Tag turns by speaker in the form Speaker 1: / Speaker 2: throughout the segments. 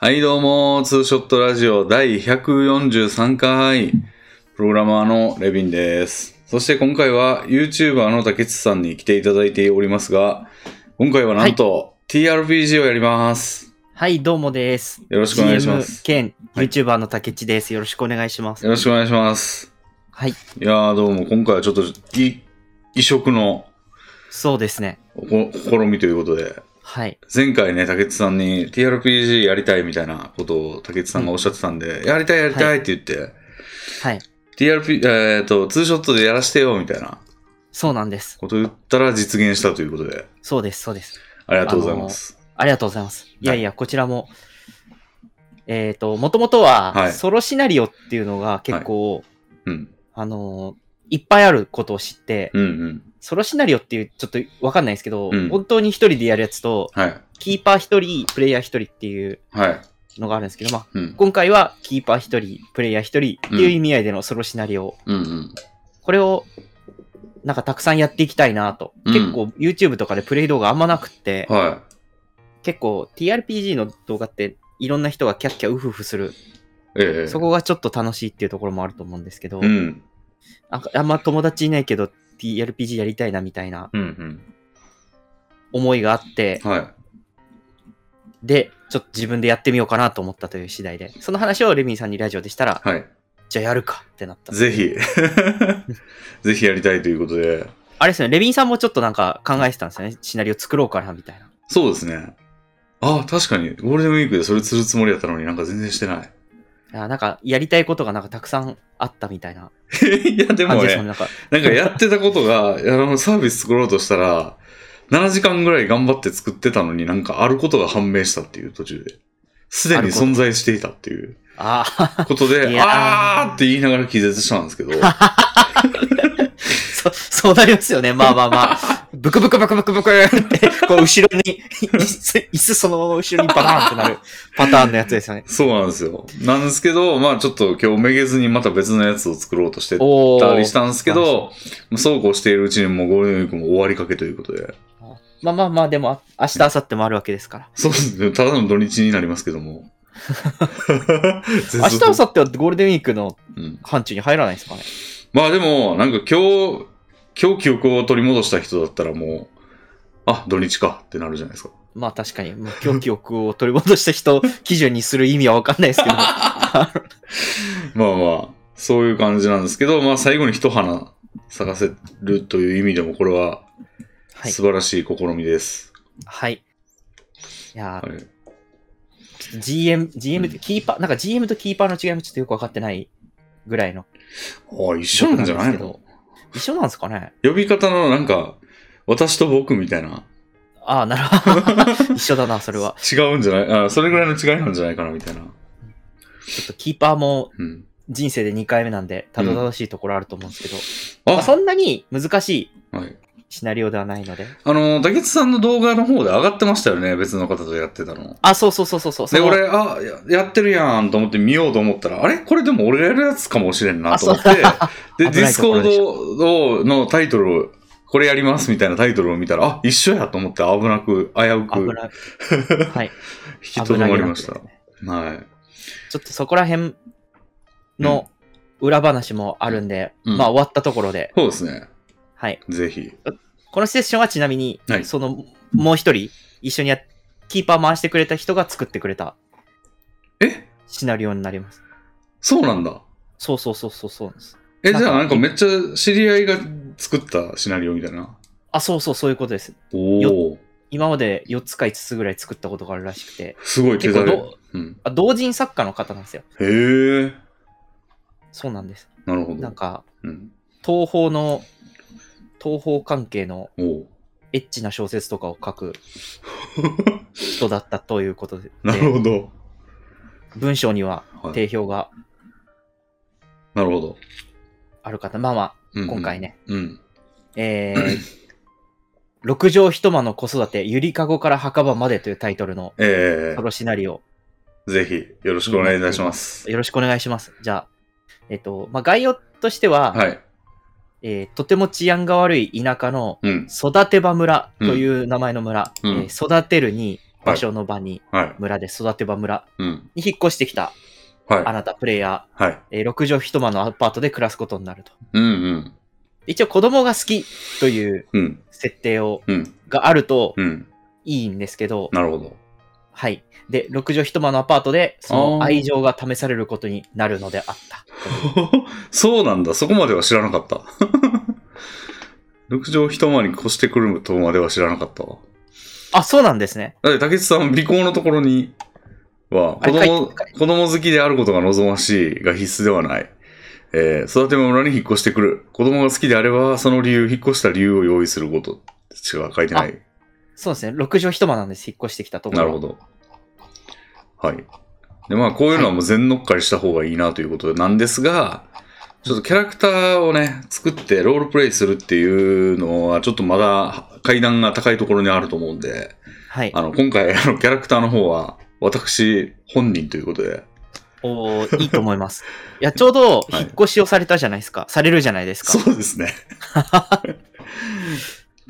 Speaker 1: はい、どうも、ツーショットラジオ第143回、プログラマーのレビンです。そして今回は YouTuber の竹内さんに来ていただいておりますが、今回はなんと TRPG をやります。
Speaker 2: はい、どうもです。
Speaker 1: よろしくお願いします。
Speaker 2: GM 兼
Speaker 1: はい
Speaker 2: YouTuber の竹内です。よろしくお願いします。
Speaker 1: よろしくお願いします。
Speaker 2: はい、
Speaker 1: いやー、どうも、今回はちょっとい異色の
Speaker 2: そうですね。
Speaker 1: おこ試みということで、
Speaker 2: はい。
Speaker 1: 前回ね、竹内さんに TRPG やりたいみたいなことを竹内さんがおっしゃってたんで、やりたいやりたいって言って、
Speaker 2: はい。
Speaker 1: TRP、えっ、と、ツーショットでやらしてよみたいな
Speaker 2: そうなんです。
Speaker 1: こと言ったら実現したということで、
Speaker 2: そうです、そうです。
Speaker 1: ありがとうございます。
Speaker 2: ありがとうございます。いやいや、こちらも、えっ、と、もともと
Speaker 1: はい
Speaker 2: は、ソロシナリオっていうのが結構、
Speaker 1: うん。
Speaker 2: あのー、いっぱいあることを知って、
Speaker 1: うんうん。
Speaker 2: ソロシナリオっていう、ちょっとわかんないですけど、
Speaker 1: うん
Speaker 2: 本当に一人でやるやつと、
Speaker 1: はい。
Speaker 2: キーパー一人、プレイヤー一人っていう
Speaker 1: はい。
Speaker 2: のがあるんですけど、まあ、
Speaker 1: うん。
Speaker 2: 今回はキーパー一人、プレイヤー一人っていう意味合いでのソロシナリオを
Speaker 1: うんうん。
Speaker 2: これを、なんかたくさんやっていきたいなと。
Speaker 1: うん
Speaker 2: 結構 YouTube とかでプレイ動画あんまなくって、
Speaker 1: は
Speaker 2: 結構 TRPG の動画っていろんな人がキャッキャウフフする。
Speaker 1: い。ええ
Speaker 2: そこがちょっと楽しいっていうところもあると思うんですけど、
Speaker 1: うん。
Speaker 2: ああんま友達いないけど TRPG やりたいなみたいな
Speaker 1: うん
Speaker 2: 思いがあって
Speaker 1: う、ん。はい。
Speaker 2: で、ちょっと自分でやってみようかなと思ったという次第で、その話をレミンさんにラジオでしたら、
Speaker 1: はい。
Speaker 2: じゃあやるかってなった。
Speaker 1: ぜひ。 ぜひやりたいということで。
Speaker 2: あれですね、レミンさんもちょっとなんか考えてたんですよね。シナリオ作ろうかなみたいな。
Speaker 1: そうですね。あ、確かに、ゴールデンウィークでそれするつもりだったのになんか全然してない。
Speaker 2: あなんかやりたいことがなんかたくさんあったみたいない
Speaker 1: や、でも
Speaker 2: 感じで
Speaker 1: ね
Speaker 2: すもんね。、なんか
Speaker 1: なんかやってたことが、あの、サービス作ろうとしたら、7時間ぐらい頑張って作ってたのになんかあることが判明したっていう途中で。すでに存在していたっていう
Speaker 2: ああ、
Speaker 1: こと
Speaker 2: い
Speaker 1: で、
Speaker 2: やー
Speaker 1: あーって言いながら気絶したんですけど、は
Speaker 2: そ、そうなりますよね。まあまあまあ。ブクブクブクブクブクって、こう後ろに、椅子、椅子そのまま後ろにバターンってなるパターンのやつですよね。
Speaker 1: いそうなんですよ。なんですけど、まあちょっと今日めげずにまた別のやつを作ろうとして
Speaker 2: お
Speaker 1: たりし
Speaker 2: ー。
Speaker 1: たんですけど、そうこうしているうちにもうゴールデンウィークも終わりかけということで、
Speaker 2: まあまあまあ、でも、あ明日、明後日もあるわけですから。
Speaker 1: そうですね、ただの土日になりますけども。
Speaker 2: 明
Speaker 1: 明
Speaker 2: 日、明後日はゴールデンウィークの
Speaker 1: うん
Speaker 2: 範疇に入らないですかね。
Speaker 1: まあでも、なんか今日、今日記憶を取り戻した人だったらもう、あ、土日かってなるじゃないですか。
Speaker 2: まあ確かに、もう今日記憶を取り戻した人を基準にする意味はわかんないですけど。
Speaker 1: まあまあ、そういう感じなんですけど、まあ最後に一花咲かせるという意味でも、これは
Speaker 2: はい。
Speaker 1: 素晴らしい試みです。
Speaker 2: はい。いや
Speaker 1: はい。
Speaker 2: ー、ちょっと GM、GM
Speaker 1: う
Speaker 2: とキーパー、なんか GM とキーパーの違いもちょっとよくわかってないぐらいの
Speaker 1: あ一緒なんじゃないの
Speaker 2: 一緒なんですかね
Speaker 1: 呼び方のなんか、私と僕みたいな。
Speaker 2: ああ、なるほ ど。一緒だな、それは。
Speaker 1: 違うんじゃないあそれぐらいの違いなんじゃないかなみたいな。
Speaker 2: ちょっとキーパーも
Speaker 1: うん。
Speaker 2: 人生で2回目なんで、たどたどしいところあると思うんですけ
Speaker 1: あ、
Speaker 2: ど、まあ、そんなに難しい
Speaker 1: はい。
Speaker 2: シナリオではないので。
Speaker 1: あの、竹内さんの動画の方で上がってましたよね。別の方とやってたの。
Speaker 2: あ、そうそうそうそうそう。そ
Speaker 1: で、
Speaker 2: の
Speaker 1: 俺、あや、やってるやんと思って見ようと思ったら、あれこれでも俺がやるやつかもしれんなと思って、で、
Speaker 2: 危
Speaker 1: ディ
Speaker 2: ない
Speaker 1: ス
Speaker 2: とこ
Speaker 1: コ
Speaker 2: ろでした
Speaker 1: ードのタイトルを、これやりますみたいなタイトルを見たら、あ、一緒やと思って危なく、危う
Speaker 2: 危
Speaker 1: く
Speaker 2: な はい。
Speaker 1: 引き
Speaker 2: 危
Speaker 1: とどま
Speaker 2: なげ
Speaker 1: り
Speaker 2: な
Speaker 1: ま
Speaker 2: く
Speaker 1: し
Speaker 2: で
Speaker 1: た。
Speaker 2: すね
Speaker 1: はい。
Speaker 2: ちょっとそこら辺の裏話もあるんで、
Speaker 1: うん
Speaker 2: まあ終わったところで、
Speaker 1: そうですね。
Speaker 2: はい。
Speaker 1: ぜひ。
Speaker 2: このセッションはちなみに、
Speaker 1: はい
Speaker 2: その、もう一人、一緒にや、キーパー回してくれた人が作ってくれた
Speaker 1: え
Speaker 2: シナリオになります。
Speaker 1: そうなんだ。
Speaker 2: そうそうそうそうそうなんです。
Speaker 1: え、
Speaker 2: なん
Speaker 1: じ
Speaker 2: か
Speaker 1: ゃあなんかめっちゃ知り合いが作ったシナリオみたいな。
Speaker 2: あ、そうそう、そういうことです。
Speaker 1: おお、
Speaker 2: 今まで4つか5つぐらい作ったことがあるらしくて、
Speaker 1: すごい手だ
Speaker 2: 結
Speaker 1: れ
Speaker 2: 構ど。
Speaker 1: うん。
Speaker 2: あ同人作家の方なんですよ。
Speaker 1: へえ、
Speaker 2: そうなんです。
Speaker 1: なるほ
Speaker 2: なん
Speaker 1: ど。
Speaker 2: か、
Speaker 1: うん。
Speaker 2: 東宝の、東宝関係の
Speaker 1: おお。
Speaker 2: エッチな小説とかを書 く人だったということで、
Speaker 1: なるほど。
Speaker 2: 文章には
Speaker 1: はい。
Speaker 2: 定評が
Speaker 1: なるほど。
Speaker 2: ある方、まあま
Speaker 1: うんう
Speaker 2: あ、
Speaker 1: ん
Speaker 2: 今回。ね、
Speaker 1: うん。
Speaker 2: えー、六畳一間の子育て、ゆりかごから墓場までというタイトルの
Speaker 1: え
Speaker 2: ソロシナリオ、
Speaker 1: えぜひ、よろしくお願いいたします。
Speaker 2: よろしくお願いします。じゃあ、えっと、まあ、概要としては、
Speaker 1: はい。
Speaker 2: えーとても治安が悪い田舎の
Speaker 1: うん。
Speaker 2: 育て場村という名前の村、
Speaker 1: うん
Speaker 2: えー育てるに場所の場に、
Speaker 1: はい。
Speaker 2: 村です、育て場村
Speaker 1: うん。
Speaker 2: に引っ越してきたあ
Speaker 1: はい。
Speaker 2: なた、プレイヤ
Speaker 1: はい。
Speaker 2: ー、えー6畳一間のアパートで暮らすことになると。
Speaker 1: うんうん。
Speaker 2: 一応子供が好きという
Speaker 1: うん。
Speaker 2: 設定を、
Speaker 1: うん。
Speaker 2: があると
Speaker 1: うん。
Speaker 2: いいんですけど、
Speaker 1: なるほど。
Speaker 2: はい。で、6畳一間のアパートで、そ
Speaker 1: あー
Speaker 2: の愛情が試されることになるのであった。
Speaker 1: そうなんだ。そこまでは知らなかった。 六畳一間に越してくるとまでは知らなかったわ。
Speaker 2: あ、そうなんですね。
Speaker 1: だって、竹内さん、尾行のところには、
Speaker 2: あ
Speaker 1: 子供、
Speaker 2: 書いて書
Speaker 1: 子供好きであることが望ましいが必須ではない。えー育て村に引っ越してくる。子供が好きであれば、その理由、引っ越した理由を用意することしか書いてない。
Speaker 2: そうですね。6畳一間なんです。引っ越してきたところ
Speaker 1: な
Speaker 2: は。
Speaker 1: るほど。はい。で、まあ、こういうのはもう全乗っかりした方がいいなということなんですが、ちょっとキャラクターをね、作ってロールプレイするっていうのは、ちょっとまだ階段が高いところにあると思うんで、
Speaker 2: はい。
Speaker 1: あの、今回、あの、キャラクターの方は、私、本人ということで。
Speaker 2: おーいいと思います。いや、ちょうど
Speaker 1: い
Speaker 2: 引っ越しをされたじゃないですか。されるじゃないですか。
Speaker 1: そうですね。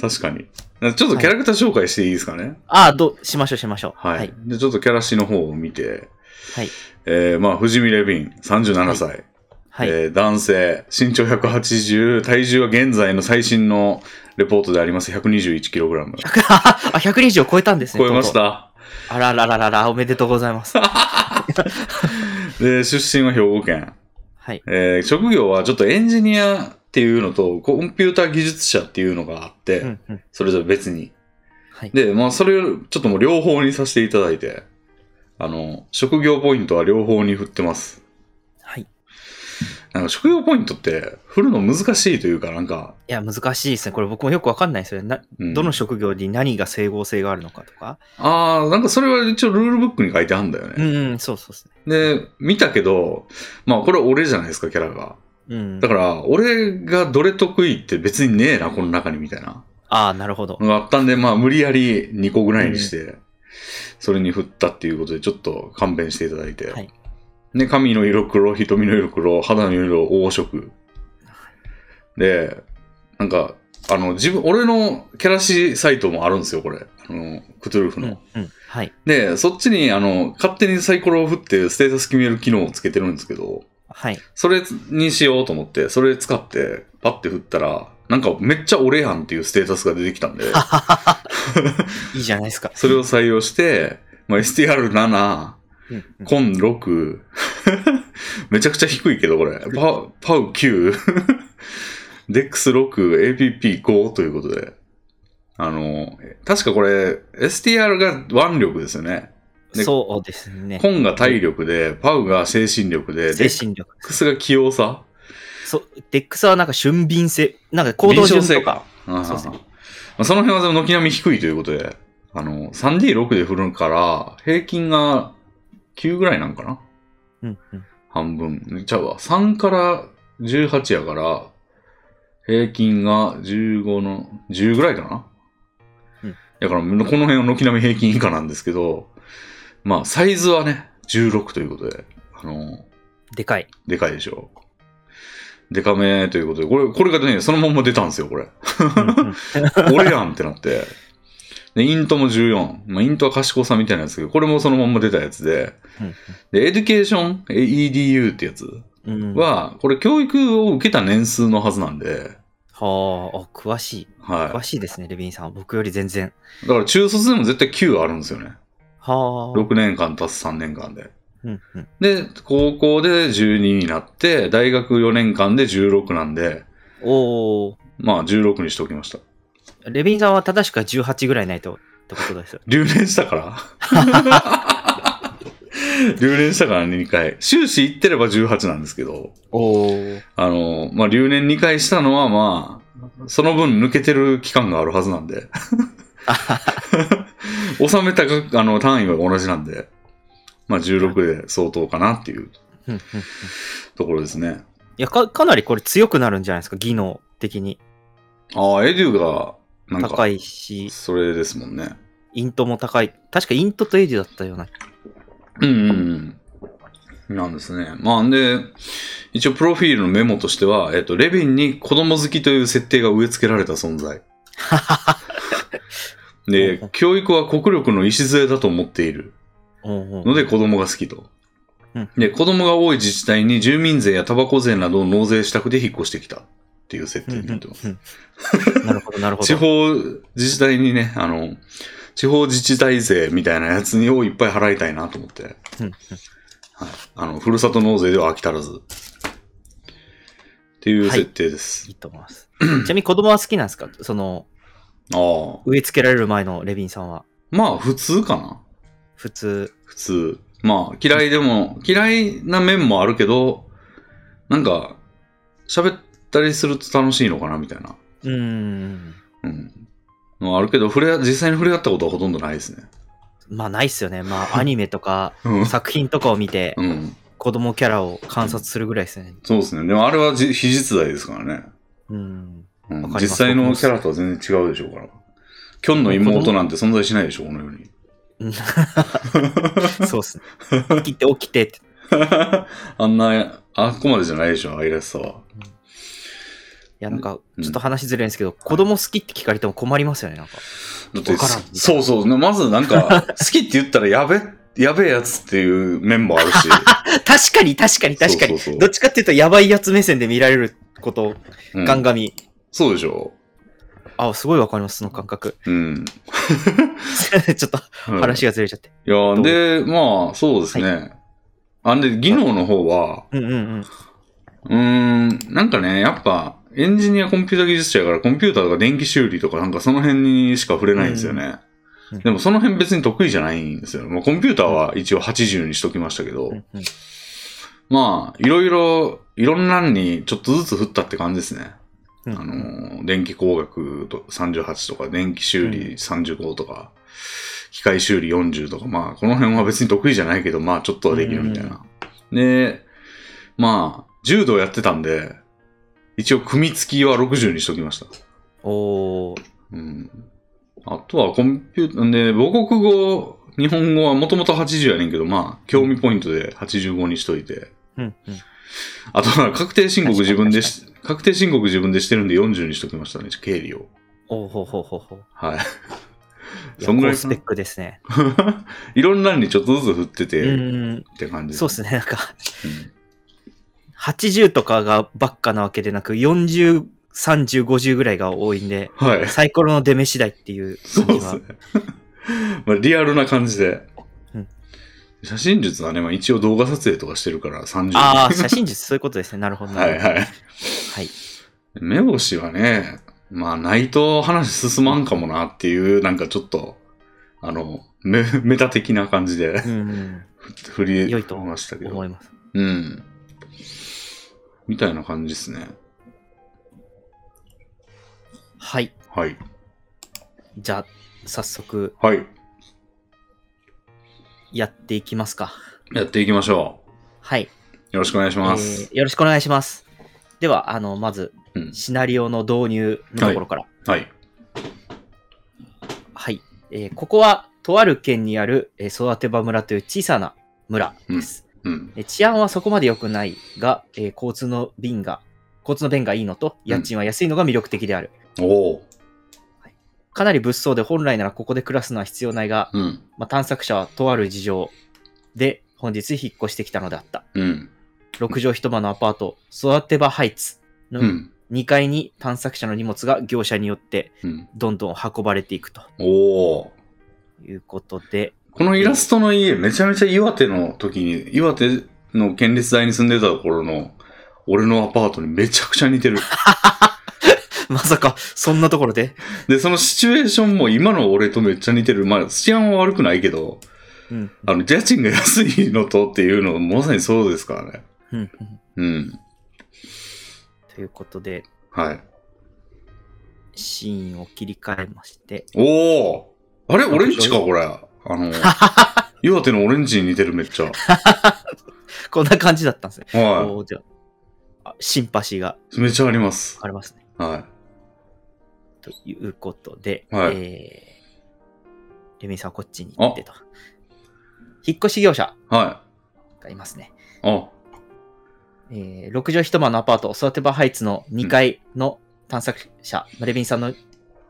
Speaker 1: 確かに。ちょっとキャラクター紹介していいですかね。
Speaker 2: ああ、どう、しましょうしましょう。
Speaker 1: はい。で、ちょっとキャラシの方を見て、
Speaker 2: はい。
Speaker 1: えーまあ、藤見レビン、37歳。
Speaker 2: はい。
Speaker 1: えー男性、身長180、体重は現在の最新のレポートであります 121kg。
Speaker 2: 100あ、120を超えたんですね。
Speaker 1: 超えまし
Speaker 2: とう
Speaker 1: た。
Speaker 2: とう。あららららら、おめでとうござ います。
Speaker 1: で、出身は兵庫県。
Speaker 2: はい。
Speaker 1: えー職業はちょっとエンジニアっていうのと、コンピューター技術者っていうのがあって、
Speaker 2: うんうん。
Speaker 1: それぞれ別に。
Speaker 2: はい。
Speaker 1: で、まあ、それをちょっともう両方にさせていただいて、あの、職業ポイントは両方に振ってます。
Speaker 2: はい。い
Speaker 1: なんか職業ポイントって振るの難しいというか、なんか、
Speaker 2: や、難しいですね。これ僕もよくわかんないですよね。な
Speaker 1: うん
Speaker 2: どの職業に何が整合性があるのかとか。
Speaker 1: ああ、なんかそれは一応ルールブックに書いてあるんだよね。
Speaker 2: うん、うん、そうそうですね。
Speaker 1: で、見たけど、まあこれ俺じゃないですか、キャラが。
Speaker 2: うん
Speaker 1: だ。から、俺がどれ得意って別にねえな、この中にみたいな
Speaker 2: ああ、なるほど。
Speaker 1: のがあったんで、まあ無理やり2個ぐらいにして、それに振ったっていうことでちょっと勘弁していただいて。
Speaker 2: はい
Speaker 1: で、髪の色黒、瞳の色黒、肌の色黄色。で、なんか、あの、自分、俺のキャラシサイトもあるんですよ、これ。あの、クトゥルフ
Speaker 2: う
Speaker 1: の。
Speaker 2: ん、うん。はい。
Speaker 1: で、そっちに、あの、勝手にサイコロを振ってステータス決める機能をつけてるんですけど、
Speaker 2: はい。
Speaker 1: それにしようと思って、それ使って、パッて振ったら、なんかめっちゃ俺やんっていうステータスが出てき たんで、
Speaker 2: いいじゃないですか。
Speaker 1: それを採用して、まあ、STR7、
Speaker 2: うんうん
Speaker 1: コン6、めちゃくちゃ低いけど、これ。パパウ9、デックス6、APP5 ということで。あの、確かこれ、STR が腕力ですよね。で
Speaker 2: そうですね。
Speaker 1: コンが体力で、パウが精神力で、デッ
Speaker 2: 精神力。
Speaker 1: クスが器用さ
Speaker 2: そう、デックスはなんか俊敏性、なんか行動順とか。。
Speaker 1: 敏
Speaker 2: そう
Speaker 1: 捷性
Speaker 2: ですね
Speaker 1: かああその辺はでも軒並み低いということで、あの、3D6 で振るから、平均が9ぐらいなんかな
Speaker 2: うんうん。
Speaker 1: 半分。ちゃうわ。3から18やから、平均が15の、10ぐらいかな
Speaker 2: うん
Speaker 1: だから、この辺は軒並み平均以下なんですけど、まあ、サイズはね、16ということで、あの、
Speaker 2: でかい。
Speaker 1: でかいでしょ。でかめということで、これ、これがね、そのまんま出たんですよ、これ。
Speaker 2: うんうん
Speaker 1: 俺やんってなって。で、イントも14。まあ、イントは賢さみたいなやつだけど、これもそのまんま出たやつで。
Speaker 2: うん
Speaker 1: で、エデュケーション、EDU ってやつ
Speaker 2: うん
Speaker 1: は、これ教育を受けた年数のはずなんで、
Speaker 2: はああ、詳しい。詳
Speaker 1: は
Speaker 2: しいですね、レビンさんは。僕より全然。
Speaker 1: い。だから中卒でも絶対9あるんですよね。
Speaker 2: はあ。
Speaker 1: 6年間足す3年間で。
Speaker 2: うんうん。
Speaker 1: で、高校で12になって、大学4年間で16なんで、
Speaker 2: おお。
Speaker 1: まあ16にしておきました。
Speaker 2: レビンさんは正しくは18ぐらいないとってことですよ。
Speaker 1: 留年したから 留年したから2回。修士行ってれば18なんですけど、
Speaker 2: おお。
Speaker 1: あの、まあ、留年2回したのはまあ、その分抜けてる期間があるはずなん で。収めた額あの単位は同じなんで、まあ、16で相当かなっていう
Speaker 2: うんうん
Speaker 1: ところですね。
Speaker 2: いやか、かなりこれ強くなるんじゃないですか、技能的に。
Speaker 1: ああ、エデュが、なん
Speaker 2: 高
Speaker 1: か、
Speaker 2: いし、
Speaker 1: それですもんね。
Speaker 2: イントも高い。確かイントとエイジだったような。
Speaker 1: うんうんうん。なんですね。まあ、で、一応、プロフィールのメモとしては、えっと、レ ビンに子供好きという設定が植え付けられた存在。で
Speaker 2: うんうん、
Speaker 1: 教育は国力の礎だと思っている
Speaker 2: うんうん
Speaker 1: ので子供が好きと
Speaker 2: うん。
Speaker 1: で、子供が多い自治体に住民税やタバコ税などを納税したくて引っ越してきたっていう設定になってます。
Speaker 2: うんなるほど、なるほど。
Speaker 1: 地方自治体にね、あの、地方自治体税みたいなやつにをいっぱい払いたいなと思って。
Speaker 2: うんうん
Speaker 1: はい。あの、ふるさと納税では飽き足らず。っていう設定です。
Speaker 2: いいと思います。ちなみに子供は好きなんですかその、
Speaker 1: ああ。
Speaker 2: 植え付けられる前のレビンさんは。
Speaker 1: まあ、普通かな。
Speaker 2: 普通。
Speaker 1: 普通。まあ、嫌いでも、嫌いな面もあるけど、なんか、喋ったりすると楽しいのかな、みたいな。
Speaker 2: うーん。
Speaker 1: うん。のはあるけど、触れ合、実際に触れ合ったことはほとんどないですね。
Speaker 2: まあ、ないっすよね。ま あ、アニメとか、
Speaker 1: うん。
Speaker 2: 作品とかを見て、
Speaker 1: うん。
Speaker 2: 子供キャラを観察するぐらいですね。
Speaker 1: そうですね。でも、あれはじ非実在ですからね。
Speaker 2: うん。
Speaker 1: うん
Speaker 2: わかり
Speaker 1: 実
Speaker 2: ます
Speaker 1: 際のキャラとは全然違うでしょうから。キョンの妹なんて存在しないでしょ、この世に。
Speaker 2: うんそうっすね。起きて起きてって。
Speaker 1: あんな、あっこまでじゃないでしょ、愛らしさは。
Speaker 2: いや、なんか
Speaker 1: う、ん
Speaker 2: ちょっと話ずれるんですけど、子供好きって聞かれても困りますよね、なんか。
Speaker 1: だって
Speaker 2: わからん、
Speaker 1: そうそう、なまずなんか、好きって言ったらやべ、やべえやつっていう面もあるし。
Speaker 2: 確かに、確かに、 確
Speaker 1: そ
Speaker 2: かに。
Speaker 1: うそうそう
Speaker 2: どっちかっていうと、やばいやつ目線で見られること、
Speaker 1: うん
Speaker 2: ガンガミ。
Speaker 1: そうでしょ
Speaker 2: あ、すごいわかります、その感覚。
Speaker 1: うん。
Speaker 2: ちょっと話がずれちゃって。
Speaker 1: いや、で、まあ、そうですね。あんで、技能の方は、
Speaker 2: うんうんうん。
Speaker 1: うーん、なんかね、やっぱ、エンジニアコンピュータ技術者やから、コンピューターとか電気修理とか、なんかその辺にしか触れないんですよね。
Speaker 2: うん
Speaker 1: でもその辺別に得意じゃないんですよ。まあ、コンピューターは一応80にしときましたけど、
Speaker 2: うんうん
Speaker 1: まあ、いろいろ、いろんなんにちょっとずつ振ったって感じですね。
Speaker 2: うん
Speaker 1: あのー、電気工学と38とか、電気修理35とか、機械修理40とか、まあ、この辺は別に得意じゃないけど、まあ、ちょっとはできるみたいな。で、まあ、柔道やってたんで、一応、組み付きは60にしときました。
Speaker 2: おー。
Speaker 1: うん。あとは、コンピューター、で、母国語、日本語はもともと80やねんけど、まあ、興味ポイントで85にしといて、
Speaker 2: うんうん。
Speaker 1: あとは確定申告自分でし、確定申告自分でしてるんで40にしときましたね、経理を。
Speaker 2: おーほうほうほうほう。
Speaker 1: はい。
Speaker 2: いや
Speaker 1: そんぐらい
Speaker 2: 高スペックですね。
Speaker 1: いろんなのにちょっとずつ振ってて、
Speaker 2: うん。
Speaker 1: って感じ。
Speaker 2: そうですね。なんか、
Speaker 1: うん
Speaker 2: 80とかがばっかなわけでなく、40、30、50ぐらいが多いんで、
Speaker 1: はい。
Speaker 2: サイコロの出目次第っていう
Speaker 1: そう
Speaker 2: 感じ
Speaker 1: です
Speaker 2: は
Speaker 1: ね。まあ、リアルな感じで。
Speaker 2: うん
Speaker 1: 写真術はね、まあ、一応動画撮影とかしてるから30。
Speaker 2: ああ、写真術そういうことですね。なるほど。な
Speaker 1: は
Speaker 2: る
Speaker 1: い
Speaker 2: ほど
Speaker 1: はい。
Speaker 2: はい。
Speaker 1: 目星はね、まあ、ないと話進まんかもなっていう、なんかちょっと、あの、メメタ的な感じで
Speaker 2: う、ん、
Speaker 1: 振り、
Speaker 2: 良いと
Speaker 1: ましたけ
Speaker 2: うん。
Speaker 1: ど。
Speaker 2: 思います。
Speaker 1: うん。みたいな感じですね。
Speaker 2: はい。
Speaker 1: はい。
Speaker 2: じゃあ、早速
Speaker 1: はい。
Speaker 2: やっていきますか。
Speaker 1: やっていきましょ
Speaker 2: はい。
Speaker 1: う。よろしくお願いし
Speaker 2: え
Speaker 1: ます。
Speaker 2: ー、よろしくお願いします。では、あの、まず、
Speaker 1: うん
Speaker 2: シナリオの導入のところから。
Speaker 1: はい。
Speaker 2: はい、えーここはとある県にある、えー育て場村という小さな村です、
Speaker 1: うん。
Speaker 2: えー治安はそこまで良くないが、えー交通の便が交通の便がいいのと
Speaker 1: うん
Speaker 2: 家賃は安いのが魅力的である、
Speaker 1: おお。
Speaker 2: かなり物騒で本来ならここで暮らすのは必要ないが、
Speaker 1: うん。
Speaker 2: まあ、探索者はとある事情で本日引っ越してきたのであった
Speaker 1: うん。
Speaker 2: 6畳一間のアパート育て場ハイツ
Speaker 1: う
Speaker 2: の
Speaker 1: ん。
Speaker 2: 2階に探索者の荷物が業者によって
Speaker 1: うん。
Speaker 2: どんどん運ばれていくと
Speaker 1: おお。
Speaker 2: いうことで
Speaker 1: このイラストの家、めちゃめちゃ岩手の時に、岩手の県立大に住んでた頃の、俺のアパートにめちゃくちゃ似 てる。
Speaker 2: まさかそんなところで、
Speaker 1: で、そのシチュエーションも今の俺とめっちゃ似てる。まあ、治安は悪くないけど、
Speaker 2: うん
Speaker 1: あの、家賃が安いのとっていうのもまさにそうですからね。
Speaker 2: うんうん、
Speaker 1: うん。
Speaker 2: ということで、
Speaker 1: はい。
Speaker 2: シーンを切り替えまして。
Speaker 1: おおあれ俺んちかこれ。あ の、岩手の俺んちに似てるめっちゃ。
Speaker 2: こんな感じだったんですね。
Speaker 1: は
Speaker 2: おーじゃああ、シンパシーが
Speaker 1: い。めっちゃあります。
Speaker 2: ありますね。
Speaker 1: は
Speaker 2: ということで、
Speaker 1: はい
Speaker 2: えー、レミさんはこっちに行ってと。引っ越し業者
Speaker 1: い。は
Speaker 2: がいますね。
Speaker 1: い。あ、
Speaker 2: えー、6畳一間のアパート、育て場ハイツの2階の探索者、レビンさんの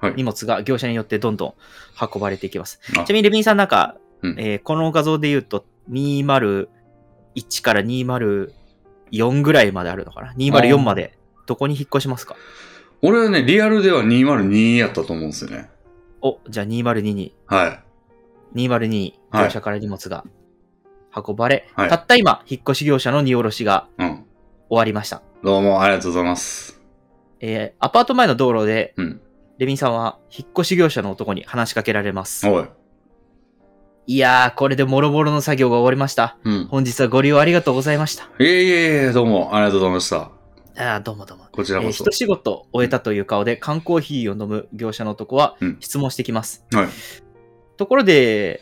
Speaker 1: はい
Speaker 2: 荷物が業者によってどんどん運ばれていきます。ち
Speaker 1: あ
Speaker 2: なみにレビンさんなんか、
Speaker 1: うん
Speaker 2: えーこの画像で言うと、201から204ぐらいまであるのかな ?204 まで。どこに引っ越しますか
Speaker 1: 俺はね、リアルでは202やったと思うんですよね。
Speaker 2: お、じゃあ202に、
Speaker 1: はい。
Speaker 2: 202に
Speaker 1: はい
Speaker 2: 業者から荷物が運ばれ、
Speaker 1: はい
Speaker 2: たった今、引っ越し業者の荷下ろしが
Speaker 1: うん。
Speaker 2: 終わりました。
Speaker 1: どうもありがとうございます。
Speaker 2: えーアパート前の道路で、
Speaker 1: うん。
Speaker 2: レビンさんは引っ越し業者の男に話しかけられます。
Speaker 1: おい。
Speaker 2: いやー、これでもろもろの作業が終わりました。
Speaker 1: うん。
Speaker 2: 本日はご利用ありがとうございました。
Speaker 1: いえいえいえ、どうもありがとうございました。
Speaker 2: ああ、どうもどうも。
Speaker 1: こち
Speaker 2: え
Speaker 1: ら
Speaker 2: ー
Speaker 1: こそ
Speaker 2: 一。仕事終えたという顔で缶コーヒーを飲む業者の男は
Speaker 1: うん
Speaker 2: 質問してきます。
Speaker 1: はい
Speaker 2: ところで、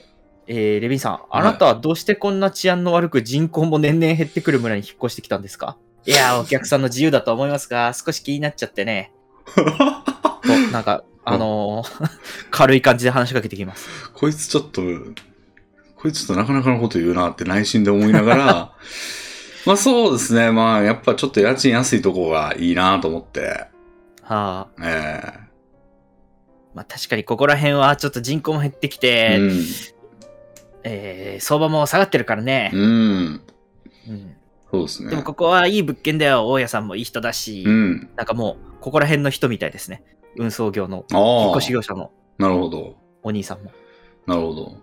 Speaker 2: えーレビンさん、あなたはどうしてこんな治安の悪く人口も年々減ってくる村に引っ越してきたんですかいやー、お客さんの自由だと思いますが、少し気になっちゃってね。と、なんか、あのー軽い感じで話しかけてきます。
Speaker 1: こいつちょっと、こいつちょっとなかなかのこと言うなって内心で思いなが ら、まあそうですね、まあやっぱちょっと家賃安いとこがいいなと思って、
Speaker 2: はあ、
Speaker 1: え
Speaker 2: まあ確かにここら辺はちょっと人口も減ってき
Speaker 1: え
Speaker 2: て、えー相場も下がってるからね
Speaker 1: う。ん。うん。
Speaker 2: うん
Speaker 1: そうですね。
Speaker 2: でもここはいい物件だよ。大家さんもいい人だし、
Speaker 1: うん。
Speaker 2: なんかもう、ここら辺の人みたいですね。運送業の、
Speaker 1: あ
Speaker 2: 引っ
Speaker 1: あ
Speaker 2: 越し。業者の
Speaker 1: なるほど。
Speaker 2: お兄さんも。
Speaker 1: なるほど。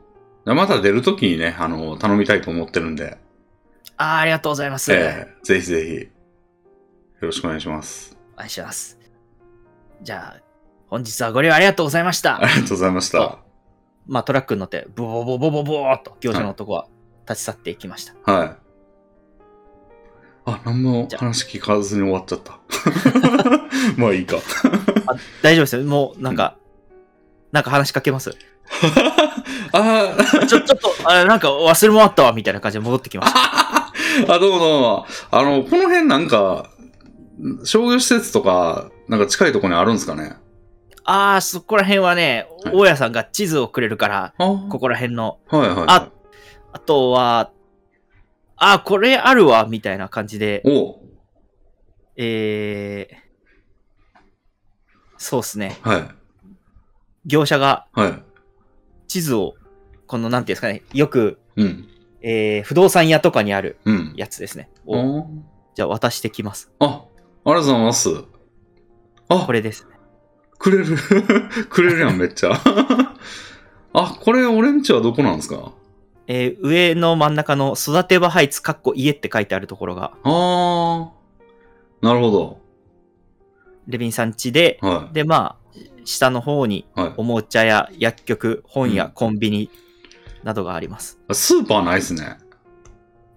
Speaker 1: でまた出るときにね、あの、頼みたいと思ってるんで、
Speaker 2: あーありがとうございます。
Speaker 1: ええぜひぜひ、よろしくお願いします。
Speaker 2: お願いします。じゃあ、本日はご利用ありがとうございまし
Speaker 1: あ
Speaker 2: た。
Speaker 1: りがとうございました。
Speaker 2: まあトラックに乗って、ボボボボボボボーっと業者の男は立ち去っていきました。
Speaker 1: はい。あ、何も話聞かずに終わっちゃ った。まあいいか。
Speaker 2: 大丈夫ですよ。もうなんか、なんか話しかけます。ち
Speaker 1: あー
Speaker 2: ょ、ちょっと、あなんか忘れ物あったわ、みたいな感じで戻ってきました。
Speaker 1: あ、どうもどうも。あの、この辺なんか、商業施設とか、なんか近いところにあるんですかね
Speaker 2: ああ、そこら辺はね、
Speaker 1: はい
Speaker 2: 大家さんが地図をくれるから、
Speaker 1: あ
Speaker 2: こ
Speaker 1: こ。
Speaker 2: こら辺の
Speaker 1: はいはいはい。
Speaker 2: ああとは、あ、これあるわ、みたいな感じで、
Speaker 1: お
Speaker 2: えー、そうですね。
Speaker 1: はい。
Speaker 2: 業者が
Speaker 1: はい。
Speaker 2: 地図を、この、なんていうんですかね、よく、
Speaker 1: うん。
Speaker 2: えー、不動産屋とかにある
Speaker 1: うん。
Speaker 2: やつですね。
Speaker 1: あ
Speaker 2: を
Speaker 1: ー
Speaker 2: じゃあ渡してきます。
Speaker 1: あ、ありがとうございます。あ
Speaker 2: こ、れです。
Speaker 1: くれる。 くれるやん、めっちゃ。 あ、これ、俺んちはどこなんですか
Speaker 2: えー、上の真ん中の育て場ハイツ、かっこ家って書いてあるところが、
Speaker 1: ああ、なるほ
Speaker 2: レビンさん家で、
Speaker 1: ど。は
Speaker 2: で、まあ、下の方に、
Speaker 1: い。は
Speaker 2: おもちゃや薬局、本
Speaker 1: う
Speaker 2: 屋、
Speaker 1: ん
Speaker 2: コンビニなどがあります。
Speaker 1: い。スーパーないっすね。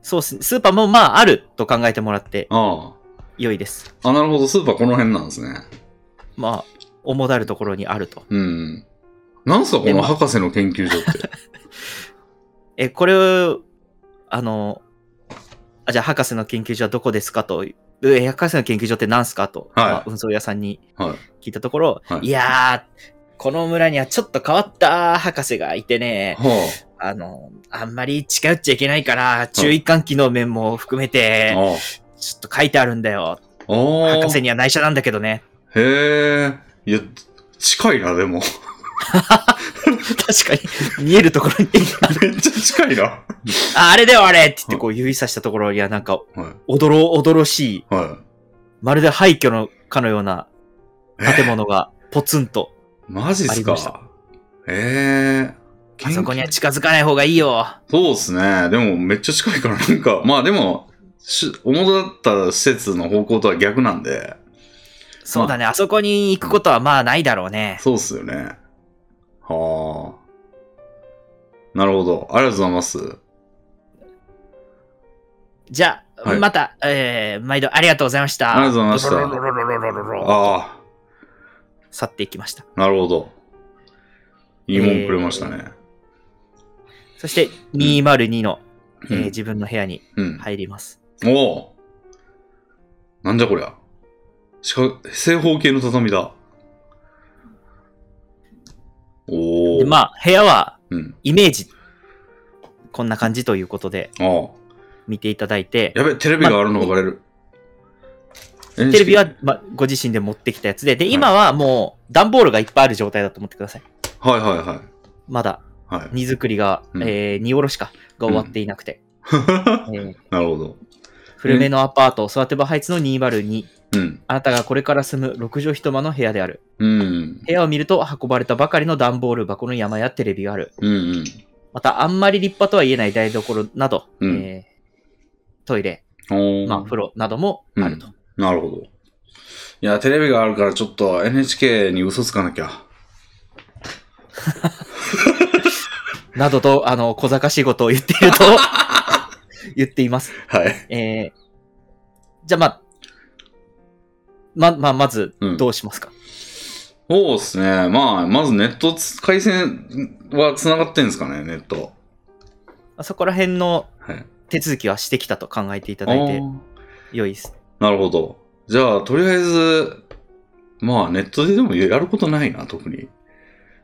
Speaker 2: そうですね。スーパーもまああると考えてもらって
Speaker 1: あ
Speaker 2: 良いです。
Speaker 1: あ。あ、なるほど。スーパーこの辺なんですね。
Speaker 2: まあ、主だるところにあると。
Speaker 1: うん。なんすか、こ
Speaker 2: で
Speaker 1: の
Speaker 2: ま
Speaker 1: 博士の研究所って。
Speaker 2: え、これを、あの、あじゃあ博士の研究所はどこですかと、え、博士の研究所って何すかと、
Speaker 1: はい
Speaker 2: まあ運送屋さんに
Speaker 1: はい
Speaker 2: 聞いたところ、
Speaker 1: はい
Speaker 2: い、やー、この村にはちょっと変わった博士がいてね、
Speaker 1: は
Speaker 2: あの、あんまり近寄っちゃいけないから、注意喚起の面も含め
Speaker 1: あ。
Speaker 2: て、
Speaker 1: ああ。
Speaker 2: ちょっと書いてあるんだ
Speaker 1: あ
Speaker 2: よ。
Speaker 1: あ。
Speaker 2: 博士には内緒なんだけどね。
Speaker 1: へえ。いや、近いな、でも。
Speaker 2: 確かに、見えるところに ある
Speaker 1: めっちゃ近いな。は
Speaker 2: あ、あれだよあれって言ってこう指さしたところにはなんか、おどろおどろしい、
Speaker 1: い。は。
Speaker 2: まるで廃墟のかのようない
Speaker 1: え
Speaker 2: 建物がポツンと、
Speaker 1: マジっ
Speaker 2: あ
Speaker 1: す
Speaker 2: りました
Speaker 1: か。ええ。
Speaker 2: あそこには
Speaker 1: 研究
Speaker 2: 近づかない方がいいよ。
Speaker 1: そうですね。でも、めっちゃ近いから、 なんか、まあでも、し主だった施設の方向とは逆なんで、
Speaker 2: そうだね、あそこに行くことはまあないだろうね。
Speaker 1: そうっすよね。はあ。なるほど。ありがとうございます。
Speaker 2: じゃあ、
Speaker 1: はい
Speaker 2: また、えー、毎度ありがとうございました。
Speaker 1: ありがとうございました
Speaker 2: ロロロロロロロロロ
Speaker 1: あ
Speaker 2: 去っていきました。
Speaker 1: あ、なるほど。いいもんくれましたね。
Speaker 2: そして、202の、えー
Speaker 1: うん
Speaker 2: 自分の部屋に
Speaker 1: うん。
Speaker 2: 入ります。
Speaker 1: おおなんじゃこりゃ。しか、正方形の畳だ。おお。
Speaker 2: でまあ、部屋は
Speaker 1: うん。
Speaker 2: イメージ、こんな感じということで
Speaker 1: ああ。
Speaker 2: 見ていただいて、
Speaker 1: やべ、テレビがあるのがバレる。テ
Speaker 2: テレビは、まあ、ご自身で持ってきたやつで、で、今はもう段ボールがいっぱいある状態だと思ってください。
Speaker 1: はいはいはい。
Speaker 2: まだ
Speaker 1: はい。
Speaker 2: 荷造りが、
Speaker 1: うん
Speaker 2: えー荷下ろしかが終わっていなくて。えー
Speaker 1: なるほど。
Speaker 2: 古めのアパート、育て場ハイツの202。
Speaker 1: うん。
Speaker 2: あなたがこれから住む6畳一間の部屋である。
Speaker 1: うん。
Speaker 2: 部屋を見ると運ばれたばかりの段ボール箱の山やテレビがある。
Speaker 1: うんうん。
Speaker 2: また、あんまり立派とは言えない台所など、
Speaker 1: うん
Speaker 2: えートイレ、
Speaker 1: おー
Speaker 2: まあ、風呂などもあると。
Speaker 1: なるほど。いや、テレビがあるからちょっと NHK に嘘つかなきゃ。
Speaker 2: などと、あの、小賢しいことを言っている と、言っています。
Speaker 1: はい。
Speaker 2: えーじゃあ、まあ、ま、まあ、まず
Speaker 1: う、ん
Speaker 2: どうしますか、
Speaker 1: そうですね。まあ、まずネットつ回線は繋がってんですかね、ネット。
Speaker 2: まあそこら辺の
Speaker 1: はい。
Speaker 2: 手続きはしてきたと考えていた
Speaker 1: あ
Speaker 2: だいて
Speaker 1: ー
Speaker 2: 良いです。
Speaker 1: なるほど。じゃあ、とりあえず、まあ、ネットででもやることないな、特に。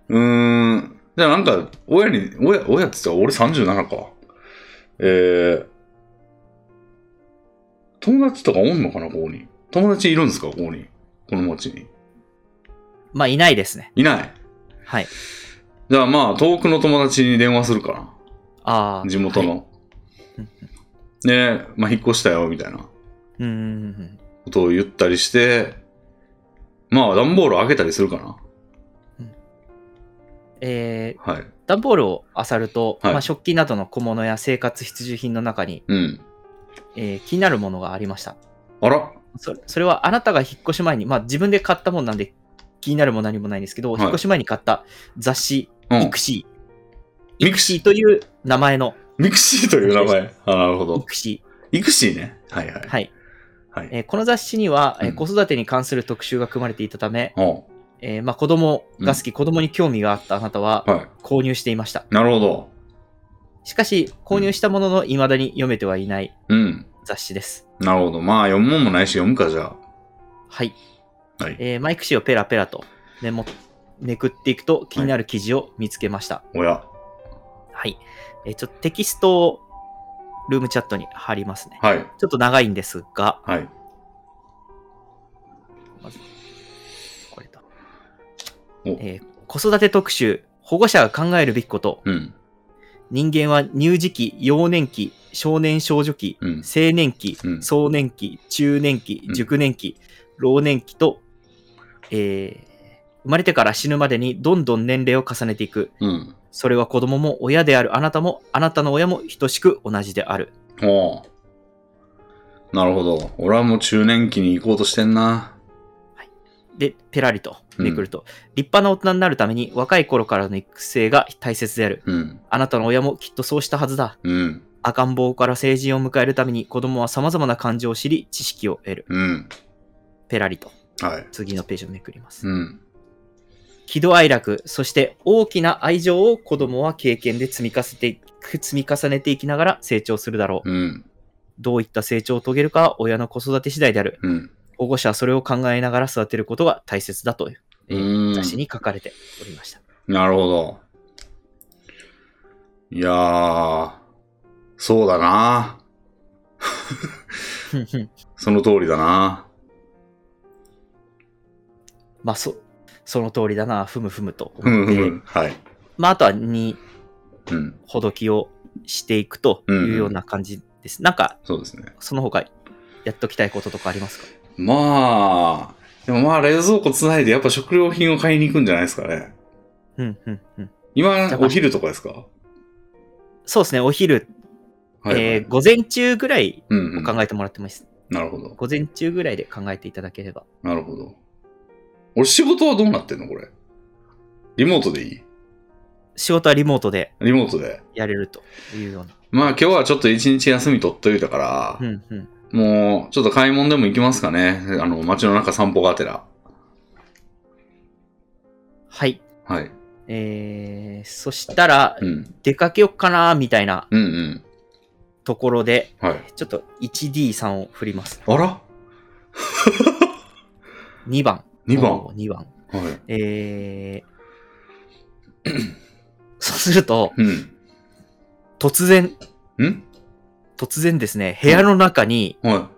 Speaker 1: うーん。じゃあ、なんか、親に、親、親って言ったら俺37か。えー、友達とかおんのかな、ここに。友達いるんですか、ここに。この町に。
Speaker 2: まあ、いないですね。
Speaker 1: いない。
Speaker 2: はい。
Speaker 1: じゃあ、まあ、遠くの友達に電話するか
Speaker 2: あ
Speaker 1: な。
Speaker 2: あ。
Speaker 1: 地元
Speaker 2: はい
Speaker 1: の。
Speaker 2: うん
Speaker 1: ねまあ、引っ越したよ、みたいな。
Speaker 2: うんうんうん。
Speaker 1: ことを言ったりして、まあ、段ボールを開けたりするかな。
Speaker 2: えー、
Speaker 1: はい。
Speaker 2: 段ボールを漁ると、
Speaker 1: はい
Speaker 2: まあ、食器などの小物や生活必需品の中に、
Speaker 1: うん。
Speaker 2: えー気になるものがありました。
Speaker 1: あら
Speaker 2: それそれはあなたが引っ越し前に、まあ、自分で買ったもんなんで気になるも何もないんですけど、
Speaker 1: はい
Speaker 2: 引っ越し前に買った雑誌、
Speaker 1: う
Speaker 2: ミ
Speaker 1: ん
Speaker 2: ク。シー。
Speaker 1: ミ
Speaker 2: ミ
Speaker 1: ク
Speaker 2: ク
Speaker 1: シ
Speaker 2: シ
Speaker 1: ー
Speaker 2: ーという名前の
Speaker 1: ミクシーという名前。あ、なるほ
Speaker 2: ミ
Speaker 1: ど。
Speaker 2: クシ
Speaker 1: イクシーね。はいはい
Speaker 2: ー。。はい。
Speaker 1: はい。
Speaker 2: えーこの雑誌には、えー
Speaker 1: うん
Speaker 2: 子育てに関する特集が組まれていたため、
Speaker 1: お
Speaker 2: えーまあ、子供が好き、子供に興味があったあなたは
Speaker 1: は
Speaker 2: 購入していました。
Speaker 1: い。なるほど。
Speaker 2: しかし、購入したものの未だに読めてはいない
Speaker 1: うん。
Speaker 2: 雑誌です。
Speaker 1: なるほど。まあ、読むもんもないし、読むか、じゃ
Speaker 2: はい。
Speaker 1: あ。はい。
Speaker 2: えーマイク氏をペラペラとメモ、めくっていくと気になる記事を見つけました。
Speaker 1: おや。
Speaker 2: はい。えーちょっとテキストをルームチャットに貼りますね。
Speaker 1: はい。
Speaker 2: ちょっと長いんですが、
Speaker 1: はい。
Speaker 2: まず、これと
Speaker 1: お。
Speaker 2: えー子育て特集、保護者が考えるべきこと、
Speaker 1: うん。
Speaker 2: 人間は乳児期、幼年期、少年少女期、
Speaker 1: うん。
Speaker 2: 青年期、
Speaker 1: うん
Speaker 2: 壮年期、中年期
Speaker 1: うん、
Speaker 2: 熟年期、老年期と、えー生まれてから死ぬまでにどんどん年齢を重ねていく。
Speaker 1: うん。
Speaker 2: それは子供も親であるあなたも、あなたの親も等しく同じである。
Speaker 1: おうなるほど。俺はもう中年期に行こうとしてんな。
Speaker 2: で、ペラリとめくると、立派な大人になるために若い頃からの育成が大切である。
Speaker 1: うん。
Speaker 2: あなたの親もきっとそうしたはずだ。
Speaker 1: うん。
Speaker 2: 赤ん坊から成人を迎えるために子供は様々な感情を知り、知識を得る。
Speaker 1: うん。
Speaker 2: ペラリと
Speaker 1: はい。
Speaker 2: 次のページをめくります。
Speaker 1: うん。
Speaker 2: 喜怒哀楽、そして大きな愛情を子供は経験で積み重ねていく、積み重ねていきながら成長するだろう。
Speaker 1: うん。
Speaker 2: どういった成長を遂げるかは親の子育て次第である。
Speaker 1: うん。
Speaker 2: 保護者はそれを考えながら育てることが大切だという、えー
Speaker 1: うん
Speaker 2: 雑誌に書かれておりました。
Speaker 1: なるほど。いやー、そうだな。
Speaker 2: ふんふん
Speaker 1: その通りだな。
Speaker 2: まあ、そ、その通りだな、ふむふむと
Speaker 1: ふ
Speaker 2: 思
Speaker 1: む
Speaker 2: って、
Speaker 1: ふむ。はい。
Speaker 2: まあ、あとは2、
Speaker 1: うん。
Speaker 2: ほどきをしていくというような感じです。なんか、
Speaker 1: そうですね。
Speaker 2: その他、やっときたいこととかありますか
Speaker 1: まあ、でもまあ冷蔵庫つないでやっぱ食料品を買いに行くんじゃないですかね。
Speaker 2: うん、うん、うん。
Speaker 1: 今
Speaker 2: じゃ、あ
Speaker 1: お昼とかですか
Speaker 2: そうですね、お昼、
Speaker 1: はい、はい
Speaker 2: えー午前中ぐらい
Speaker 1: うんう
Speaker 2: を
Speaker 1: ん。
Speaker 2: 考えてもらってもいいです。
Speaker 1: なるほど。
Speaker 2: 午前中ぐらいで考えていただければ。
Speaker 1: なるほど。俺仕事はどうなってんのこれ。リモートでいい
Speaker 2: 仕事はリモートで
Speaker 1: リモートで。
Speaker 2: やれるというような。
Speaker 1: まあ今日はちょっと一日休み取っといたから、
Speaker 2: うんうん。
Speaker 1: もう、ちょっと買い物でも行きますかね。あの、街の中散歩がてら。
Speaker 2: はい。
Speaker 1: はい。
Speaker 2: えー、そしたら
Speaker 1: う、ん。
Speaker 2: 出かけよっかなーみたいな
Speaker 1: うんうん。
Speaker 2: ところで、
Speaker 1: はい。
Speaker 2: ちょっと 1D さんを振ります。
Speaker 1: あら
Speaker 2: 2番。
Speaker 1: ?2 番。
Speaker 2: おー。2番。
Speaker 1: はい。
Speaker 2: えー、 そうすると、
Speaker 1: うん。
Speaker 2: 突然、
Speaker 1: ん
Speaker 2: 突然ですね、部屋の中に
Speaker 1: は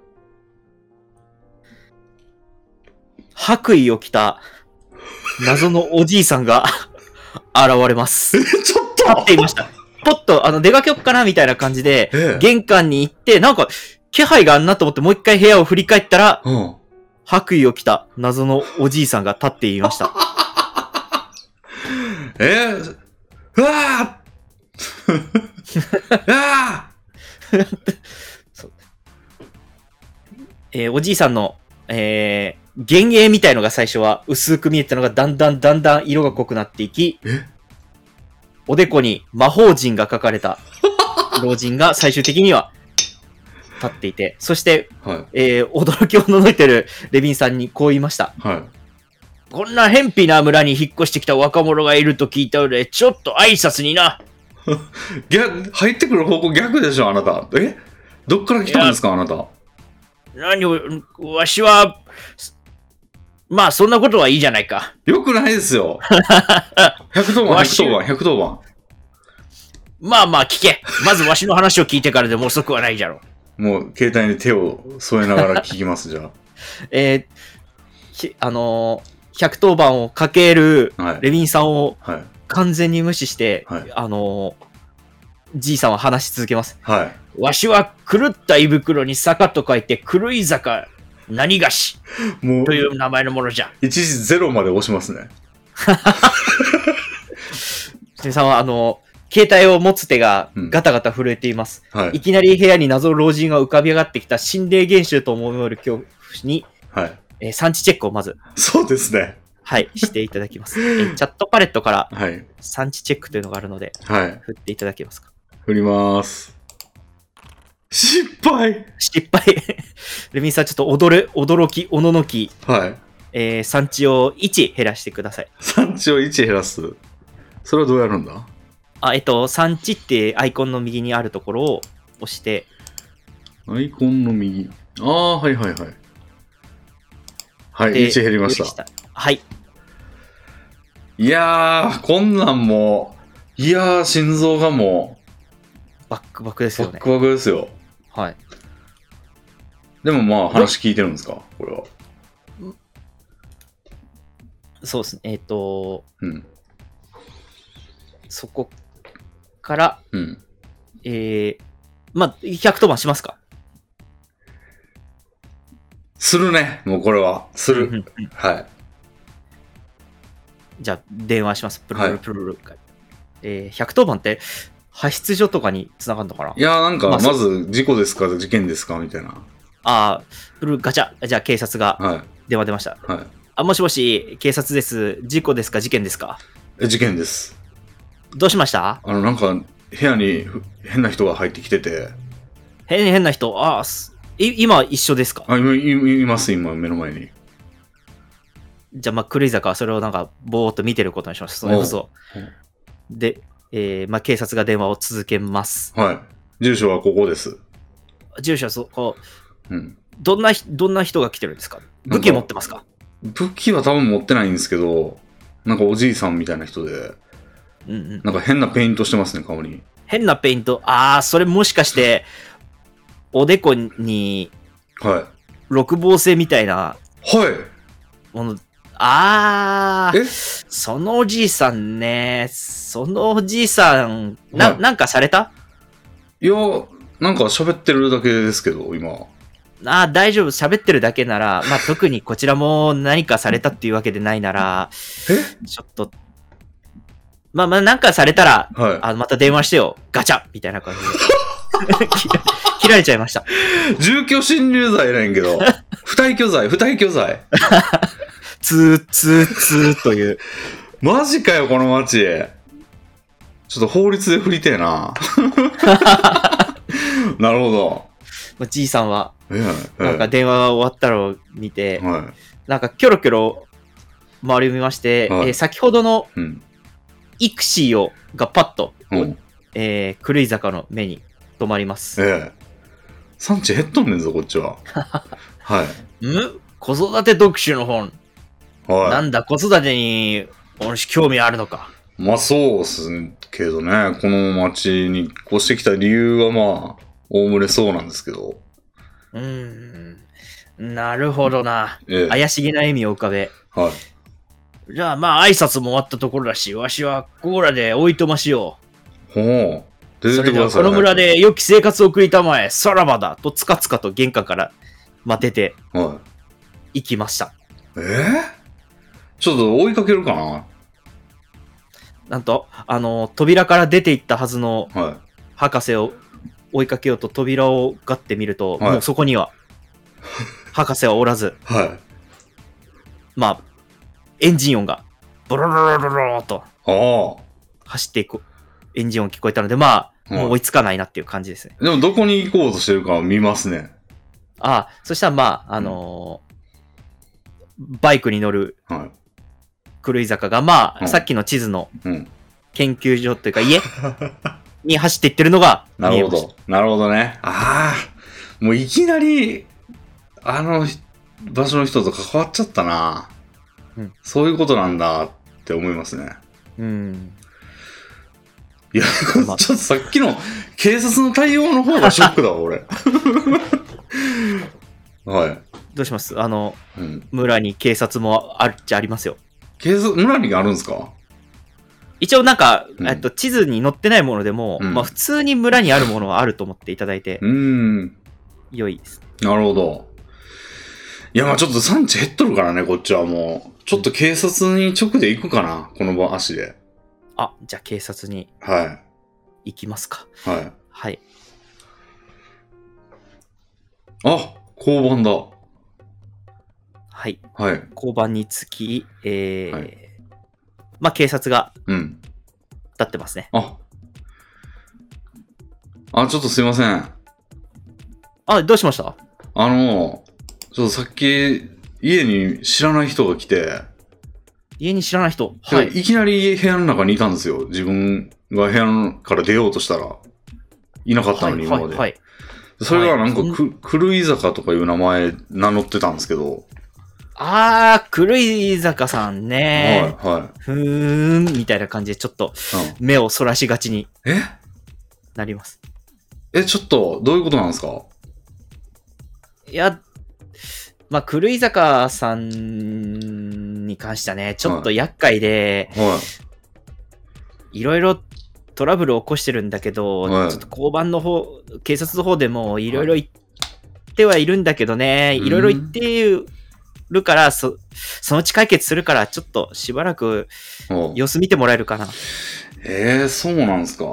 Speaker 2: 白衣を着た謎のおじいさんが現れ ます。立
Speaker 1: ちょっと
Speaker 2: っていました。ポッと、あの、出かけよっかなみたいな感じで、
Speaker 1: ええ。
Speaker 2: 玄関に行って、なんか、気配があんなと思ってもう一回部屋を振り返ったら、
Speaker 1: うん。
Speaker 2: 白衣を着た謎のおじいさんが立っていま した。
Speaker 1: えー、 うわーあ
Speaker 2: えーおじいさんの、えー、幻影みたいのが最初は薄く見えてたのがだんだんだんだん色が濃くなっていき
Speaker 1: え、
Speaker 2: おでこに魔法陣が書か れた老人が最終的には立っていて、そして、
Speaker 1: ーはい、
Speaker 2: えー驚きをのぞいてるレビンさんにこう言いました。
Speaker 1: は
Speaker 2: こんな偏僻な村に引っ越してきた若者がいると聞いたので、ちょっと挨拶にな。
Speaker 1: い。逆、入ってくる方向逆でしょ、あなた。えどっから来たんですか、あなた。
Speaker 2: 何を、わしは、まあそんなことはいいじゃないか。
Speaker 1: よくないですよ。110番、
Speaker 2: わし
Speaker 1: 110番、110番。
Speaker 2: まあまあ聞け。まずわしの話を聞いてからでも遅くはないじゃろう。
Speaker 1: もう、携帯に手を添えながら聞きます、じゃ
Speaker 2: えーひあのー、110番をかける
Speaker 1: あ。はい。
Speaker 2: レビンさんを
Speaker 1: はい。
Speaker 2: 完全に無視して、
Speaker 1: はい
Speaker 2: あのー、じいさんは話し続けます。
Speaker 1: はい。
Speaker 2: わしは狂った胃袋に坂と書いて狂い坂何菓子
Speaker 1: もう
Speaker 2: と、いう名前のものじゃ。
Speaker 1: 一時ゼロまで押しますね。
Speaker 2: レビンさんはあのー携帯を持つ手が
Speaker 1: うん
Speaker 2: ガタガタ震えています。
Speaker 1: はい
Speaker 2: い。きなり部屋に謎の老人が浮かび上がってきた心霊現象と思われる恐怖に、
Speaker 1: はい。
Speaker 2: えー産地チェックをまず
Speaker 1: そうですね。
Speaker 2: はい、していただきます。えーチャットパレットから
Speaker 1: はい。
Speaker 2: 産地チェックというのがあるので、
Speaker 1: はい。
Speaker 2: 振っていただけますか。
Speaker 1: 振ります。失敗
Speaker 2: 失敗。 レミンさん、ちょっと驚れ驚き、おののき、
Speaker 1: はい。
Speaker 2: えー、産地を1減らしてください。
Speaker 1: 産地を1減らす。それはどうやるんだ
Speaker 2: あ、えっと、産地ってアイコンの右にあるところを押して、
Speaker 1: アイコンの右。ああ、はいはいはい。はい、
Speaker 2: で
Speaker 1: 1減りました。。
Speaker 2: はい。
Speaker 1: いやー、こんなんもう、いやー、心臓がも
Speaker 2: バックバックです
Speaker 1: う、バ
Speaker 2: よ
Speaker 1: ッ
Speaker 2: ね。
Speaker 1: クバクですよ。
Speaker 2: はい。
Speaker 1: でもまあ、話聞いてるんですかこれは。
Speaker 2: そうですね。えっ、と、
Speaker 1: うん。
Speaker 2: そこから、
Speaker 1: うん。
Speaker 2: えー、まあ、110番しますか
Speaker 1: するね、もうこれは。す
Speaker 2: う
Speaker 1: る。
Speaker 2: んうん
Speaker 1: はい。
Speaker 2: じゃあ、電話します。プルル
Speaker 1: は
Speaker 2: ル
Speaker 1: い
Speaker 2: プルルル。えー、110番って、派出所とかに繋がるのかない
Speaker 1: やー、なんか、
Speaker 2: ま
Speaker 1: ま
Speaker 2: あそう
Speaker 1: ず、事故ですか事件ですかみたいな。
Speaker 2: ああ、プルルルガチャ。じゃあ、警察が
Speaker 1: はい。
Speaker 2: 電話出ました。
Speaker 1: はい。
Speaker 2: あ、もしもし、警察です。事故ですか事件ですか
Speaker 1: え、事件です。
Speaker 2: どうしました
Speaker 1: あの、なんか、部屋にふ変な人が入ってきてて、
Speaker 2: 変変な人。ああ、すい今一緒ですか
Speaker 1: あ、今、いいます、今、目の前に。
Speaker 2: じゃあ、まあ、狂い坂はそれをなんか、ぼーっと見てることにしました。それこそ
Speaker 1: おう。
Speaker 2: で、えー、まあ、警察が電話を続けます。
Speaker 1: はい。住所はここです。
Speaker 2: 住所はそこう、
Speaker 1: うん。
Speaker 2: どんなひ、どんな人が来てるんですか武器持ってますか
Speaker 1: 武器は多分持ってないんですけど、なんかおじいさんみたいな人で、
Speaker 2: うんうん。
Speaker 1: なんか変なペイントしてますね、顔に。
Speaker 2: 変なペイント。ああ、それもしかして、おでこに、
Speaker 1: は。
Speaker 2: 六芒星みたいない
Speaker 1: はい
Speaker 2: もの。ああ、
Speaker 1: え
Speaker 2: そのおじいさんね。そのおじいさん、な、
Speaker 1: はい
Speaker 2: なんかされた
Speaker 1: いや、なんか喋ってるだけですけど、今。
Speaker 2: ああ、大丈夫。喋ってるだけなら、まあ、特にこちらも何かされたっていうわけでないなら、ちょっと、まあまあ、なんかされたら、
Speaker 1: は
Speaker 2: あの、また電話してよ。ガチャみたいな感じで。 切られちゃいました。
Speaker 1: い。住居侵入罪なんやけ ど、不退去罪、不退去罪。
Speaker 2: ツー、ツー、ツーという。
Speaker 1: マジかよ、この町。ちょっと法律で振りてえな。 なるほど。
Speaker 2: まあじいさんは、
Speaker 1: ええええ
Speaker 2: なんか電話が終わったのを見て、
Speaker 1: は
Speaker 2: なんかキョロキョロ周りを見まして、
Speaker 1: はい
Speaker 2: えー先ほどの
Speaker 1: い。うん。
Speaker 2: イクシーをがパッと、
Speaker 1: うん。
Speaker 2: えー狂い坂の目に止まります。ん
Speaker 1: ええ。産地減っとんねんぞ、こっち は。はい。
Speaker 2: 子育て読書の本。
Speaker 1: はい。
Speaker 2: なんだ、子育てに、お主興味あるのか。
Speaker 1: まあそうっすけどね、この町に越してきた理由はまあ、おおむねそうなんですけど。
Speaker 2: うーん。なるほどな。
Speaker 1: ええ。
Speaker 2: 怪しげな笑みを浮かべ。
Speaker 1: はい。
Speaker 2: じゃあまあ挨拶も終わったところだし、わしはここらでおいとましよ
Speaker 1: ほう。
Speaker 2: う。
Speaker 1: 出て
Speaker 2: そ
Speaker 1: って
Speaker 2: れ
Speaker 1: く
Speaker 2: では
Speaker 1: ださ
Speaker 2: こ
Speaker 1: い。
Speaker 2: の村
Speaker 1: 早
Speaker 2: で良き生活を送りたまえ、さらばだとつかつかと玄関から、まあ、出て
Speaker 1: く。はい。
Speaker 2: 行きました。
Speaker 1: えーちょっと追いかけるかな
Speaker 2: なんと、あの、扉から出て行ったはずの
Speaker 1: は
Speaker 2: 博士を追いかけようと扉をガッて見ると、
Speaker 1: はい
Speaker 2: もうそこには、博士はおらず、
Speaker 1: い。はい。
Speaker 2: まあ、エンジン音が、ボロロロロロロと
Speaker 1: あ
Speaker 2: 走っていく、エンジン音聞こえたので、まあ、
Speaker 1: はい
Speaker 2: もう追いつかないなっていう感じですね。
Speaker 1: あ。でもどこに行こうとしてるかは見ますね。
Speaker 2: ああ、そしたらまあ、あのーバイクに乗る
Speaker 1: は
Speaker 2: 狂い坂が、まあ、
Speaker 1: うん
Speaker 2: さっきの地図の
Speaker 1: い。うん。
Speaker 2: 研究所というか家に走っていってるのが
Speaker 1: な
Speaker 2: 見え
Speaker 1: るほ
Speaker 2: ました。
Speaker 1: ど。なるほどね。ああ。もういきなり、あのひ場所の人と関わっちゃったな。
Speaker 2: うん
Speaker 1: そういうことなんだって思いますね。
Speaker 2: うん。
Speaker 1: いや、ちょ
Speaker 2: まあ
Speaker 1: っとさっきの警察の対応の方がショックだわ、 俺。は
Speaker 2: どうしますあの、
Speaker 1: い。うん。
Speaker 2: 村に警察もあるっちゃありますよ。
Speaker 1: 警察、村にあるんですか
Speaker 2: 一応なんか、
Speaker 1: うん
Speaker 2: えっと、地図に載ってないものでも、
Speaker 1: うん
Speaker 2: まあ普通に村にあるものはあると思っていただいて
Speaker 1: う、ーん。
Speaker 2: 良いです。
Speaker 1: なるほど。いや、まあちょっと産地減っとるからね、こっちはもう。ちょっと警察に直で行くかな、この場足で。
Speaker 2: あ、じゃあ警察に
Speaker 1: はい。
Speaker 2: 行きますか。
Speaker 1: はい。
Speaker 2: はい。
Speaker 1: あ、交番だ。
Speaker 2: はい。
Speaker 1: はい。
Speaker 2: 交番につき、えー
Speaker 1: はい
Speaker 2: まあ警察が
Speaker 1: うん。
Speaker 2: 立ってますね。
Speaker 1: あ。あ、ちょっとすいません。あ
Speaker 2: あ、どうしました
Speaker 1: の、ちょっとさっき、家に知らない人が来て、
Speaker 2: 家に知らない人。はい。
Speaker 1: い、きなり部屋の中にいたんですよ。自分が部屋から出ようとしたら、いなかったのに今まで。
Speaker 2: はい。
Speaker 1: それがなんか
Speaker 2: はい
Speaker 1: く、狂い坂とかいう名前名乗ってたんですけど、
Speaker 2: あー、狂い坂さんね。
Speaker 1: はい、は
Speaker 2: ふーん、みたいな感じで、ちょっと
Speaker 1: い、うん
Speaker 2: 目をそらしがちに
Speaker 1: え
Speaker 2: なります。
Speaker 1: え、ちょっと、どういうことなんですか
Speaker 2: いや、まあ、狂い坂さんに関してはね、ちょっと厄介で、
Speaker 1: はい
Speaker 2: ろいろトラブルを起こしてるんだけど、
Speaker 1: はい
Speaker 2: ちょっと交番の方、警察の方でもいろいろ言ってはいるんだけどね、
Speaker 1: うん
Speaker 2: いろいろ言ってるから、そそのうち解決するから、ちょっとしばらく
Speaker 1: い。はい
Speaker 2: 様子見てもらえるかな。
Speaker 1: えー、そうなんですか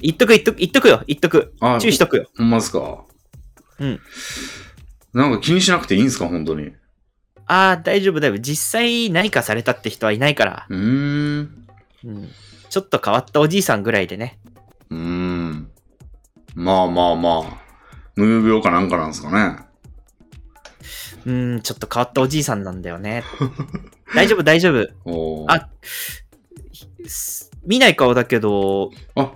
Speaker 2: 言っとく言っとく、言っとくよ、言っとく。
Speaker 1: あ、
Speaker 2: 注意しとくよ。
Speaker 1: ほんまですか
Speaker 2: うん。
Speaker 1: なんか気にしなくていいんですか本当に。う
Speaker 2: ああ、大丈夫だよ。実際何かされたって人はいないから、
Speaker 1: ーん。
Speaker 2: うん、ちょっと変わったおじいさんぐらいでね。
Speaker 1: うーん。まあまあまあ。無病かなんかなんですかね。
Speaker 2: うん、ちょっと変わったおじいさんなんだ よね。大丈夫、大丈夫。
Speaker 1: おー
Speaker 2: あ、ひ見ない顔だけど、
Speaker 1: あ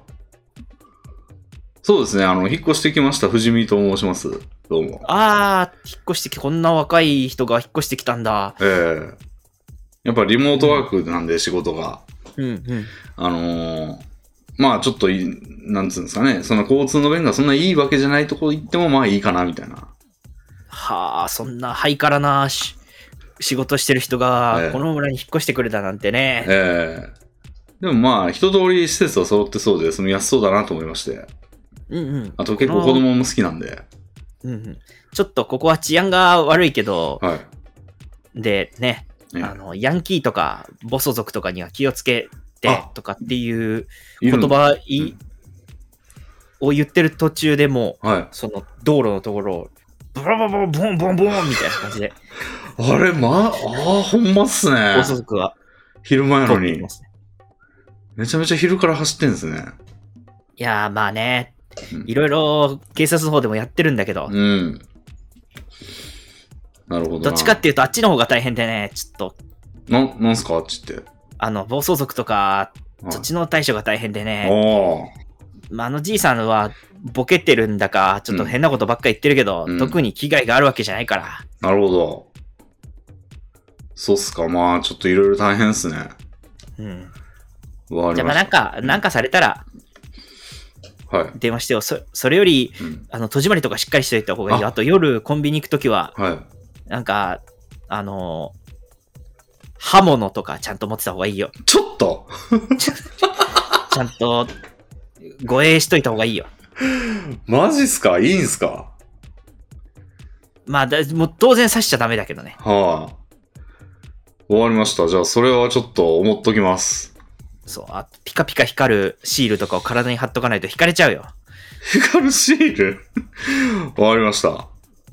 Speaker 1: そうですね。あの、引っ越してきました。藤見と申します。どうも。
Speaker 2: ああ、引っ越してき、こんな若い人が引っ越してきたんだ。
Speaker 1: ええやっぱリモートワークなんで仕事が。
Speaker 2: うん、うん。
Speaker 1: あのーまあちょっとい、なんつうんですかね。その交通の便がそんないいわけじゃないとこ行ってもまあいいかな、みたいな。
Speaker 2: はあ、そんなハイカラなし仕事してる人
Speaker 1: え
Speaker 2: が
Speaker 1: え、
Speaker 2: この村に引っ越してくれたなんてね。
Speaker 1: ええでもまあ、一通り施設は揃ってそうで、住みやすそうだなと思いまして。
Speaker 2: うん、うん。
Speaker 1: あと結構子供も好きなんで。
Speaker 2: うんうん、ちょっとここは治安が悪いけど、
Speaker 1: はい。
Speaker 2: でね、
Speaker 1: ええ
Speaker 2: あのヤンキーとか暴走族とかには気をつけて
Speaker 1: あ
Speaker 2: とかっていう
Speaker 1: い
Speaker 2: 言
Speaker 1: るの
Speaker 2: 葉いを言ってる途中でもう
Speaker 1: はい。
Speaker 2: その道路のところをブラブラブラボンボンボンみたいな感じで
Speaker 1: あれ、まあ、ああ、ほんまっす
Speaker 2: 暴
Speaker 1: ね。
Speaker 2: 走族が
Speaker 1: 昼前や
Speaker 2: 通っ
Speaker 1: の
Speaker 2: ていき
Speaker 1: に
Speaker 2: ま。すね。
Speaker 1: めちゃめちゃ昼から走ってんですね。
Speaker 2: いやーまあね
Speaker 1: うん
Speaker 2: いろいろ警察の方でもやってるんだけど、
Speaker 1: うん。なるほどな。
Speaker 2: どっちかっていうとあっちの方が大変でねちょっと
Speaker 1: な、なんすかあっちって。
Speaker 2: あの暴走族とか
Speaker 1: はい
Speaker 2: そっちの対処が大変でね、
Speaker 1: あ
Speaker 2: まあ、あのじいさんはボケてるんだか、ちょっと変なことばっかり言ってるけど、
Speaker 1: うん
Speaker 2: 特に危害があるわけじゃないから。
Speaker 1: あ、なるほど。そうっすか。まあ、ちょっといろいろ大変っすね。
Speaker 2: うん。
Speaker 1: わかり
Speaker 2: じゃあま
Speaker 1: ま
Speaker 2: あなん
Speaker 1: し
Speaker 2: か、なんかされたら
Speaker 1: た。はい。
Speaker 2: 電話してよ。そそれより、
Speaker 1: うん
Speaker 2: あの、戸締まりとかしっかりしといた方がいいよ。
Speaker 1: あ
Speaker 2: あと夜コンビニ行くときは、
Speaker 1: はい。
Speaker 2: なんか、あのー刃物とかちゃんと持ってた方がいいよ。
Speaker 1: ちょっと
Speaker 2: ちゃんと、護衛しといた方がいいよ。
Speaker 1: マジっすかいいんすか
Speaker 2: まあ、だもう当然刺しちゃダメだけどね。
Speaker 1: はい、終わりました。じゃあ、それはちょっと思っときます。
Speaker 2: そう、あとピカピカ光るシールとかを体に貼っとかないと引かれちゃうよ。
Speaker 1: 光るシール 終わりました。は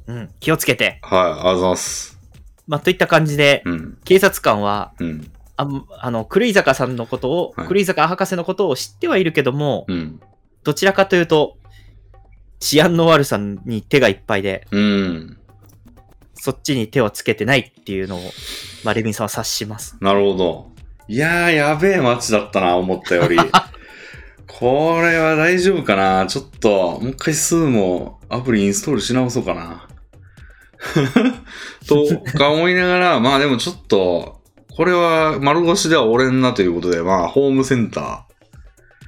Speaker 1: い、
Speaker 2: うん、気をつけて。
Speaker 1: ありがとうございます。
Speaker 2: まあ、といった感じで、
Speaker 1: うん、
Speaker 2: 警察官は、
Speaker 1: うん、
Speaker 2: あんあの、狂井坂さんのことを、
Speaker 1: はい
Speaker 2: 狂井坂博士のことを知ってはいるけども、
Speaker 1: うん、
Speaker 2: どちらかというと、治安の悪さに手がいっぱいで、
Speaker 1: うん。
Speaker 2: そっちに手をつけてないっていうのを、まあ、レビンさんは察します。
Speaker 1: なるほど。いやー、やべえ街だったな、思った より。これは大丈夫かなちょっと、もう一回スーもアプリインストールし直そうかな。 とか思いながら、まあでもちょっと、これは丸腰では折れんなということで、まあホームセンタ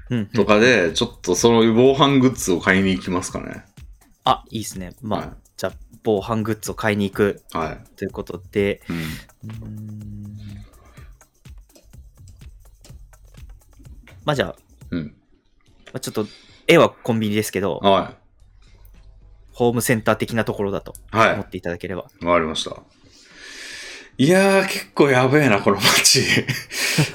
Speaker 2: うん
Speaker 1: ー。とかで、ちょっとその防犯グッズを買いに行きますかね。
Speaker 2: あ、いいですね。まあ、
Speaker 1: はい
Speaker 2: じゃあ、防犯グッズを買いに行く
Speaker 1: はい。
Speaker 2: ということで、
Speaker 1: うん
Speaker 2: うーんまあじゃあ、
Speaker 1: うん。
Speaker 2: まあ、ちょっと、絵はコンビニですけど、
Speaker 1: は
Speaker 2: ホームセンター的なところだと
Speaker 1: い。はい
Speaker 2: 思っ。ていただければ。
Speaker 1: わかりました。いやー、結構やべえな、この街。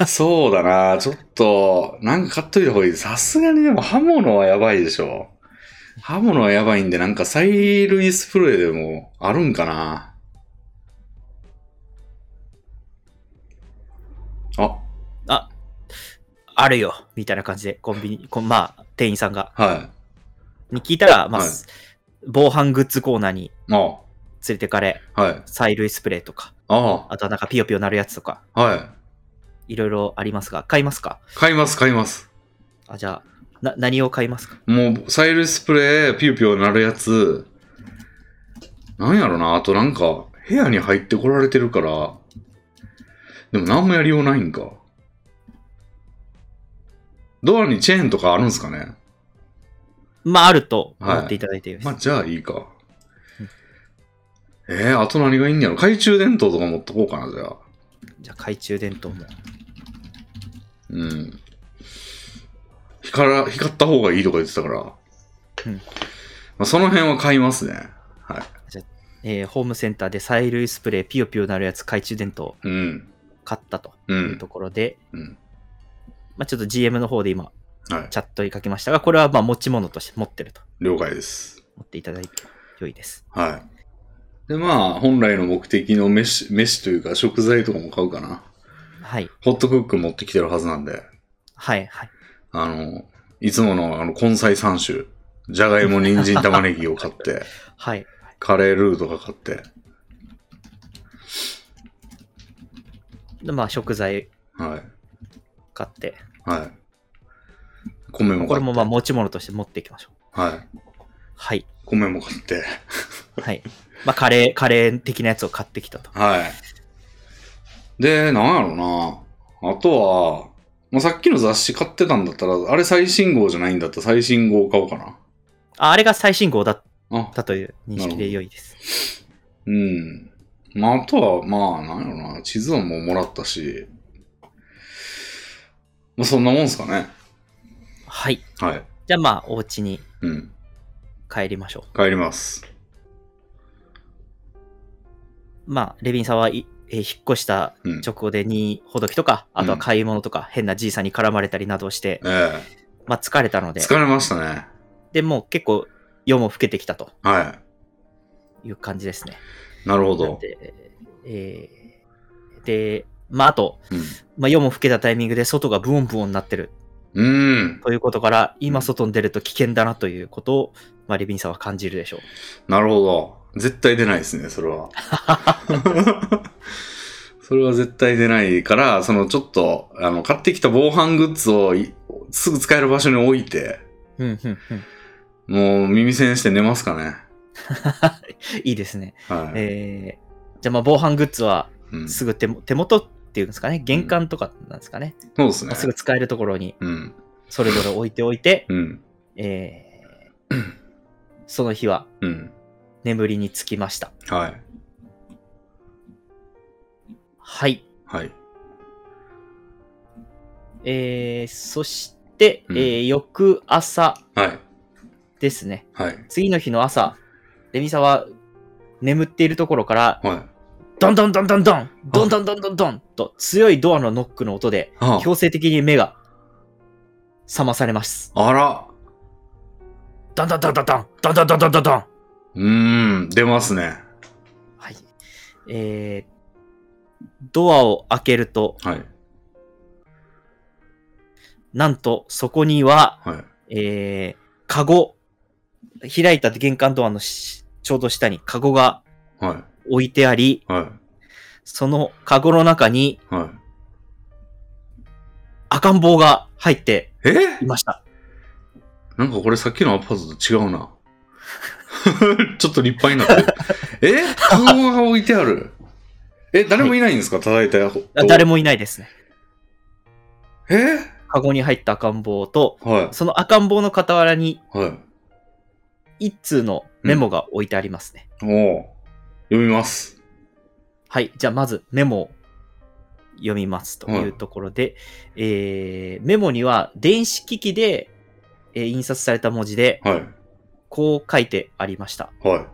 Speaker 1: そうだな、ちょっと、なんか買っといた方がいい。さすがにでも刃物はやばいでしょ。刃物はやばいんで、なんか催涙スプレーでもあるんかな。あ、
Speaker 2: あるよみたいな感じで、コンビニ、こまあ、店員さんが、
Speaker 1: は
Speaker 2: に聞いたら、まあ、
Speaker 1: はい
Speaker 2: 防犯グッズコーナーに
Speaker 1: い。あ、
Speaker 2: 連れてかれ、
Speaker 1: はい。
Speaker 2: 催涙スプレーとか、
Speaker 1: あ、
Speaker 2: あとはなんかピヨピヨ鳴るやつとか、
Speaker 1: はい
Speaker 2: ろいろありますが、買いますか
Speaker 1: い。買います、買います。
Speaker 2: あ、じゃあ、な、何を買いますか
Speaker 1: もう、催涙スプレー、ピューピューなるやつ、なんやろな、あとなんか、部屋に入ってこられてるから、でも何もやりようないんか。ドアにチェーンとかあるんすかね
Speaker 2: まあ、あると思っていただいていいです。
Speaker 1: まあ、じゃあいいか。えー、あと何がいいんやろ懐中電灯とか持っとこうかな、じゃあ。
Speaker 2: じゃあ、懐中電灯も。
Speaker 1: うん。光ら、光った方がいいとか言ってたから。
Speaker 2: うん
Speaker 1: まあ、その辺は買いますね。はい。
Speaker 2: えーホームセンターで催涙スプレー、ピヨピヨ鳴るやつ、懐中電灯を
Speaker 1: うん。
Speaker 2: 買ったと
Speaker 1: う。
Speaker 2: いうんところで、
Speaker 1: うん。
Speaker 2: まあ、ちょっと GM の方で今、
Speaker 1: はい。
Speaker 2: チャットに書きましたが、これはまあ持ち物として持ってると
Speaker 1: 了解です。
Speaker 2: 持っていただいて良いです。
Speaker 1: はい。で、まあ、本来の目的の飯、飯というか食材とかも買うかな。
Speaker 2: はい。
Speaker 1: ホットクック持ってきてるはずなんで、
Speaker 2: はい、はい。
Speaker 1: あの、いつものあの根菜3種、じゃがいも、人参、玉ねぎを買って、
Speaker 2: はい。
Speaker 1: カレールーとか買って、
Speaker 2: で、まあ、食材
Speaker 1: はい。
Speaker 2: 買って、
Speaker 1: はい。米も
Speaker 2: こ
Speaker 1: 買って、
Speaker 2: れもまあ持ち物として持っていきましょう。
Speaker 1: はい。
Speaker 2: はい。
Speaker 1: 米も買って、
Speaker 2: はい。 まあ、カレー、カレー的なやつを買ってきたと。
Speaker 1: はい。で、なんやろな。あとは、まあ、さっきの雑誌買ってたんだったら、あれ最新号じゃないんだったら最新号買おうかな。
Speaker 2: ああれが最新号だっ
Speaker 1: あ、
Speaker 2: たという認識で良いです。
Speaker 1: うん。まあ、あとは、まあ、なんやろな、地図はもうもらったし、まあ、そんなもんすかね。
Speaker 2: はい。
Speaker 1: はい。
Speaker 2: じゃあまあ、お家に
Speaker 1: うん。
Speaker 2: 帰りましょ
Speaker 1: 帰ります。
Speaker 2: う。まあ、レビンさんはい、えー引っ越した
Speaker 1: うん。
Speaker 2: 直後でにほどきとか、あとは買い物とか、変なじいさんに絡まれたりなどして、
Speaker 1: え
Speaker 2: まあ、疲れたの
Speaker 1: え
Speaker 2: で、
Speaker 1: 疲れましたね。
Speaker 2: でもう結構、夜も更けてきたと
Speaker 1: は
Speaker 2: いう感じですね。
Speaker 1: い。なるほ
Speaker 2: なん
Speaker 1: ど。
Speaker 2: で、えーで、まあ、あと、
Speaker 1: うん。
Speaker 2: まあ、夜も更けたタイミングで外がブオンブオンになってる
Speaker 1: うん。
Speaker 2: ということから、今外に出ると危険だなということを、まあ、レビンさんは感じるでしょう。
Speaker 1: なるほど。絶対出ないですね、それ は。それは絶対出ないから、そのちょっと、あの、買ってきた防犯グッズをいすぐ使える場所に置いて、
Speaker 2: うんうんうん、
Speaker 1: もう耳栓して寝ますかね。
Speaker 2: いいですね。
Speaker 1: はい。
Speaker 2: えーじゃあ、まあ、防犯グッズは
Speaker 1: うん、そ
Speaker 2: すぐ手も手元っていうんですかね、玄関とかなんですかね、
Speaker 1: うですね
Speaker 2: まあ。すぐ使えるところに
Speaker 1: うん。
Speaker 2: それぞれ置いておいて、
Speaker 1: うん。
Speaker 2: え ーその日は
Speaker 1: うん。
Speaker 2: 眠りにつきました。
Speaker 1: はい。
Speaker 2: はい。
Speaker 1: はい。
Speaker 2: えー、そして、
Speaker 1: うん
Speaker 2: えー翌朝
Speaker 1: はい。
Speaker 2: ですね。
Speaker 1: はい。
Speaker 2: 次の日の朝、レミさんは眠っているところから、
Speaker 1: はい。
Speaker 2: ドンドンドンドンドンドンドンドンドンドンと強いドアのノックの音で、
Speaker 1: あ
Speaker 2: 強制的に目が覚まされます。
Speaker 1: あら。
Speaker 2: ドンドンドンドンドンドンドンドンドンドンドン
Speaker 1: うーん、出ますね。
Speaker 2: はい。えー、ドアを開けると、
Speaker 1: はい。
Speaker 2: なんとそこには、
Speaker 1: はい。
Speaker 2: えー、カゴ、開いた玄関ドアのしちょうど下にカゴが
Speaker 1: は
Speaker 2: 置いてあり、
Speaker 1: い。は
Speaker 2: そのカゴの中に
Speaker 1: い。は
Speaker 2: 赤ん坊が入って
Speaker 1: い。え
Speaker 2: いました。
Speaker 1: なんかこれさっきのアパートと違うな。 ちょっと立派になって る。えカゴが置いてある。え、誰もいないんですか叩いたや
Speaker 2: あ誰もいないですね。
Speaker 1: え
Speaker 2: カゴに入った赤ん坊と、
Speaker 1: は
Speaker 2: その赤ん坊の傍らに
Speaker 1: い。はい。
Speaker 2: 一通のメモが置いてありますね。
Speaker 1: おう読みます。
Speaker 2: はい。じゃあまずメモを読みますというところで、えー、メモには電子機器で、えー印刷された文字で
Speaker 1: はい。
Speaker 2: こう書いてありました。
Speaker 1: はい。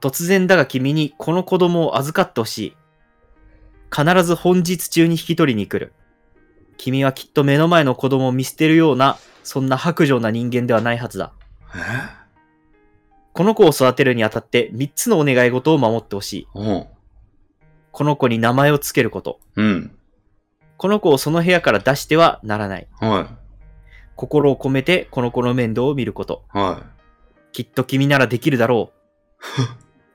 Speaker 2: 突然だが君にこの子供を預かってほしい。必ず本日中に引き取りに来る。君はきっと目の前の子供を見捨てるような、そんな白状な人間ではないはずだ。
Speaker 1: え
Speaker 2: この子を育てるにあたって3つのお願い事を守ってほしい。
Speaker 1: おう
Speaker 2: この子に名前をつけること。
Speaker 1: うん。
Speaker 2: この子をその部屋から出してはならない。
Speaker 1: は
Speaker 2: 心を込めてこの子の面倒を見ること。
Speaker 1: い。は
Speaker 2: きっと君ならできるだろ う。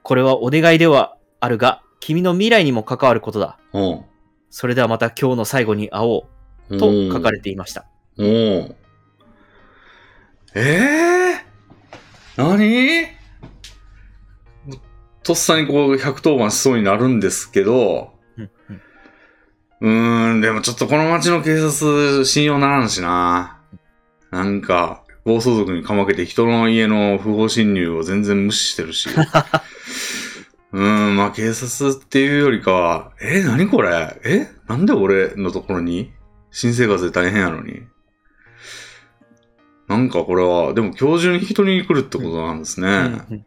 Speaker 2: これはお願いではあるが、君の未来にも関わることだ
Speaker 1: い。。おう
Speaker 2: それではまた今日の最後に会おう。と書かれていました。
Speaker 1: おうええ何とっさにこう、110番しそうになるんですけど、
Speaker 2: うんう
Speaker 1: う
Speaker 2: ん
Speaker 1: ーん、でもちょっとこの町の警察信用ならんしな。なんか、暴走族にかまけて人の家の不法侵入を全然無視してる し。うーん、まあ警察っていうよりかは、え、何これえ、なんで俺のところに新生活で大変やのに。なんかこれは、でも今日中に引き取りに来るってことなんですね。
Speaker 2: うんうん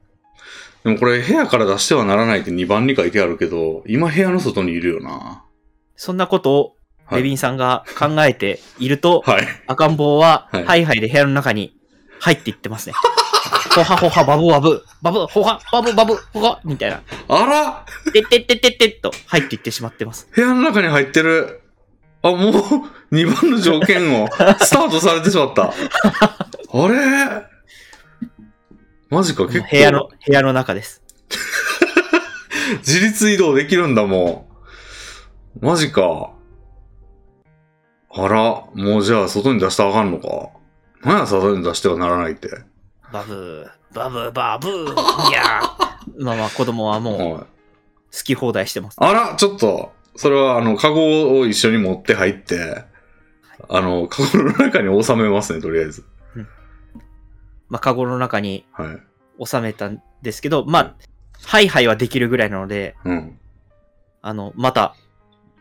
Speaker 1: でもこれ部屋から出してはならないって2番に書いてあるけど、今部屋の外にいるよな。
Speaker 2: そんなことを
Speaker 1: はい
Speaker 2: レビンさんが考えていると、
Speaker 1: はい。
Speaker 2: 赤ん坊は
Speaker 1: はい
Speaker 2: ハイハイで部屋の中に入っていってますね。 ほはほはバブバブ、バブほはバブバブほはみたいな。
Speaker 1: あら
Speaker 2: てってってってってっと入っていってしまってます。
Speaker 1: 部屋の中に入ってる。あ、もう、2番の条件をスタートされてしまった。あれマジか、
Speaker 2: 部
Speaker 1: 結構。
Speaker 2: 屋の、部屋の中です。
Speaker 1: 自立移動できるんだもん。マジか。あら、もうじゃあ外に出したらあかんのか。なんや外に出してはならないって。
Speaker 2: バブー、バブー、バブー、 いやー。まあまあ子供はもう好
Speaker 1: はい。
Speaker 2: き放題してます。
Speaker 1: あら、ちょっと、それはあの、カゴを一緒に持って入って、あの、カゴの中に収めますね、とりあえず。
Speaker 2: まあカゴの中に
Speaker 1: はい。
Speaker 2: 収めたんですけど、まあ、ハイハイはできるぐらいなので、
Speaker 1: うん。
Speaker 2: あの、また、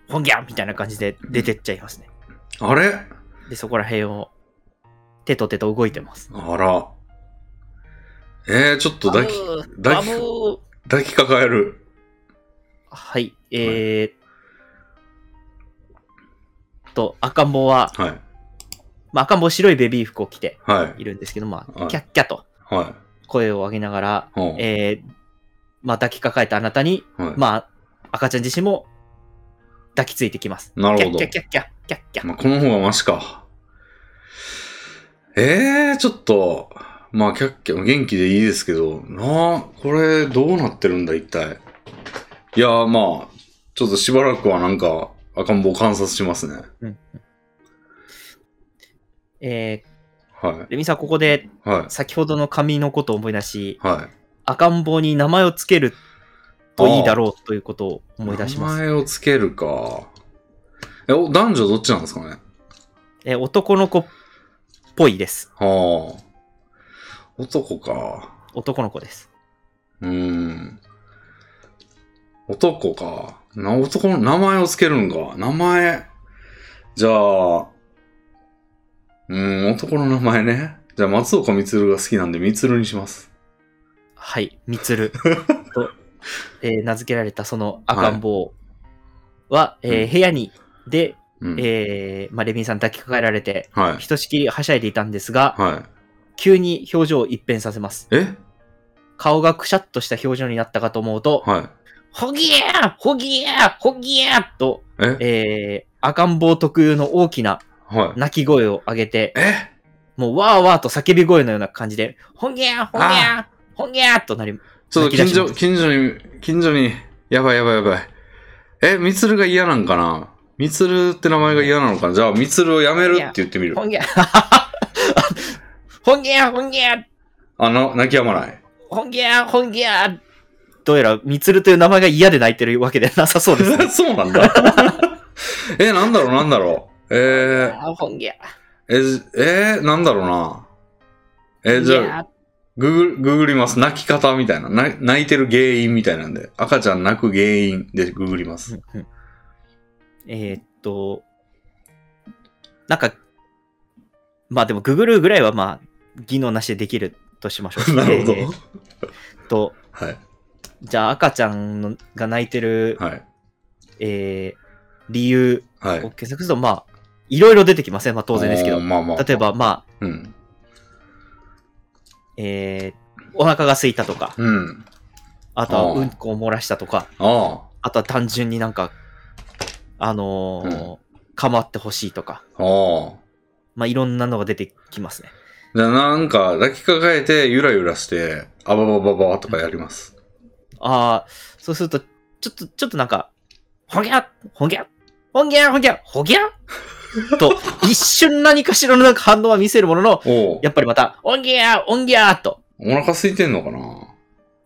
Speaker 2: ほんぎゃんみたいな感じで出てっちゃいますね。
Speaker 1: あれ
Speaker 2: で、そこら辺を、手と手と動いてます。
Speaker 1: あら。えー、ちょっと抱き、抱
Speaker 2: バ
Speaker 1: き
Speaker 2: ブ、ー
Speaker 1: 抱きかかえる。
Speaker 2: はい、えー、と、赤ん坊は、
Speaker 1: はい。
Speaker 2: まあ、赤ん坊白いベビー服を着て
Speaker 1: はい。
Speaker 2: いるんですけど、ま
Speaker 1: は
Speaker 2: あ、
Speaker 1: い
Speaker 2: キャッキャと
Speaker 1: は
Speaker 2: 声を上げながら、
Speaker 1: い。うん
Speaker 2: えー、まあ、抱きかかえたあなたに、
Speaker 1: はい。
Speaker 2: まあ、赤ちゃん自身も抱きついてきます。
Speaker 1: な
Speaker 2: キ
Speaker 1: る
Speaker 2: ャ
Speaker 1: ほど
Speaker 2: ッキャ。ッキャッキャッ、キャッキャッ。
Speaker 1: まあ、この方がマシか。ええー、ちょっと、まあ、キャッキャ、元気でいいですけど、なあ、これ、どうなってるんだ、一体。いやー、まあ、ちょっとしばらくはなんか、赤ん坊観察しますね。
Speaker 2: え
Speaker 1: は
Speaker 2: ー、レミさん、ここで、
Speaker 1: い。は
Speaker 2: 先ほどの紙のことを思い出し、
Speaker 1: い。はい。
Speaker 2: 赤ん坊に名前をつけるといいだろうということを思い出します。
Speaker 1: 名前をつけるか。え、お男女どっちなんですかね
Speaker 2: えー男の子っぽいです。
Speaker 1: はあ。男か。
Speaker 2: 男の子です。
Speaker 1: うーん。男か。な、男の名前をつけるんか。名前。じゃあ、うーん、男の名前ね。じゃあ、松岡充が好きなんで、充にします。
Speaker 2: はい、みつる と、えー名付けられたその赤ん坊は、えー部屋に、で、
Speaker 1: うん。
Speaker 2: えーまあ、レビンさん抱きかかえられて、
Speaker 1: はい。
Speaker 2: ひとしきりはしゃいでいたんですが、
Speaker 1: はい。
Speaker 2: 急に表情を一変させます。
Speaker 1: え
Speaker 2: 顔がくしゃっとした表情になったかと思うと、
Speaker 1: はい。
Speaker 2: ほぎやーほぎやーほぎやーと、
Speaker 1: え
Speaker 2: えー赤ん坊特有の大きな
Speaker 1: はい。
Speaker 2: 泣き声を上げて、
Speaker 1: え
Speaker 2: もうわーわーと叫び声のような感じで、ほぎゃーほぎゃーほぎゃーとなり、
Speaker 1: ちょっと近所、
Speaker 2: 泣
Speaker 1: 近所に、近所に、やばいやばいやばい。え、充が嫌なんかな充って名前が嫌なのかなじゃあ、充をやめるって言ってみる
Speaker 2: ほ。ぎゃーほぎゃーほぎゃー
Speaker 1: あ、な、泣き止まない。。
Speaker 2: ほぎゃーほぎゃーどうやら、みつるという名前が嫌で泣いてるわけではなさそうですね
Speaker 1: そうなんだ。 え、なんだろう、なんだろう。え
Speaker 2: あーほぎゃ
Speaker 1: ー、えじ、えー、なんだろうな。え
Speaker 2: ー。
Speaker 1: じ
Speaker 2: ほぎ
Speaker 1: ゃあ、
Speaker 2: ゃー
Speaker 1: ググググります。泣き方みたいなな。泣いてる原因みたいなんで。赤ちゃん泣く原因でググります。
Speaker 2: うんうんえーっと、なんか、まあでも、ググるぐらいはまあ、技能なしでできるとしましょう。
Speaker 1: なるほど。
Speaker 2: えーっと、
Speaker 1: はい。
Speaker 2: じゃあ赤ちゃんのが泣いてる、
Speaker 1: はい。
Speaker 2: えー理由
Speaker 1: は
Speaker 2: を
Speaker 1: い。
Speaker 2: 検索すると、まあ、いろいろ出てきません、まあ当然ですけ
Speaker 1: あ
Speaker 2: ど
Speaker 1: ー。まあまあ。
Speaker 2: 例えば、まあ、
Speaker 1: うん。
Speaker 2: えーお腹が空いたとか、
Speaker 1: うん。
Speaker 2: あとは
Speaker 1: あー
Speaker 2: うんこを漏らしたとか、
Speaker 1: あ
Speaker 2: あとは単純になんか、あのー構ってほしいとか、
Speaker 1: あ。ああ。
Speaker 2: まあいろんなのが出てきますね。
Speaker 1: じゃあなんか抱きかかえてゆらゆらして、あばばばばばとかやります。
Speaker 2: ああ、そうすると、ちょっと、ちょっとなんか、ほぎゃほぎゃほぎゃほぎゃほぎゃと、一瞬何かしらのなんか反応は見せるものの、
Speaker 1: おお。
Speaker 2: やっぱりまた、おんぎゃーおんぎゃーと
Speaker 1: お腹空いてんのかな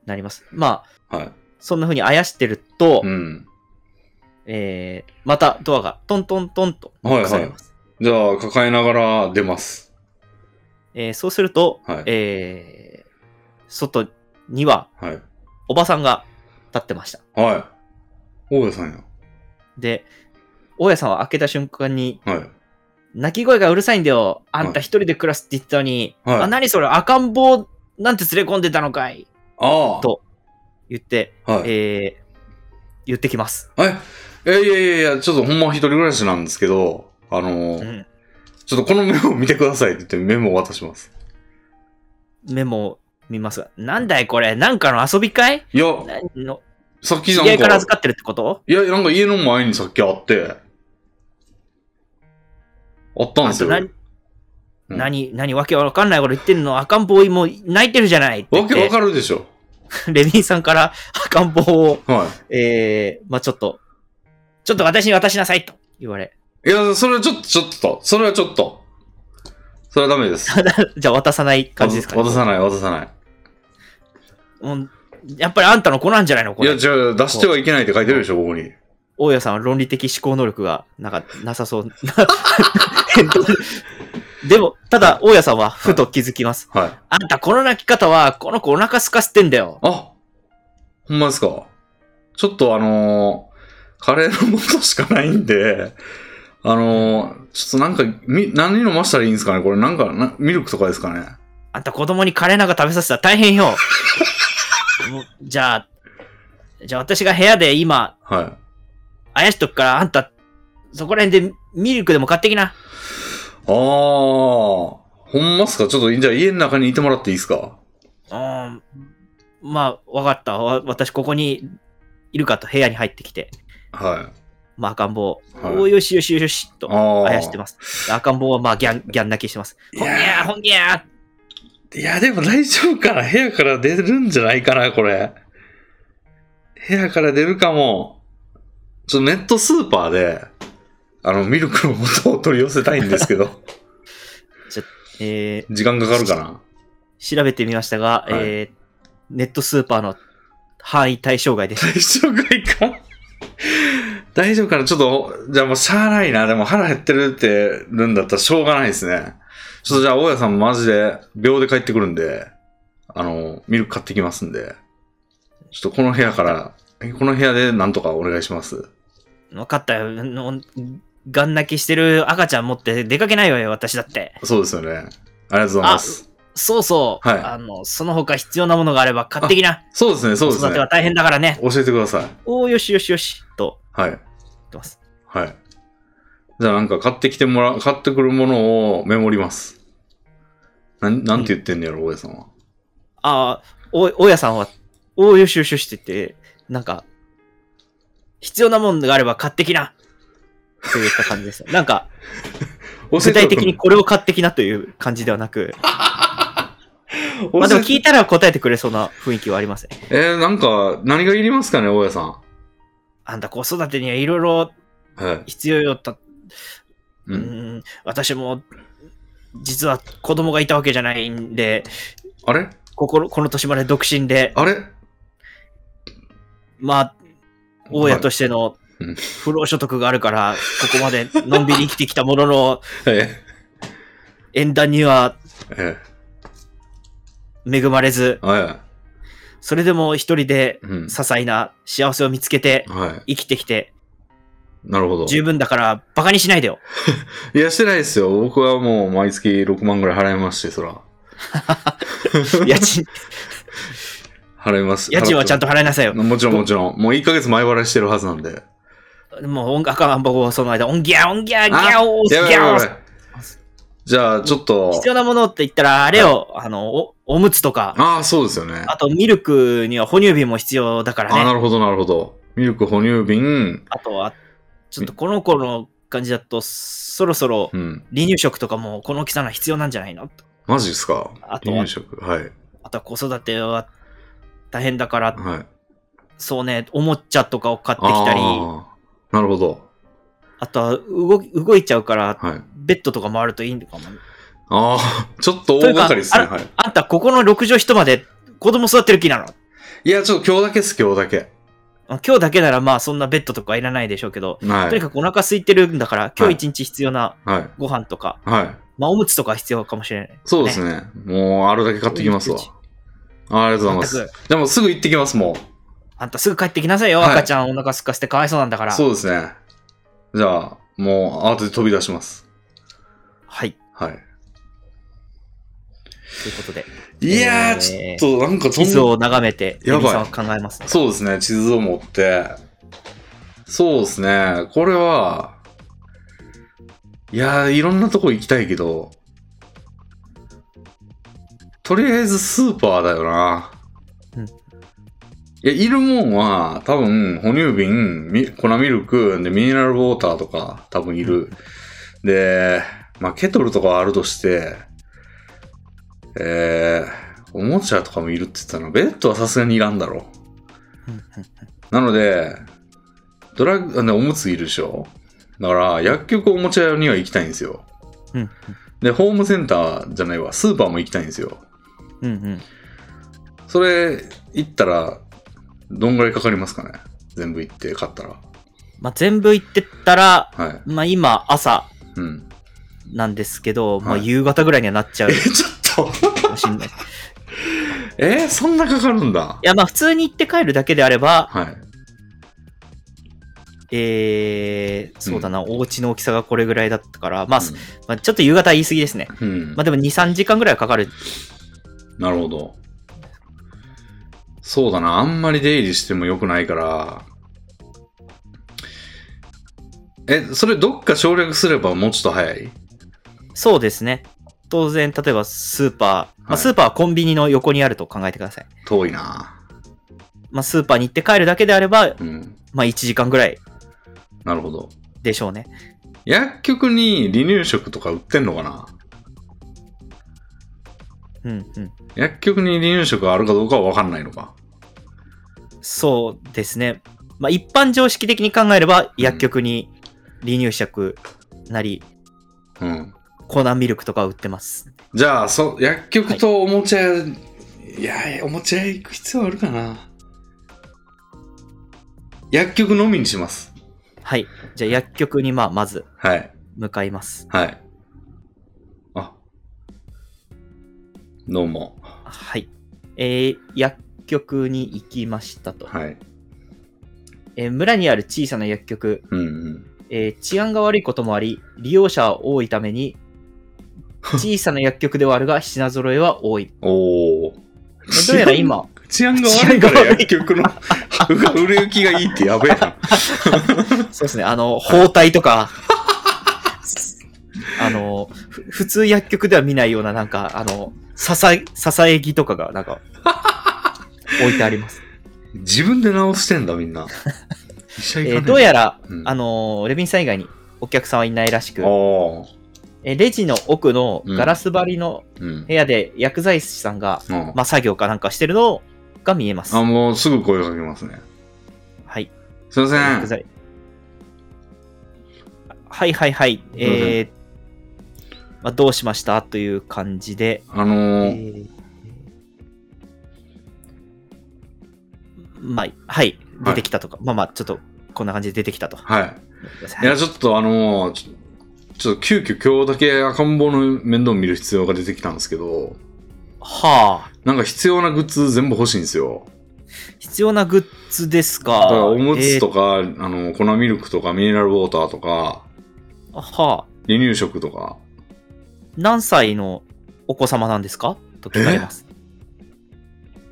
Speaker 2: なります。まあ、
Speaker 1: はい。
Speaker 2: そんな風にあやしてると、
Speaker 1: うん。
Speaker 2: えー、またドアがトントントンと
Speaker 1: はい
Speaker 2: さ
Speaker 1: は
Speaker 2: れ
Speaker 1: い
Speaker 2: ま。す。
Speaker 1: じゃあ抱えながら出ます。
Speaker 2: えーそうすると、
Speaker 1: はい。
Speaker 2: えー、外には
Speaker 1: はい。
Speaker 2: おばさんが立ってました。
Speaker 1: はい。大家さんや。
Speaker 2: で、大家さんは開けた瞬間に、
Speaker 1: はい。
Speaker 2: 泣き声がうるさいんだよ。あん
Speaker 1: は
Speaker 2: た
Speaker 1: い
Speaker 2: 一人で暮らすって言ってたのに、
Speaker 1: はい
Speaker 2: あ、何それ赤ん坊なんて連れ込んでたのかい
Speaker 1: ああ。
Speaker 2: と言って、
Speaker 1: はい。
Speaker 2: えー、言ってきます。
Speaker 1: え、え、いやいやいや、ちょっとほんま一人暮らしなんですけど、あの
Speaker 2: う
Speaker 1: ー、
Speaker 2: ん、
Speaker 1: ちょっとこのメモを見てくださいって言ってメモを渡します。
Speaker 2: メモを見ますが、なんだいこれなんかの遊びかい
Speaker 1: いや、
Speaker 2: 何の
Speaker 1: さっき
Speaker 2: 知
Speaker 1: なん
Speaker 2: り合いから
Speaker 1: か、
Speaker 2: 預かってるってこと
Speaker 1: いや、なんか家の前にさっきあって、あったんですよ。
Speaker 2: あと
Speaker 1: うん
Speaker 2: 何、何、わけわかんないこと言ってんの赤ん坊も泣いてるじゃないって言
Speaker 1: わ
Speaker 2: っ
Speaker 1: けわ
Speaker 2: て、
Speaker 1: かるでしょ。
Speaker 2: レビンさんから赤ん坊を、
Speaker 1: は
Speaker 2: えー、まあちょっと、ちょっと私に渡しなさいと言われ、
Speaker 1: い。いや、それはちょっと、ちょっと、それはちょっと。それはダメです。
Speaker 2: じゃあ渡さない感じですかね。
Speaker 1: 渡さない、渡さない。
Speaker 2: もうやっぱりあんたの子なんじゃないのこ
Speaker 1: いや、
Speaker 2: れ。
Speaker 1: 違う、出してはいけないって書いてるでしょ、ここに。
Speaker 2: 大家さんは論理的思考能力がなんか なさそうな。返答でも、ただ、大家さんはふと気づきます。
Speaker 1: はい。
Speaker 2: あんた、この泣き方は、この子お腹空かせてんだよ。
Speaker 1: あほんまですか。ちょっとあのーカレーの素しかないんで、あのーちょっとなんか、み、何飲ましたらいいんですかねこれなんかな、ミルクとかですかね
Speaker 2: あんた、子供にカレーなんか食べさせたら大変よ。もうじゃあ、じゃあ私が部屋で今、
Speaker 1: は
Speaker 2: あやしとくから、あんた、そこら辺でミルクでも買ってきな。
Speaker 1: い。あー、ほんまっすかちょっと、じゃあ家の中にいてもらっていいですか
Speaker 2: うーん。まあ、わかった。わ私、ここにいるかと、部屋に入ってきて。
Speaker 1: はい。
Speaker 2: まあ、赤ん坊、
Speaker 1: はい
Speaker 2: おーよしよしよしと、
Speaker 1: あー
Speaker 2: あやしてます。赤ん坊はまあ、ギャン、ギャン泣きしてます。
Speaker 1: い
Speaker 2: ほん
Speaker 1: や
Speaker 2: ぎ
Speaker 1: ー
Speaker 2: ゃー、ほんぎゃー。
Speaker 1: いや、でも大丈夫かな部屋から出るんじゃないかなこれ。部屋から出るかも。ちょっとネットスーパーで、あの、ミルクの素を取り寄せたいんですけど、
Speaker 2: え
Speaker 1: 時間かかるかな
Speaker 2: ー、調べてみましたが、
Speaker 1: はい
Speaker 2: えー、ネットスーパーの範囲対象外でした。
Speaker 1: 大丈夫かいか大丈夫かなちょっと、じゃあもうしゃあないな。でも腹減ってるってるんだったらしょうがないですね。ちょっとじゃあ大家さんマジで秒で帰ってくるんで、あの、ミルク買ってきますんで。ちょっとこの部屋から、えこの部屋でなんとかお願いします。
Speaker 2: 分かったよ。のガン泣きしてる赤ちゃん持って出かけないわよ、私だって。
Speaker 1: そうですよね。ありがとうございます。
Speaker 2: そうそう。
Speaker 1: はい
Speaker 2: あの、その他必要なものがあれば買ってきな。
Speaker 1: そうですね、そうで
Speaker 2: 子
Speaker 1: す
Speaker 2: 育て
Speaker 1: ね
Speaker 2: は。大変だからね。
Speaker 1: 教えてください。
Speaker 2: おー、よしよしよし。と
Speaker 1: はい。
Speaker 2: 言ってます。
Speaker 1: はい。じゃあなんか買ってきてもら、買ってくるものをメモります。なん、なんて言ってんのやろ、大家さんは。
Speaker 2: ああ、お、大家さんは、おー、よしよしよしって言って、なんか、必要なものがあれば買ってきな。といった感じで すよ。なんか、
Speaker 1: 教えて
Speaker 2: 具体的にこれを買ってきなという感じではなく、まあでも聞いたら答えてくれそうな雰囲気はありますね。
Speaker 1: えー、なんか、何がいりますかね、大家さん。
Speaker 2: あんた子育てにはいろいろ
Speaker 1: はい。
Speaker 2: 必要よた、う、
Speaker 1: うんん。
Speaker 2: 私も、実は子供がいたわけじゃないんで、
Speaker 1: あれ
Speaker 2: ここのこの年まで独身で、
Speaker 1: あれ
Speaker 2: まあ、大家としての
Speaker 1: うん
Speaker 2: 不労所得があるから、ここまでのんびり生きてきたものの、
Speaker 1: はい。
Speaker 2: 縁談には
Speaker 1: え
Speaker 2: 恵まれず、
Speaker 1: ー、は
Speaker 2: それでも一人で
Speaker 1: い。うん
Speaker 2: 些。細な幸せを見つけて
Speaker 1: はい。
Speaker 2: 生きてきて、
Speaker 1: なるほど。
Speaker 2: 十分だからバカにしない でよ。
Speaker 1: いや、してないですよ。僕はもう毎月6万ぐらい払いますし、そら。
Speaker 2: 家賃、
Speaker 1: 払います。
Speaker 2: 家賃はちゃん
Speaker 1: と。
Speaker 2: と払いなさいよ。
Speaker 1: もちろんもちろん。もう1ヶ月前払いしてるはずなんで。
Speaker 2: もう音楽は僕はその間、オンギャーオンギャーギ
Speaker 1: あ
Speaker 2: ャオーギ
Speaker 1: やばいやばい
Speaker 2: ャ
Speaker 1: や
Speaker 2: オ
Speaker 1: ば
Speaker 2: ー
Speaker 1: い。じゃあ、ちょっと。
Speaker 2: 必要なものって言ったら、あれよ、あの、お、おむつとか、
Speaker 1: ああ、そうですよね。
Speaker 2: あとミルクには哺乳瓶も必要だから
Speaker 1: あ、な
Speaker 2: ね。
Speaker 1: るほど、なるほど。ミルク、哺乳瓶、
Speaker 2: あとは、ちょっとこの子の感じだと、そろそろ
Speaker 1: うん。
Speaker 2: 離乳食とかもこの大きさなら必要なんじゃないの
Speaker 1: マジですか
Speaker 2: あとは
Speaker 1: 離乳食。はい。
Speaker 2: あとは子育ては大変だから、
Speaker 1: はい。
Speaker 2: そうね、おもちゃとかを買ってきたり、あ
Speaker 1: ああ、なるほど。
Speaker 2: とは動き動いちゃうから、
Speaker 1: はい。
Speaker 2: ベッドとか回るといいのかも。
Speaker 1: あ あ、ちょっと大掛かりですね。
Speaker 2: という
Speaker 1: はい。
Speaker 2: あんた、ここの6畳一まで子供育てる気なの
Speaker 1: いや、ちょっと今日だけです、今日だけ。
Speaker 2: あ今日だけならまあそんなベッドとかいらないでしょうけど、
Speaker 1: は
Speaker 2: とに
Speaker 1: い。
Speaker 2: かくお腹空いてるんだから、今日一日必要な
Speaker 1: はい。
Speaker 2: ご飯とか、
Speaker 1: はい。
Speaker 2: まあおむつとか必要かもしれない。
Speaker 1: そうですね。もう、あるだけ買ってきますわ
Speaker 2: そういう。
Speaker 1: あありがとうござい
Speaker 2: 全
Speaker 1: ます。でも、すぐ行ってきます、も
Speaker 2: あんたすぐ帰ってきなさいよ、
Speaker 1: はい
Speaker 2: 赤ちゃんお腹空かせてかわいそうなんだか
Speaker 1: う。
Speaker 2: ら。
Speaker 1: そうですね。じゃあ、もう、慌てて飛び出します。
Speaker 2: はい、
Speaker 1: はい。
Speaker 2: ということで、
Speaker 1: いやー、
Speaker 2: えー
Speaker 1: ちょっと、なんか、そん
Speaker 2: 地
Speaker 1: な
Speaker 2: 図を眺めて、
Speaker 1: やばい
Speaker 2: レミさんは考えますね。
Speaker 1: そうですね、地図を持って。そうですね、これは、いやー、いろんなとこ行きたいけど、とりあえずスーパーだよな。
Speaker 2: うん
Speaker 1: いや、いるもんは、多分、哺乳瓶、み粉ミルク、で、ミネラルウォーターとか、多分いる。で、まあ、ケトルとかはあるとして、えー、おもちゃとかもいるって言ってたな。ベッドはさすがにいらんだろう。
Speaker 2: うんうん
Speaker 1: なので、ドラッグ、あね、おむついるでしょだから、薬局おもちゃ屋には行きたいんですよ。
Speaker 2: うん
Speaker 1: で、ホームセンターじゃないわ、スーパーも行きたいんですよ。
Speaker 2: うんうん。
Speaker 1: それ、行ったら、どんぐらいかかりますかね全部行って買ったら。
Speaker 2: まあ全部行ってったら、
Speaker 1: はい。
Speaker 2: まあ今朝
Speaker 1: うん。
Speaker 2: なんですけど、まあ
Speaker 1: はい
Speaker 2: 夕方ぐらいにはなっちゃう
Speaker 1: え、ちょっと。
Speaker 2: かもしれない。い
Speaker 1: えそんなかかるんだ。
Speaker 2: やまあ普通に行って帰るだけであれば、
Speaker 1: はい。
Speaker 2: えー、そうだな、お家の大きさがこれぐらいだったから、まあ、
Speaker 1: うん
Speaker 2: まあちょっと夕方は言い過ぎですね。
Speaker 1: うん
Speaker 2: まあでも2、3時間ぐらいはかかる。
Speaker 1: なるほど。そうだな、あんまり出入りしても良くないから。え、それどっか省略すればもうちょっと早い
Speaker 2: そうですね。当然、例えばスーパー、ま
Speaker 1: は
Speaker 2: あ、
Speaker 1: い
Speaker 2: スーパーはコンビニの横にあると考えてください。
Speaker 1: 遠いな。
Speaker 2: まあスーパーに行って帰るだけであれば、
Speaker 1: うん。
Speaker 2: まあ1時間ぐらい
Speaker 1: なるほど。
Speaker 2: でしょうね。
Speaker 1: 薬局に離乳食とか売ってんのかな
Speaker 2: うんうん。
Speaker 1: 薬局に離乳食があるかどうかは分かんないのか。
Speaker 2: そうですね。まあ一般常識的に考えれば、薬局に離乳食なり、
Speaker 1: うん。
Speaker 2: コーナーミルクとか売ってます。
Speaker 1: じゃあ、そ薬局とおもちゃ屋、い、や、おもちゃ屋行く必要あるかな薬局のみにします。
Speaker 2: はい。じゃあ薬局にまあまず
Speaker 1: はい。
Speaker 2: 向かいます。
Speaker 1: はい。あ。どうも。
Speaker 2: はい。えー、薬局に行きましたと。
Speaker 1: はい。
Speaker 2: えー村にある小さな薬局、
Speaker 1: うんうん。
Speaker 2: えー治安が悪いこともあり、利用者は多いため に、小さな薬局ではあるが、品揃えは多い。
Speaker 1: おお。
Speaker 2: えどうやら今、
Speaker 1: 治安が悪いから薬 局の売れ行きがいいってやべえな。
Speaker 2: そうですね、あの、包帯とか、 あの、ふ普通薬局では見ないような、なんか、あの、ささ、ささえぎとかが、なんか、置いてあり ます。
Speaker 1: 自分で直してんだみんな。医者行か
Speaker 2: え
Speaker 1: ね
Speaker 2: ーどうやら、
Speaker 1: うん
Speaker 2: あの、レビンさん以外にお客さんはいないらしく
Speaker 1: あ、あ。
Speaker 2: えーレジの奥のガラス張りの
Speaker 1: うん。
Speaker 2: 部屋で薬剤師さんが、
Speaker 1: うん
Speaker 2: まあ、作業かなんかしてるのが見えます。
Speaker 1: あ、もうすぐ声をかけますね。
Speaker 2: はい。
Speaker 1: すいませ
Speaker 2: 薬
Speaker 1: ん。
Speaker 2: 剤はいはいはい。えーまあ、どうしましたという感じで、
Speaker 1: あの
Speaker 2: え
Speaker 1: ー、
Speaker 2: ーまあ、はい、出てきたとか、まあまあ、ちょっとこんな感じで出てきたと。
Speaker 1: はい。い
Speaker 2: は
Speaker 1: や、
Speaker 2: い
Speaker 1: ちょっとあのーちょちょっと急遽今日だけ赤ん坊の面倒見る必要が出てきたんですけど、
Speaker 2: はあ、
Speaker 1: なんか必要なグッズ全部欲しいんですよ。
Speaker 2: 必要なグッズです
Speaker 1: だ
Speaker 2: か。
Speaker 1: からおむつ
Speaker 2: えー
Speaker 1: とか、あの、粉ミルクとか、ミネラルウォーターとか、
Speaker 2: はあ、
Speaker 1: 離乳食とか。
Speaker 2: 何歳のお子様なんですかと聞かれます。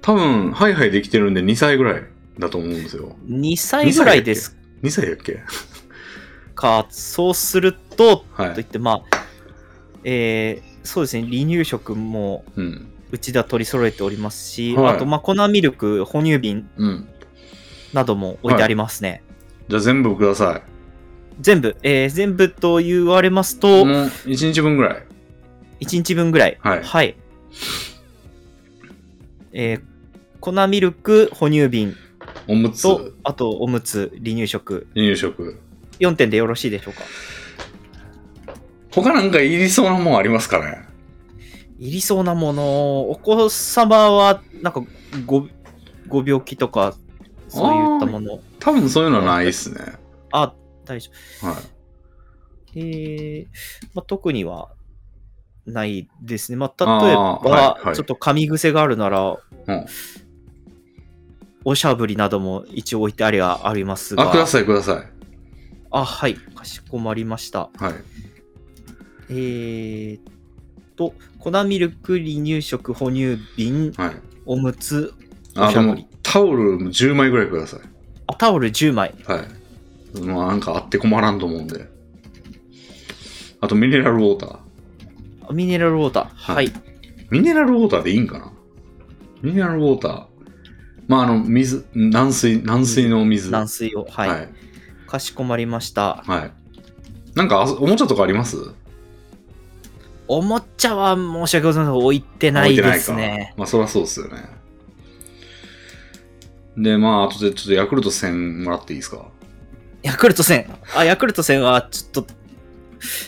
Speaker 1: 多分、ハイハイできてるんで2歳ぐらいだと思うんですよ。
Speaker 2: 2歳ぐらいです
Speaker 1: 2歳だっけ
Speaker 2: か、そうすると、
Speaker 1: は
Speaker 2: といっ
Speaker 1: い。
Speaker 2: て、まあ、えーそうですね、離乳食も
Speaker 1: うん。
Speaker 2: うちでは取り揃えておりますし、
Speaker 1: はい
Speaker 2: あと、まあ、粉ミルク、哺乳瓶
Speaker 1: うん。
Speaker 2: なども置いてありますね。
Speaker 1: じゃあ全部くださ
Speaker 2: 全部、えー全部と言われま
Speaker 1: い。
Speaker 2: す
Speaker 1: も
Speaker 2: と、
Speaker 1: う
Speaker 2: 1
Speaker 1: 1日分ぐらい。
Speaker 2: 日分ぐらい。
Speaker 1: はい
Speaker 2: えー粉ミルク、哺乳瓶
Speaker 1: おむつ、
Speaker 2: と
Speaker 1: 離、
Speaker 2: あとおむつ、離乳食、
Speaker 1: 乳食。
Speaker 2: 4点でよろしいでしょうか。
Speaker 1: 他なんかいりそうなもんありますかね
Speaker 2: いりそうなもの、お子様は、なんかご、ご病気とか、そういったもの。
Speaker 1: 多分そういうのはないっすね。
Speaker 2: あ、大丈夫。
Speaker 1: はい。
Speaker 2: えーまあ、特にはないですね。まあ、例えば、
Speaker 1: あーはいはい
Speaker 2: ちょっと噛み癖があるなら、
Speaker 1: うん
Speaker 2: おしゃぶりなども一応置いてありはありますが。
Speaker 1: あ、ください、ください。
Speaker 2: あはい。かしこまりました。
Speaker 1: はい。
Speaker 2: えーっと、粉ミルク、離乳食、哺乳瓶、
Speaker 1: はい。
Speaker 2: おむつ、お
Speaker 1: あ、
Speaker 2: しゃ
Speaker 1: で
Speaker 2: ぶ
Speaker 1: も
Speaker 2: り、
Speaker 1: タオル10枚ぐらいください。
Speaker 2: あタオル10枚。
Speaker 1: はい。まあ、なんかあって困らんと思うんで。あと、ミネラルウォーター。
Speaker 2: あミネラルウォーター。は
Speaker 1: はい
Speaker 2: い。
Speaker 1: ミネラルウォーターでいいんかなミネラルウォーター。まあ、あの、水、軟水、軟水の水。
Speaker 2: 軟水を。はい。
Speaker 1: はい。
Speaker 2: かしこまりました。
Speaker 1: はい。なんか、あおもちゃとかあります
Speaker 2: おもちゃは申し訳ございません。置いてないです
Speaker 1: 置いてない
Speaker 2: ね。
Speaker 1: かまあ、そりゃそうですよね。で、まあ、あとでちょっとヤクルト1000もらっていいですか
Speaker 2: ヤクルト1000。あ、ヤクルト1000はちょっと、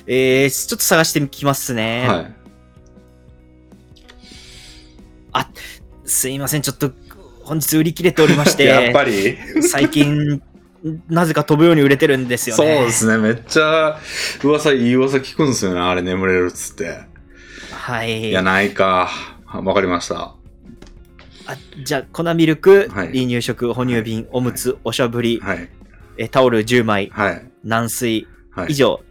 Speaker 2: えー、ちょっと探してきますね。
Speaker 1: はい。
Speaker 2: すいません。ちょっと、本日売り切れておりまし、
Speaker 1: やってぱり
Speaker 2: 最近、なぜか飛ぶように売れてるんですよ
Speaker 1: そう
Speaker 2: ね。
Speaker 1: ですね。めっちゃ噂、いい噂聞くんですよね。あれ眠れるっつって。
Speaker 2: はい。
Speaker 1: いや、ないか。はわかりました。
Speaker 2: あじゃあ、粉ミルク、
Speaker 1: はい
Speaker 2: 離乳食、哺乳瓶、おむつ、おしゃぶり、
Speaker 1: はい。
Speaker 2: えタオル10枚、
Speaker 1: はい。
Speaker 2: 軟水、
Speaker 1: はい。
Speaker 2: 以。上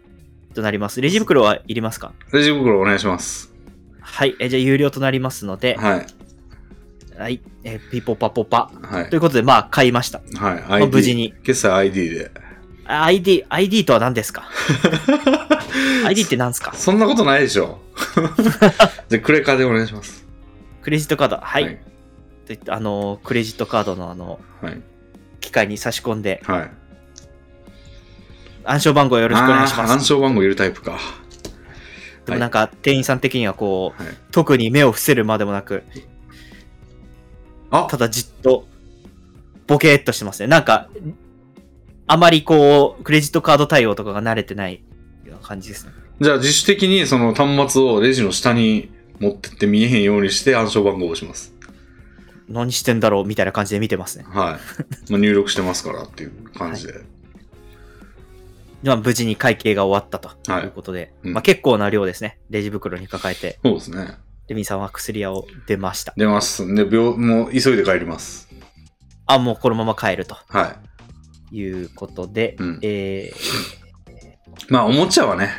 Speaker 2: となります。レジ袋はいりますか
Speaker 1: レジ袋お願いします。
Speaker 2: はい。えじゃあ、有料となりますので、
Speaker 1: はい。
Speaker 2: はい。えピポパポパ。
Speaker 1: はい
Speaker 2: とい。うことで、まあ、買いました。
Speaker 1: はい。
Speaker 2: あ
Speaker 1: ID
Speaker 2: 無事に。
Speaker 1: 決済 ID で。
Speaker 2: ID、ID とは何で すか ?ID って何ですか
Speaker 1: そんなことないでし ょ。じゃあ、クレカでお願いします。
Speaker 2: クレジットカード。はい。
Speaker 1: はい。
Speaker 2: といって、あのー、クレジットカードのあの、
Speaker 1: はい。
Speaker 2: 機械に差し込んで、
Speaker 1: はい、よ
Speaker 2: 暗証番号よろしくお願いしま
Speaker 1: 暗
Speaker 2: す。
Speaker 1: 証番号入れるタイプか。
Speaker 2: でもなんか、店員さん的にはこう、
Speaker 1: はい
Speaker 2: 特に目を伏せるまでもなく、
Speaker 1: あ
Speaker 2: ただじっと、ボケーっとしてますね。なんか、あまりこう、クレジットカード対応とかが慣れてないような感じですね。
Speaker 1: じゃあ、自主的にその端末をレジの下に持ってって見えへんようにして暗証番号を押します。
Speaker 2: 何してんだろうみたいな感じで見てますね。
Speaker 1: はい。まあ、入力してますからっていう感じで。
Speaker 2: まあ、無事に会計が終わったと
Speaker 1: はい
Speaker 2: いうことで、
Speaker 1: うん
Speaker 2: まあ、結構な量ですね、レジ袋に抱えて
Speaker 1: そうですね。
Speaker 2: レミンさんは薬屋を出ました。
Speaker 1: 出ます。で、病、もう急いで帰ります。
Speaker 2: あ、もうこのまま帰ると
Speaker 1: はい。
Speaker 2: いうことで、
Speaker 1: うん
Speaker 2: えー
Speaker 1: まあ、おもちゃはね、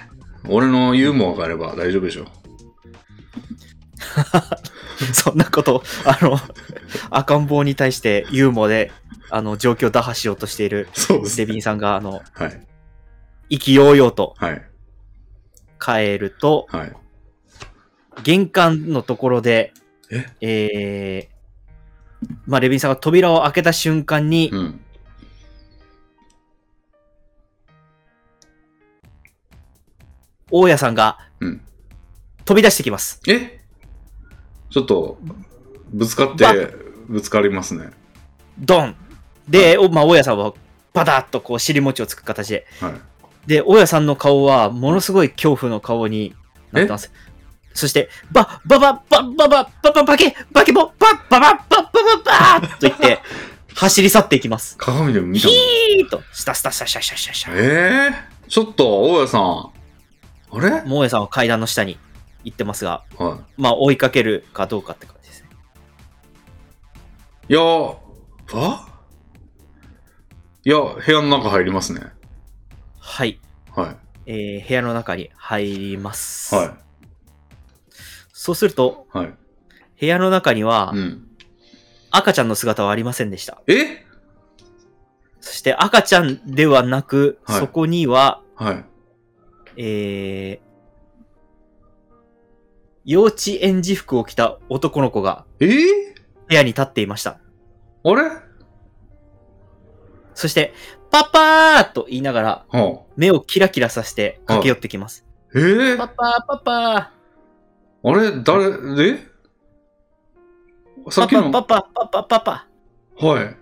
Speaker 1: 俺のユーモアがあれば大丈夫でしょう。
Speaker 2: そんなこと、あの、 赤ん坊に対してユーモアで、あの、状況を打破しようとしている
Speaker 1: そうで
Speaker 2: レ
Speaker 1: す。
Speaker 2: ビンさんが、あの、
Speaker 1: はい。
Speaker 2: 意気揚々と
Speaker 1: はい。
Speaker 2: 帰ると、
Speaker 1: はい。
Speaker 2: 玄関のところで、
Speaker 1: え
Speaker 2: えーまあ、レビンさんが扉を開けた瞬間に、
Speaker 1: うん。
Speaker 2: 大家さんが
Speaker 1: うん。
Speaker 2: 飛び出してきます。
Speaker 1: えちょっと、ぶつかっ
Speaker 2: バ
Speaker 1: て
Speaker 2: ッ、
Speaker 1: ぶつかりますね。
Speaker 2: ドンで、おまあ、大家さんは、バタッとこう、尻餅をつく形で。
Speaker 1: はい。
Speaker 2: で、大家さんの顔は、ものすごい恐怖の顔になってます。そして、ば、ばば、ば、ば、ば、ば、ば、ばけ、ばけぼ、ば、ば、ば、ば、ば、ば、ば、と言って、走り去っていきます。
Speaker 1: 鏡でも見た
Speaker 2: ヒ
Speaker 1: もん。
Speaker 2: ーと、スタスタスタシャシャシャシャ。
Speaker 1: えー、ちょっと、大家さん。あれはい。
Speaker 2: もう大家さんは階段の下に行ってますが、まあ、追いかけるかどうかって感じですね。
Speaker 1: いや、はいや、部屋の中入りますね。
Speaker 2: はい。
Speaker 1: は
Speaker 2: えー、部屋の中に入りま
Speaker 1: い。
Speaker 2: す。
Speaker 1: は
Speaker 2: そうすると、
Speaker 1: い。はい。
Speaker 2: 部屋の中には
Speaker 1: う、ん。
Speaker 2: 赤ちゃんの姿はありませんでした。
Speaker 1: え
Speaker 2: そして、赤ちゃんではなく、
Speaker 1: はい
Speaker 2: そこには、
Speaker 1: はい。
Speaker 2: えー、幼稚園児服を着た男の子が
Speaker 1: えー、
Speaker 2: 部屋に立っていました。
Speaker 1: あれは
Speaker 2: そして、パパーと言いながら
Speaker 1: あ。
Speaker 2: 目をキラキラさせて駆け寄ってきます。
Speaker 1: えー、
Speaker 2: パパーパパ
Speaker 1: あれ誰で
Speaker 2: ー
Speaker 1: さ
Speaker 2: パ
Speaker 1: っきの
Speaker 2: パパパパパパパ
Speaker 1: はい。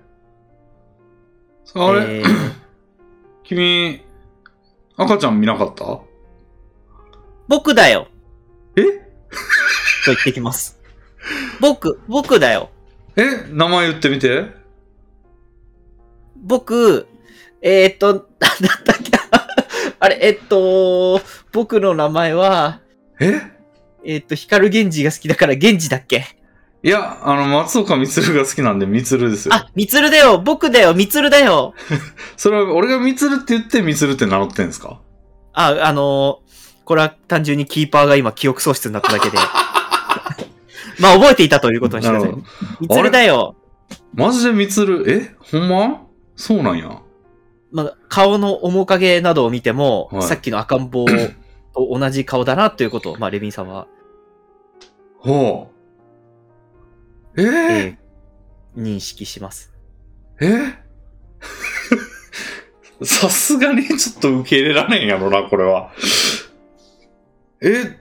Speaker 1: さあれ、
Speaker 2: えー
Speaker 1: 君、赤ちゃん見なかった
Speaker 2: 僕だよ
Speaker 1: え
Speaker 2: と言ってきます。僕、僕だよ。
Speaker 1: え名前言ってみて。
Speaker 2: 僕、えー、っと、なんだったっけ あれ、えっと、僕の名前は、
Speaker 1: え
Speaker 2: えーっと、光源氏が好きだから源氏だっけ
Speaker 1: いや、あの、松岡充が好きなんで、充ですよ。
Speaker 2: あ、みつるだよ僕だよみつるだよ
Speaker 1: それは、俺が充って言って、充って名乗ってんですか
Speaker 2: あ、あのーこれは単純にキーパーが今記憶喪失になっただ けで。まあ覚えていたということにしてください
Speaker 1: なる。
Speaker 2: みつるだよ
Speaker 1: マジで充えほんまそうなんや。
Speaker 2: まあ、顔の面影などを見ても、
Speaker 1: はい
Speaker 2: さっきの赤ん坊と同じ顔だなということを、まあ、レビンさんは、
Speaker 1: ほう。え
Speaker 2: え
Speaker 1: ー、
Speaker 2: ー認識します。
Speaker 1: え ーさすがにちょっと受け入れられんやろな、これは。え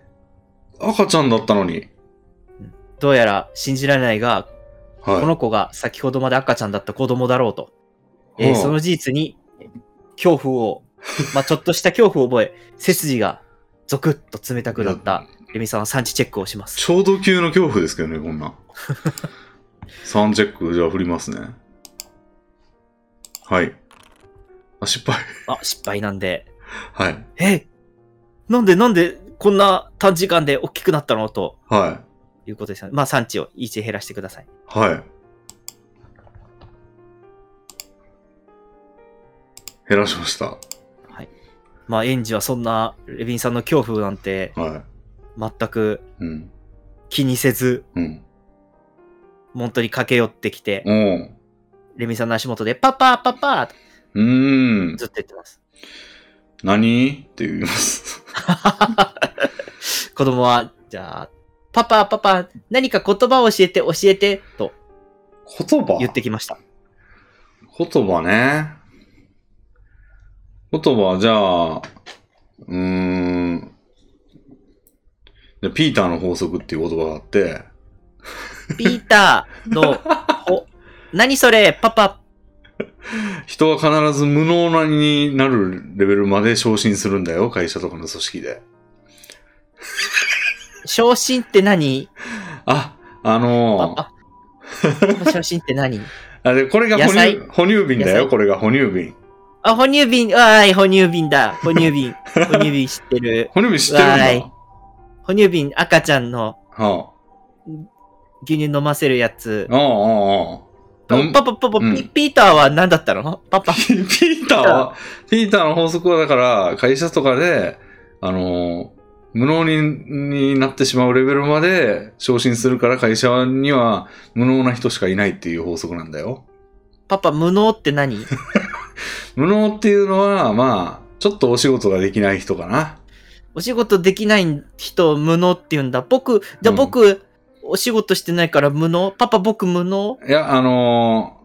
Speaker 1: 赤ちゃんだったのに。
Speaker 2: どうやら信じられないが、
Speaker 1: はい。
Speaker 2: この子が先ほどまで赤ちゃんだった子供だろうと。えー
Speaker 1: うん
Speaker 2: その事実に、恐 怖を、まあ、ちょっとした恐怖を覚え、背筋がゾクッと冷たくなったレミさんは産地チェックをします。
Speaker 1: 超度級の恐怖ですけどね、こんなん。 サンチェック、じゃあ振りますね。はい。あ、失敗。
Speaker 2: あ、失敗なんで、
Speaker 1: はい。
Speaker 2: え、なんでなんでこんな短時間で大きくなったのと
Speaker 1: はい。
Speaker 2: いうことですよね。まあ、産地を1減らしてください。
Speaker 1: はい。減らしました。
Speaker 2: まあ、園児はそんなレビンさんの恐怖なんて
Speaker 1: は
Speaker 2: 全く
Speaker 1: い。うん。
Speaker 2: 気にせず、
Speaker 1: うん。
Speaker 2: 本当に駆け寄ってきて、
Speaker 1: おう。
Speaker 2: レミさんの足元で、パパパパと
Speaker 1: うーん。
Speaker 2: ずっと言ってます。
Speaker 1: 何って言います。
Speaker 2: 子供は、じゃあ、パパ、パパ、何か言葉を教えて、教えて、と
Speaker 1: 言葉
Speaker 2: 言ってきました。
Speaker 1: 言葉ね。言葉、じゃあ、うーん。じゃあピーターの法則っていう言葉があって、
Speaker 2: ピーターの、お、何それ、パパ、
Speaker 1: 人は必ず無能なになるレベルまで昇進するんだよ、会社とかの組織で。
Speaker 2: 昇進って何
Speaker 1: あ、あ
Speaker 2: パ
Speaker 1: のー
Speaker 2: パ、パパ昇進って何
Speaker 1: あで、これが哺
Speaker 2: 野菜
Speaker 1: 乳哺乳瓶だ
Speaker 2: 野
Speaker 1: よ、
Speaker 2: 菜
Speaker 1: これが哺乳瓶。
Speaker 2: あ、哺乳瓶、わーい、哺乳瓶だ。哺乳瓶、哺乳瓶知ってる。
Speaker 1: 哺乳瓶知ってるんだ。
Speaker 2: わーい
Speaker 1: は
Speaker 2: 哺乳瓶、赤ちゃんの
Speaker 1: あ、
Speaker 2: 牛乳飲ませるやつ。
Speaker 1: ああ、ああ、ああ。飲み
Speaker 2: パパパパ、
Speaker 1: うん
Speaker 2: ピピーターは何だったのパパ。
Speaker 1: ピーターは、ピーターの法則はだから、会社とかで、あの、無能にになってしまうレベルまで昇進するから会社には無能な人しかいないっていう法則なんだよ。
Speaker 2: パパ、無能って何
Speaker 1: 無能っていうのは、まあ、ちょっとお仕事ができない人かな。
Speaker 2: お仕事できない人を無能って言うんだ。僕、じゃ
Speaker 1: う
Speaker 2: あ
Speaker 1: ん
Speaker 2: 僕、お仕事してないから無能パパ、僕無能
Speaker 1: いや、あの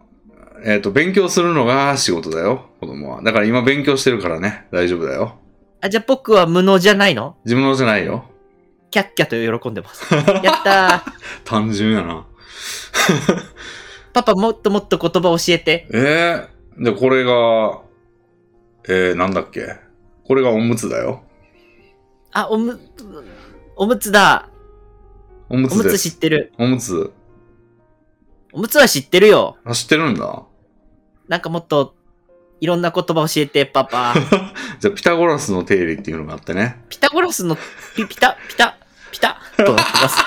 Speaker 1: ーえっ、と、勉強するのが仕事だよ、子供は。だから今勉強してるからね、大丈夫だよ。
Speaker 2: あ、じゃあ僕は無能じゃないの
Speaker 1: 自分のじゃないよ。
Speaker 2: キャッキャと喜ん でます。やったー。
Speaker 1: 単純やな。
Speaker 2: パパ、もっともっと言葉教えて。
Speaker 1: えー、で、これが、えー、なんだっけ。これがおむつだよ。
Speaker 2: あ、おむ、おむつだ。
Speaker 1: おむ
Speaker 2: お
Speaker 1: つ
Speaker 2: む
Speaker 1: で
Speaker 2: つ
Speaker 1: す。
Speaker 2: 知ってる。
Speaker 1: おむつ。
Speaker 2: おむつは知ってるよ。
Speaker 1: あ、知ってるんだ。
Speaker 2: なんかもっと、いろんな言葉教えて、パパ。
Speaker 1: じゃあ、ピタゴラスの定理っていうのがあってね。
Speaker 2: ピタゴラスのピピタ、ピタ、ピ タ、となってます。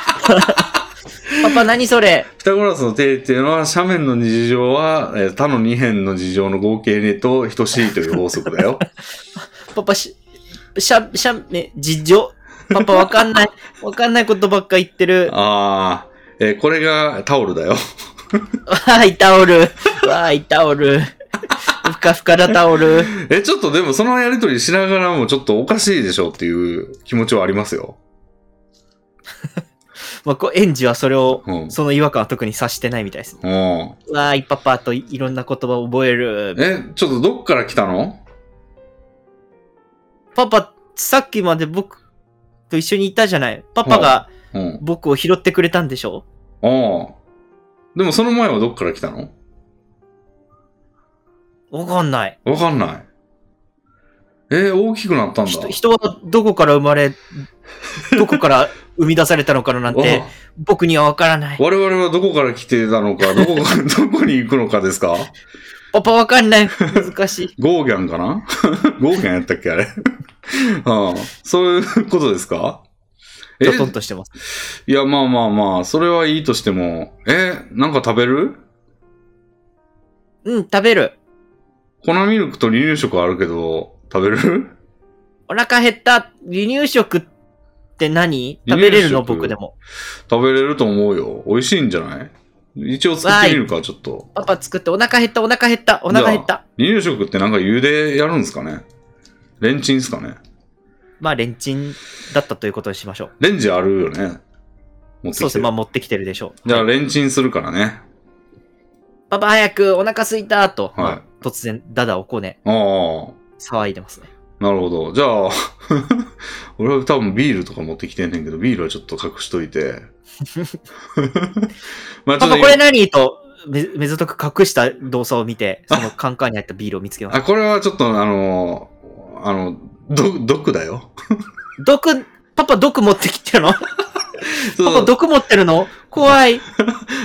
Speaker 2: パパ、何それ
Speaker 1: ピタゴラスの定理っていうのは、斜面の二次乗は、えー他の二辺の二乗の合計と等しいという法則 だよ。
Speaker 2: パパ、し、しゃ、しゃ、ね、事情パパ、わかんない。わかんないことばっか言ってる。
Speaker 1: あー、えーこれがタオルだよ。
Speaker 2: わーい、タオル。わーい、タオル。ふかふかだタオル。
Speaker 1: え、ちょっとでもそのやりとりしながらもちょっとおかしいでしょっていう気持ちはありますよ。
Speaker 2: まあ、こう、園児はそれを、
Speaker 1: うん。
Speaker 2: その違和感は特に察してないみたいです。
Speaker 1: うん。
Speaker 2: わーい、パパといいろんな言葉を覚える。
Speaker 1: え、ちょっとどっから来たの
Speaker 2: パパ、さっきまで僕と一緒にいたじゃない。パパが
Speaker 1: うん。
Speaker 2: 僕を拾ってくれたんでしょ
Speaker 1: ああ。でもその前はどっから来たの
Speaker 2: わかんない。
Speaker 1: わかんない。えー大きくなったんだ。
Speaker 2: 人人はどこから生まれ、どこから生み出されたのかなんて
Speaker 1: あ、
Speaker 2: 僕にはわからない。
Speaker 1: 我々はどこから来てたの か、どこかどこに行くのかですか
Speaker 2: パパわか んない。難しい。
Speaker 1: ゴーギャンかな ゴーギャンやったっけあれ。ああそういうことですかえ
Speaker 2: ドトンとしてます。
Speaker 1: いや、まあまあまあ、それはいいとしても、え、なんか食べる
Speaker 2: うん、食べる。
Speaker 1: 粉ミルクと離乳食あるけど、食べる
Speaker 2: お腹減った。離乳食って何食べれるの
Speaker 1: 離乳食
Speaker 2: 僕でも。
Speaker 1: 食べれると思うよ。美味しいんじゃない一応作ってみるか、ちょっと。
Speaker 2: パパ作ってお腹減った、お腹減った、お腹減った。
Speaker 1: 離乳食ってなんか茹でやるんですかねレンチンですかね
Speaker 2: まあ、レンチンだったということにしましょ
Speaker 1: レンジあるよね持
Speaker 2: う。
Speaker 1: ってきて
Speaker 2: そうですね。まあ、持ってきてるでしょう。
Speaker 1: じゃあレンチンするからね。
Speaker 2: パパ早く、お腹すいたと、まあ
Speaker 1: はい
Speaker 2: 突然、ダダをこうね、
Speaker 1: ああ、
Speaker 2: 騒いでますね。
Speaker 1: なるほど。じゃあ、 俺は多分ビールとか持ってきてんねんけど、ビールはちょっと隠しといて。 まあちょ
Speaker 2: パ
Speaker 1: っと
Speaker 2: パこれ何と、め、めずとく隠した動作を見て、そのカンカンに入ったビールを見つけまし
Speaker 1: あ、これはちょっとあのーあの、ど毒だ よ。
Speaker 2: た。毒、パパ毒持ってきてるのパ
Speaker 1: そ
Speaker 2: パ
Speaker 1: う
Speaker 2: 毒持ってるの怖い。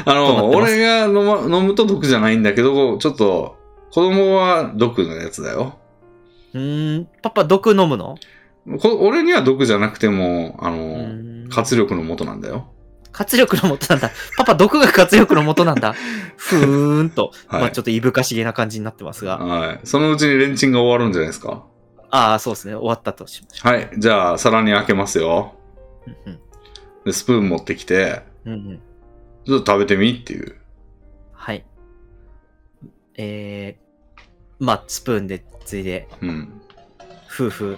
Speaker 1: あの、
Speaker 2: 止まってます
Speaker 1: 俺が飲,、ま、飲むと毒じゃないんだけど、ちょっと、子供は毒のやつだよ。
Speaker 2: うーん、パパ毒飲むの
Speaker 1: こ俺には毒じゃなくても、あ
Speaker 2: う
Speaker 1: の、
Speaker 2: ーん
Speaker 1: 活力のもとなんだよ。
Speaker 2: 活力の元なんだ。パパ毒が活力の元なん だ。ふーんと。
Speaker 1: はい
Speaker 2: まあちょっといぶかしげな感じになってますが。
Speaker 1: はい。そのうちにレンチンが終わるんじゃないですか。
Speaker 2: ああ、そうですね。終わったとしましょ
Speaker 1: はい。じゃあ、皿に開けますよ。
Speaker 2: う。うん
Speaker 1: で、スプーン持ってきて、
Speaker 2: うん。うんうん。
Speaker 1: ちょっと食べてみっていう。
Speaker 2: はい。えー、まあスプーンでついで、
Speaker 1: うん。
Speaker 2: 夫婦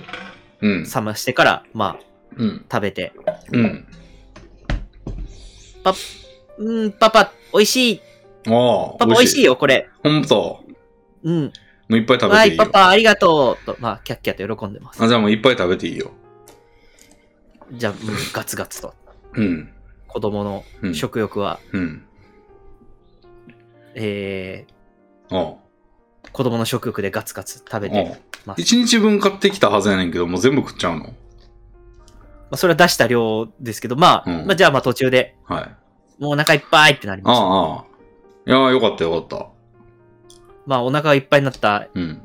Speaker 1: うん。
Speaker 2: 冷ましてから、まあ
Speaker 1: うん。
Speaker 2: 食べて、
Speaker 1: うん。
Speaker 2: うん、パパ、美味しい。
Speaker 1: ああ、
Speaker 2: パパ、美味しい
Speaker 1: よ。
Speaker 2: よ、これ。
Speaker 1: ほんと。
Speaker 2: うん。
Speaker 1: もういっぱい食べ
Speaker 2: は
Speaker 1: てい
Speaker 2: い、
Speaker 1: いよ。
Speaker 2: パパ、ありがとう。と、まあ、キャッキャと喜んでます。
Speaker 1: あ、じゃあもういっぱい食べていいよ。
Speaker 2: じゃあ、うんガツガツと。
Speaker 1: うん。
Speaker 2: 子供の
Speaker 1: うん。
Speaker 2: 食欲は、
Speaker 1: うん。
Speaker 2: え
Speaker 1: ああ。
Speaker 2: ー、子供の食欲でガツガツ食べ
Speaker 1: あ
Speaker 2: て、
Speaker 1: あ
Speaker 2: まあ
Speaker 1: 一日分買ってきたはずやねんけど、もう全部食っちゃうの
Speaker 2: まあ、それは出した量ですけど、まあ、
Speaker 1: うん
Speaker 2: まあ、じゃあ、まあ、途中で、
Speaker 1: はい。
Speaker 2: もうお腹いっぱいってなり
Speaker 1: あ
Speaker 2: ました。
Speaker 1: あ、ああ。いやーよかったよかった。
Speaker 2: まあ、お腹がいっぱいになった、
Speaker 1: うん。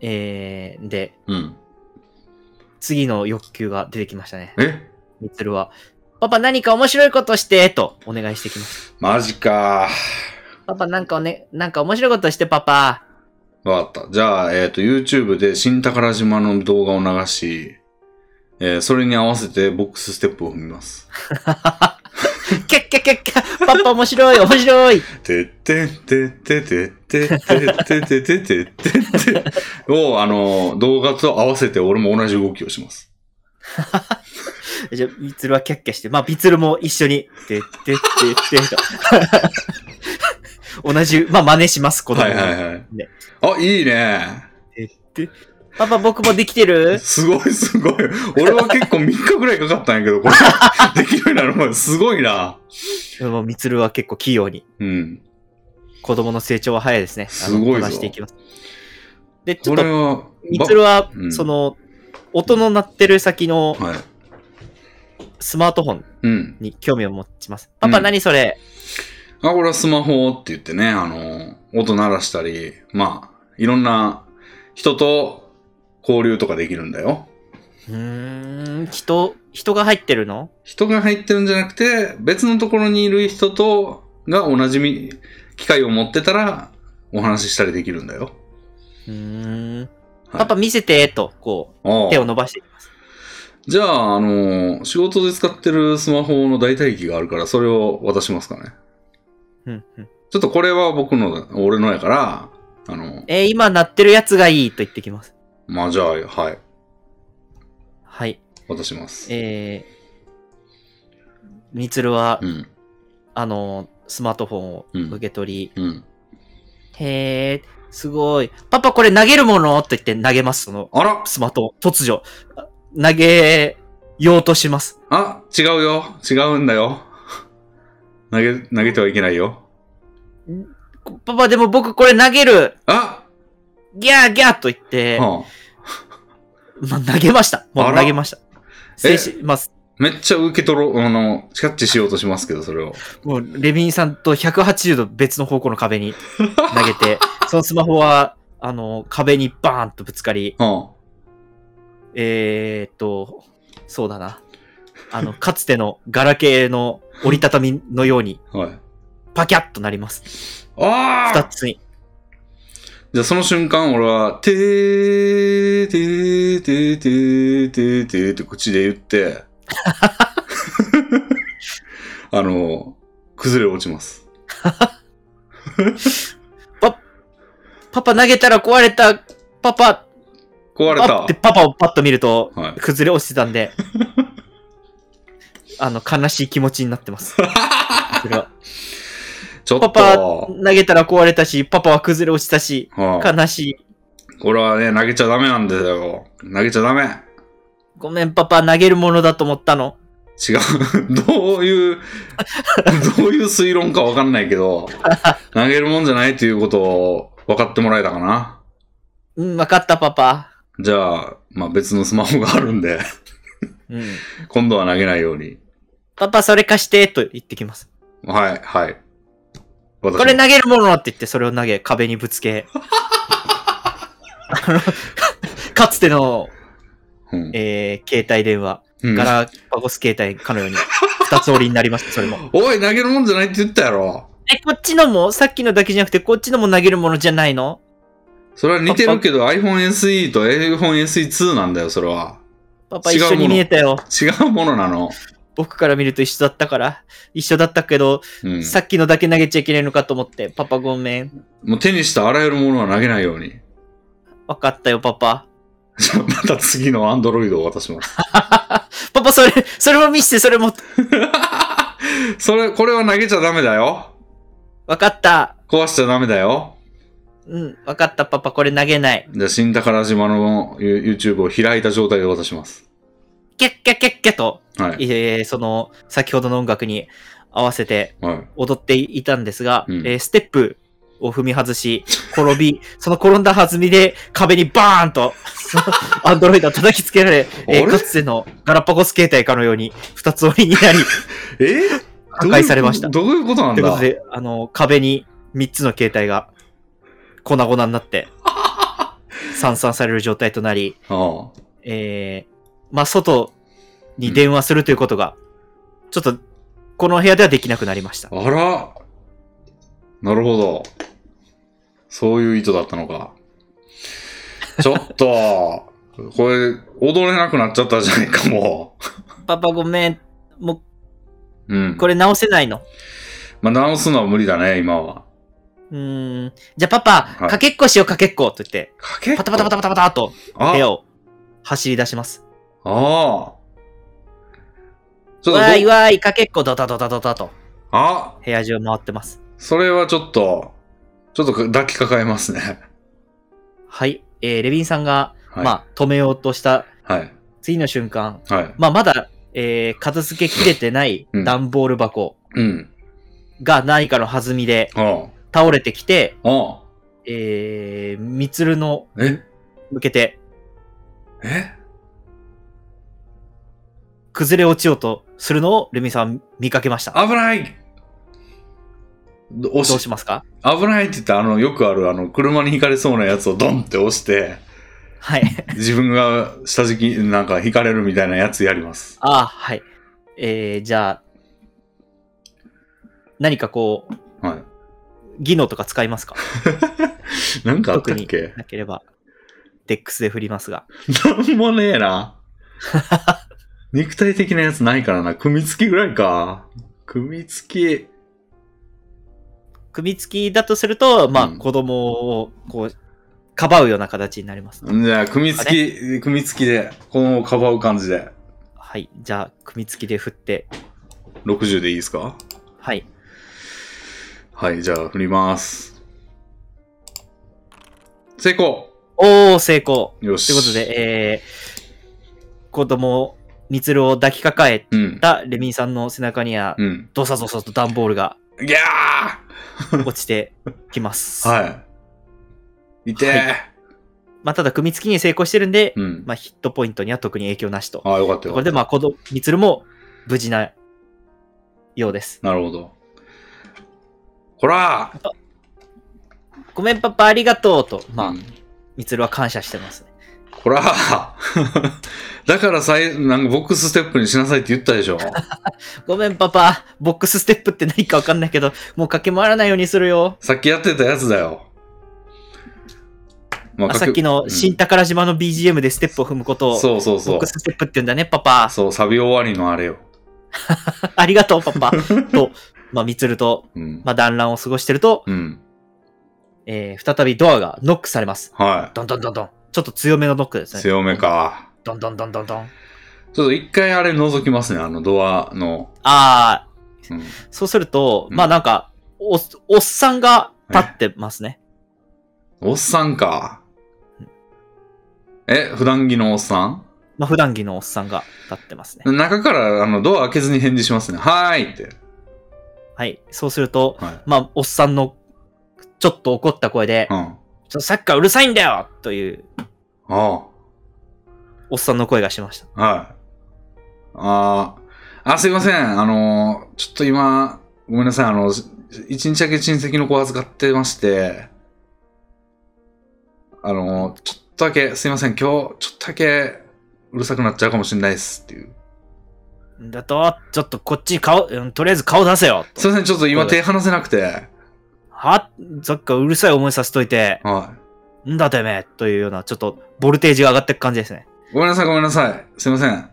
Speaker 2: えー、で、
Speaker 1: うん。
Speaker 2: 次の欲求が出てきましたね。
Speaker 1: え
Speaker 2: みつるは、パパ何か面白いことして、とお願いしてきます。
Speaker 1: マジか。
Speaker 2: パパなんかおね、なんか面白いことして、パパ。
Speaker 1: わかった。じゃあ、えっ、と、YouTube で新宝島の動画を流し、えーそれに合わせてボックスステップを踏みます。
Speaker 2: キャッキャッキャッキャッ、パパ面白い、面白い。
Speaker 1: てってってってってってってってってってってってってを、あの、動画と合わせて俺も同じ動きをします。
Speaker 2: じゃあ、ビツルはキャッキャして、まあ、ビツルも一緒に、てってってって、と。 同じ、まあ、真似します、子供
Speaker 1: は
Speaker 2: が
Speaker 1: いはいはい
Speaker 2: ね。
Speaker 1: あ、いいね。
Speaker 2: パパ僕もできてる
Speaker 1: すごいすごい。俺は結構3日ぐらいかかったんやけど、こ れ、できるようになるまですごいな。
Speaker 2: でも、ミツルは結構器用に。
Speaker 1: うん。
Speaker 2: 子供の成長は早いですね。あの
Speaker 1: すごいぞ
Speaker 2: こなしていきます。で、ちょ
Speaker 1: こ
Speaker 2: っ
Speaker 1: れ
Speaker 2: と、
Speaker 1: は、
Speaker 2: ミツルは
Speaker 1: う、ん
Speaker 2: その、音の鳴ってる先の
Speaker 1: ばはい。
Speaker 2: スマートフォン
Speaker 1: うん。
Speaker 2: に興味を持ちます。パパ
Speaker 1: うん
Speaker 2: 何それ、
Speaker 1: あ、これはスマホって言ってね、あの、音鳴らしたり、まあ、いろんな人と交流とかできるんだよ。
Speaker 2: うーん、人、人が入ってるの
Speaker 1: 人が入ってるんじゃなくて、別のところにいる人と、が同じみ機会を持ってたら、お話ししたりできるんだよ。
Speaker 2: うーん。
Speaker 1: はい
Speaker 2: パパ見せて、と、こ
Speaker 1: あ
Speaker 2: う、
Speaker 1: あ
Speaker 2: 手を伸ばしていきます。
Speaker 1: じゃあ、あの、仕事で使ってるスマホの代替機があるから、それを渡しますかね。
Speaker 2: うんうん、
Speaker 1: ちょっとこれは僕の、俺のやから、あの、
Speaker 2: えー今鳴ってるやつがいいと言ってきます。
Speaker 1: まあじゃあ、はい、
Speaker 2: はい。
Speaker 1: 渡します。
Speaker 2: えー、みつるは、
Speaker 1: うん、
Speaker 2: あの、スマートフォンを受け取り、
Speaker 1: うん。
Speaker 2: へえ、すごい。パパこれ投げるものと言って投げます、その、
Speaker 1: あら
Speaker 2: スマート、突如。あ投げようとします。
Speaker 1: あ、違うよ。違うんだよ。投げ、投げてはいけないよ。
Speaker 2: こパパでも僕これ投げる
Speaker 1: あ、
Speaker 2: ギャーギャーと言って、
Speaker 1: はあ、
Speaker 2: まあ、投げました。も
Speaker 1: あ
Speaker 2: う
Speaker 1: ら
Speaker 2: 投げました。
Speaker 1: え
Speaker 2: 精神、まあ、
Speaker 1: めっちゃ受け取ろう、あの、キャッチしようとしますけど、それを。
Speaker 2: もう、レビンさんと180度別の方向の壁 に投げて、そのスマホは、あの、壁にバーンとぶつかり、
Speaker 1: は
Speaker 2: えー、っと、そうだな。あの、かつてのガラケーの折りたたみのように、
Speaker 1: あ、はい。
Speaker 2: パキャッとなります。
Speaker 1: あ
Speaker 2: 二
Speaker 1: あ
Speaker 2: つに。
Speaker 1: じゃあその瞬間、俺は、てー、てー、てー、てー、てー、てーって口で言って、 あの、崩れ落ちます。
Speaker 2: パパ投げたら壊れた、パパ、
Speaker 1: 壊れ
Speaker 2: あ
Speaker 1: た
Speaker 2: って。パパをパッと見ると、
Speaker 1: はい。
Speaker 2: 崩れ落ちてたん で、あの、悲しい気持ちになって ます。それは
Speaker 1: ちょっ
Speaker 2: パ
Speaker 1: と、
Speaker 2: パ投げたら壊れたし、パパは崩れ落ちたし、
Speaker 1: はい
Speaker 2: 悲しい。
Speaker 1: これはね、投げちゃダメなんですよ。投げちゃダメ。
Speaker 2: ごめん、パパ投げるものだと思ったの。
Speaker 1: 違う。 どういう、どういう推論かわかんないけど、投げるもんじゃないということを分かってもらえたかな。
Speaker 2: うん、わかった、パパ。
Speaker 1: じゃあ、まあ別のスマホがあるんで、
Speaker 2: うん。
Speaker 1: 今度は投げないように。
Speaker 2: パパ、それ貸して、と言ってきます。
Speaker 1: はい、はい。私も
Speaker 2: これ投げるものって言って、それを投げ、壁にぶつ け。あの、かつての、
Speaker 1: うん
Speaker 2: えー、携帯電話。
Speaker 1: うん
Speaker 2: ガラパゴス携帯かのように、二つ折りになりました、それも。
Speaker 1: おい、投げるもんじゃないって言ったやろ。
Speaker 2: え、こっちのも、さっきのだけじゃなくて、こっちのも投げるものじゃないの
Speaker 1: それは似てるけど iPhone SE と iPhone SE2 なんだよ、それは。
Speaker 2: パパ
Speaker 1: 違う
Speaker 2: 一
Speaker 1: もの
Speaker 2: 緒に見えたよ。
Speaker 1: 違うものなの。
Speaker 2: 僕から見ると一緒だったから。一緒だったけど、
Speaker 1: うん。
Speaker 2: さっきのだけ投げちゃいけないのかと思って、パパごめん。
Speaker 1: もう手にしたあらゆるものは投げないように。
Speaker 2: わかったよ、パパ。
Speaker 1: じゃあまた次の Android を渡します。
Speaker 2: パパ、それ、それも見せて、それも。
Speaker 1: それ、これは投げちゃダメだよ。
Speaker 2: わかった。
Speaker 1: 壊しちゃダメだよ。
Speaker 2: うん、わかった、パパ、これ投げない。
Speaker 1: じゃあ、新宝島の You- YouTube を開いた状態で渡します。
Speaker 2: キャッキャッキャッキャと、
Speaker 1: はい。
Speaker 2: えー、その、先ほどの音楽に合わせて、
Speaker 1: はい。
Speaker 2: 踊っていたんですが、
Speaker 1: うん
Speaker 2: えーステップを踏み外し、転び、 その転んだ弾みで壁にバー ンと、そのアンドロイドを叩きつけられ、えー
Speaker 1: あれ
Speaker 2: かつてのガラパゴス携帯かのように二つ折りに なり、
Speaker 1: えー
Speaker 2: 破壊されました。
Speaker 1: どういうことどういうことなん
Speaker 2: というこ
Speaker 1: だ
Speaker 2: とで、あの、壁に三つの携帯が粉々にな って、散々される状態となり、
Speaker 1: ああ
Speaker 2: えーまあ、外に電話するということがちょっと、この部屋ではできなくなりました。
Speaker 1: あらなるほど。そういう意図だったのか。ちょっと、 これ、踊れなくなっちゃったじゃないか、も
Speaker 2: パパごめん。も
Speaker 1: う。うん
Speaker 2: う、。これ直せないの。
Speaker 1: まあ、直すのは無理だね、今は。
Speaker 2: うーん。じゃあパパ、
Speaker 1: い
Speaker 2: かけっこしようかけっこと言って、
Speaker 1: かけっこ
Speaker 2: パタパタパタパタパタと部
Speaker 1: あ
Speaker 2: 屋を走り出します。
Speaker 1: ああ。ちょっとど
Speaker 2: わーいわーい、かけっこドタドタドタと
Speaker 1: あ
Speaker 2: 部屋中回ってます。
Speaker 1: それはちょっと、ちょっと抱きかかえますね。
Speaker 2: はい。えー、レビンさんが、
Speaker 1: はい。
Speaker 2: まあ、止めようとした
Speaker 1: はい。
Speaker 2: 次の瞬間、
Speaker 1: はい。
Speaker 2: まあ、まだ、えー、片付けきれてない
Speaker 1: うん
Speaker 2: 段ボール箱
Speaker 1: うん。
Speaker 2: が何かの弾みで
Speaker 1: あ
Speaker 2: 倒れてきて、
Speaker 1: あ。ああ。
Speaker 2: えー、ミツルの
Speaker 1: え
Speaker 2: 向けて
Speaker 1: え
Speaker 2: 崩れ落ちようとするのをレミさん見かけました。
Speaker 1: 危ないど
Speaker 2: ど
Speaker 1: 押
Speaker 2: う
Speaker 1: し
Speaker 2: しますか
Speaker 1: 危ないって言って、あの、よくある、あの、車にひかれそうなやつをドンって押して、
Speaker 2: はい。
Speaker 1: 自分が下敷き、なんかひかれるみたいなやつやります。
Speaker 2: ああ、はい。えー、じゃあ、何かこう、
Speaker 1: は
Speaker 2: 技能とか使いますか
Speaker 1: い。なんかあったっけ
Speaker 2: なければ、デックスで振りますが。
Speaker 1: なんもねえ な。肉体的なやつないからな。組み付きぐらいか。組み付き。
Speaker 2: 組み付きだとすると、まあ、
Speaker 1: うん
Speaker 2: 子供を、こう、かばうような形になります。
Speaker 1: じゃあ、組み付き、組み付きで、このかばう感じで。
Speaker 2: はい。じゃあ、組み付きで振って、
Speaker 1: 60でいいですか
Speaker 2: はい。
Speaker 1: はい、じゃあ、振ります。成功
Speaker 2: おー、成功
Speaker 1: よし。
Speaker 2: ということで、えー、子供、ミツルを抱きかかえ
Speaker 1: うん。
Speaker 2: たレミンさんの背中には、
Speaker 1: うん。
Speaker 2: ドサドサと段ボールが
Speaker 1: ギャ
Speaker 2: 落ちてきま す。
Speaker 1: ーはい。いてー、
Speaker 2: はまあ、ただ、組み付きに成功してるんで、
Speaker 1: うん。
Speaker 2: まあ、ヒットポイントには特に影響なしと。
Speaker 1: ああ、よかったよか
Speaker 2: こ
Speaker 1: っ
Speaker 2: れ
Speaker 1: た
Speaker 2: で、まあ、子供、ミツルも無事なようです。
Speaker 1: なるほど。こらー
Speaker 2: ごめん、パパ、ありがとうと、ま
Speaker 1: う
Speaker 2: あ
Speaker 1: ん、
Speaker 2: ミツルは感謝してますね。
Speaker 1: こら ーだからさい、なんかボックスステップにしなさいって言ったでし ょ。
Speaker 2: ごめん、パパ、ボックスステップって何かわかんないけど、もう駆け回らないようにするよ。
Speaker 1: さっきやってたやつだよ。ま
Speaker 2: あ、さっきの新宝島の BGM でステップを踏むことを、
Speaker 1: そうそう
Speaker 2: ボ
Speaker 1: そ
Speaker 2: ッ
Speaker 1: う
Speaker 2: ク。スステップって言うんだね、パパ。
Speaker 1: そう、サビ終わりのあれよ。
Speaker 2: ありがとう、パパ。と、まあ、ミツルと、
Speaker 1: うん。
Speaker 2: まあ、団らんを過ごしてると、
Speaker 1: うん。
Speaker 2: えー、再びドアがノックされます。
Speaker 1: は
Speaker 2: ドンドンドンドン。ちょっと強めのノックで
Speaker 1: い。
Speaker 2: すね。
Speaker 1: 強めか。
Speaker 2: ドンドンドンドンドン。
Speaker 1: ちょっと一回あれ覗きますね、あのドアの。
Speaker 2: あ
Speaker 1: うん、
Speaker 2: ー、そうすると、
Speaker 1: うん
Speaker 2: まあなんか、おっ、おっさんが立ってますね。
Speaker 1: おっさんか。え、普段着のおっさん
Speaker 2: まあ普段着のおっさんが立ってますね。
Speaker 1: 中からあのドア開けずに返事しますね。はーいって。
Speaker 2: はい。そうすると、
Speaker 1: はい。
Speaker 2: まあおっさんの、ちょっと怒った声で、
Speaker 1: うん。あ
Speaker 2: ちょっとサッカーうるさいんだよという、
Speaker 1: あ。
Speaker 2: おっさんの声がしました。
Speaker 1: はい。あーあ、すいません。あのー、ちょっと今、ごめんなさい。あの、し一日だけ親戚の子預かってまして、あのー、ちょっとだけ、すいません。今日、ちょっとだけ、うるさくなっちゃうかもしれないですっていう。
Speaker 2: んだと、ちょっとこっち顔、うんとりあえず顔出せよ
Speaker 1: すいません。ちょっと今
Speaker 2: そうで
Speaker 1: 手離せなくて。
Speaker 2: はサッカーうるさい思いさせといて、
Speaker 1: は
Speaker 2: んだてめえというような、ちょっと、ボルテージが上がっていく感じですね。
Speaker 1: い。ごめんなさい、ごめんなさい。すいません。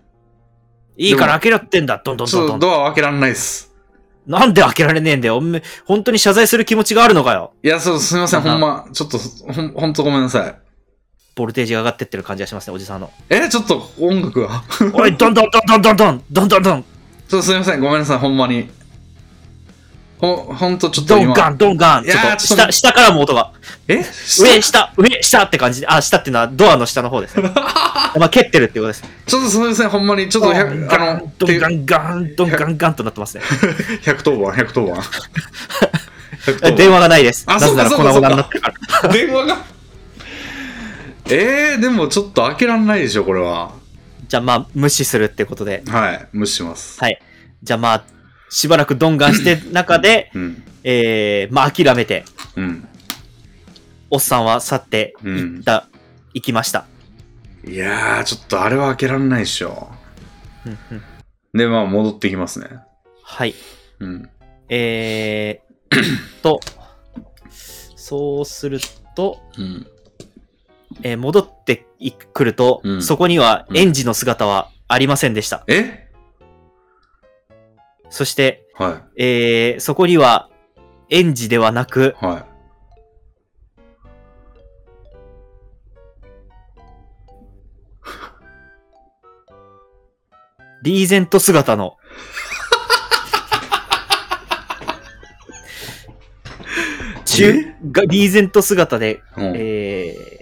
Speaker 2: いいから開けろってんだ、どんどん
Speaker 1: ちょっ
Speaker 2: ど
Speaker 1: と
Speaker 2: んどん。
Speaker 1: ドアを開けられないです。
Speaker 2: なんで開けられねえんだよ。おめ本当に謝罪する気持ちがあるのかよ。
Speaker 1: いや、そう、すい ません、
Speaker 2: あは
Speaker 1: ほんま。ちょっと、ほん、ほんとごめんなさい。
Speaker 2: ボルテージが上がってってる感じがしますね、おじさんの。
Speaker 1: え、ちょっと音楽が。 ちょっ
Speaker 2: おい、どんどんどんどんどんどんどんどんどん
Speaker 1: とすいません、ごめんなさい、ほんまに。ほ、ほんとちょっと
Speaker 2: どん
Speaker 1: 今。
Speaker 2: ガン、どんガン。
Speaker 1: い
Speaker 2: ち
Speaker 1: や
Speaker 2: ょっ
Speaker 1: ー
Speaker 2: と、
Speaker 1: ちょっと
Speaker 2: 下、下からも音が。
Speaker 1: え
Speaker 2: 上、
Speaker 1: ち
Speaker 2: 下、上、下って感じで。あ、下っていうのはドアの下の方ですね。まあ、蹴ってるってことです。
Speaker 1: ょっとすいません、ほんまに。ちょっと、
Speaker 2: ド
Speaker 1: ひゃ
Speaker 2: ンガ
Speaker 1: あの
Speaker 2: ン、、ドンガンガン、ドンガンガンとなってますね。
Speaker 1: 百1番、百1番。
Speaker 2: え電話がないです。な
Speaker 1: あ
Speaker 2: ぜなら
Speaker 1: そう
Speaker 2: 粉
Speaker 1: かそうか
Speaker 2: 々になってるから。
Speaker 1: 話。電話が。えー、でもちょっと開けられないでしょ、これは。
Speaker 2: じゃあまあ、無視するってことで。
Speaker 1: はい、無視します。
Speaker 2: はい。じゃあまあ、しばらくドンガンして中で、
Speaker 1: うん、
Speaker 2: えー、まあ諦めて、
Speaker 1: うん。
Speaker 2: おっさんは去って行った、行きました。
Speaker 1: いやー、ちょっとあれは開けられないでしょ。
Speaker 2: うんうん
Speaker 1: で、まあ、戻ってきますね。
Speaker 2: はい。
Speaker 1: うん。
Speaker 2: えー、と、そうすると、
Speaker 1: うん。
Speaker 2: えー戻ってくると、
Speaker 1: うん
Speaker 2: そこには
Speaker 1: うん
Speaker 2: 園児の姿はありませんでした。
Speaker 1: え
Speaker 2: そして、
Speaker 1: は
Speaker 2: えーそこには園児ではなく
Speaker 1: い。、は
Speaker 2: リーゼント姿の、中、がリーゼント姿で、
Speaker 1: い。うん。
Speaker 2: えー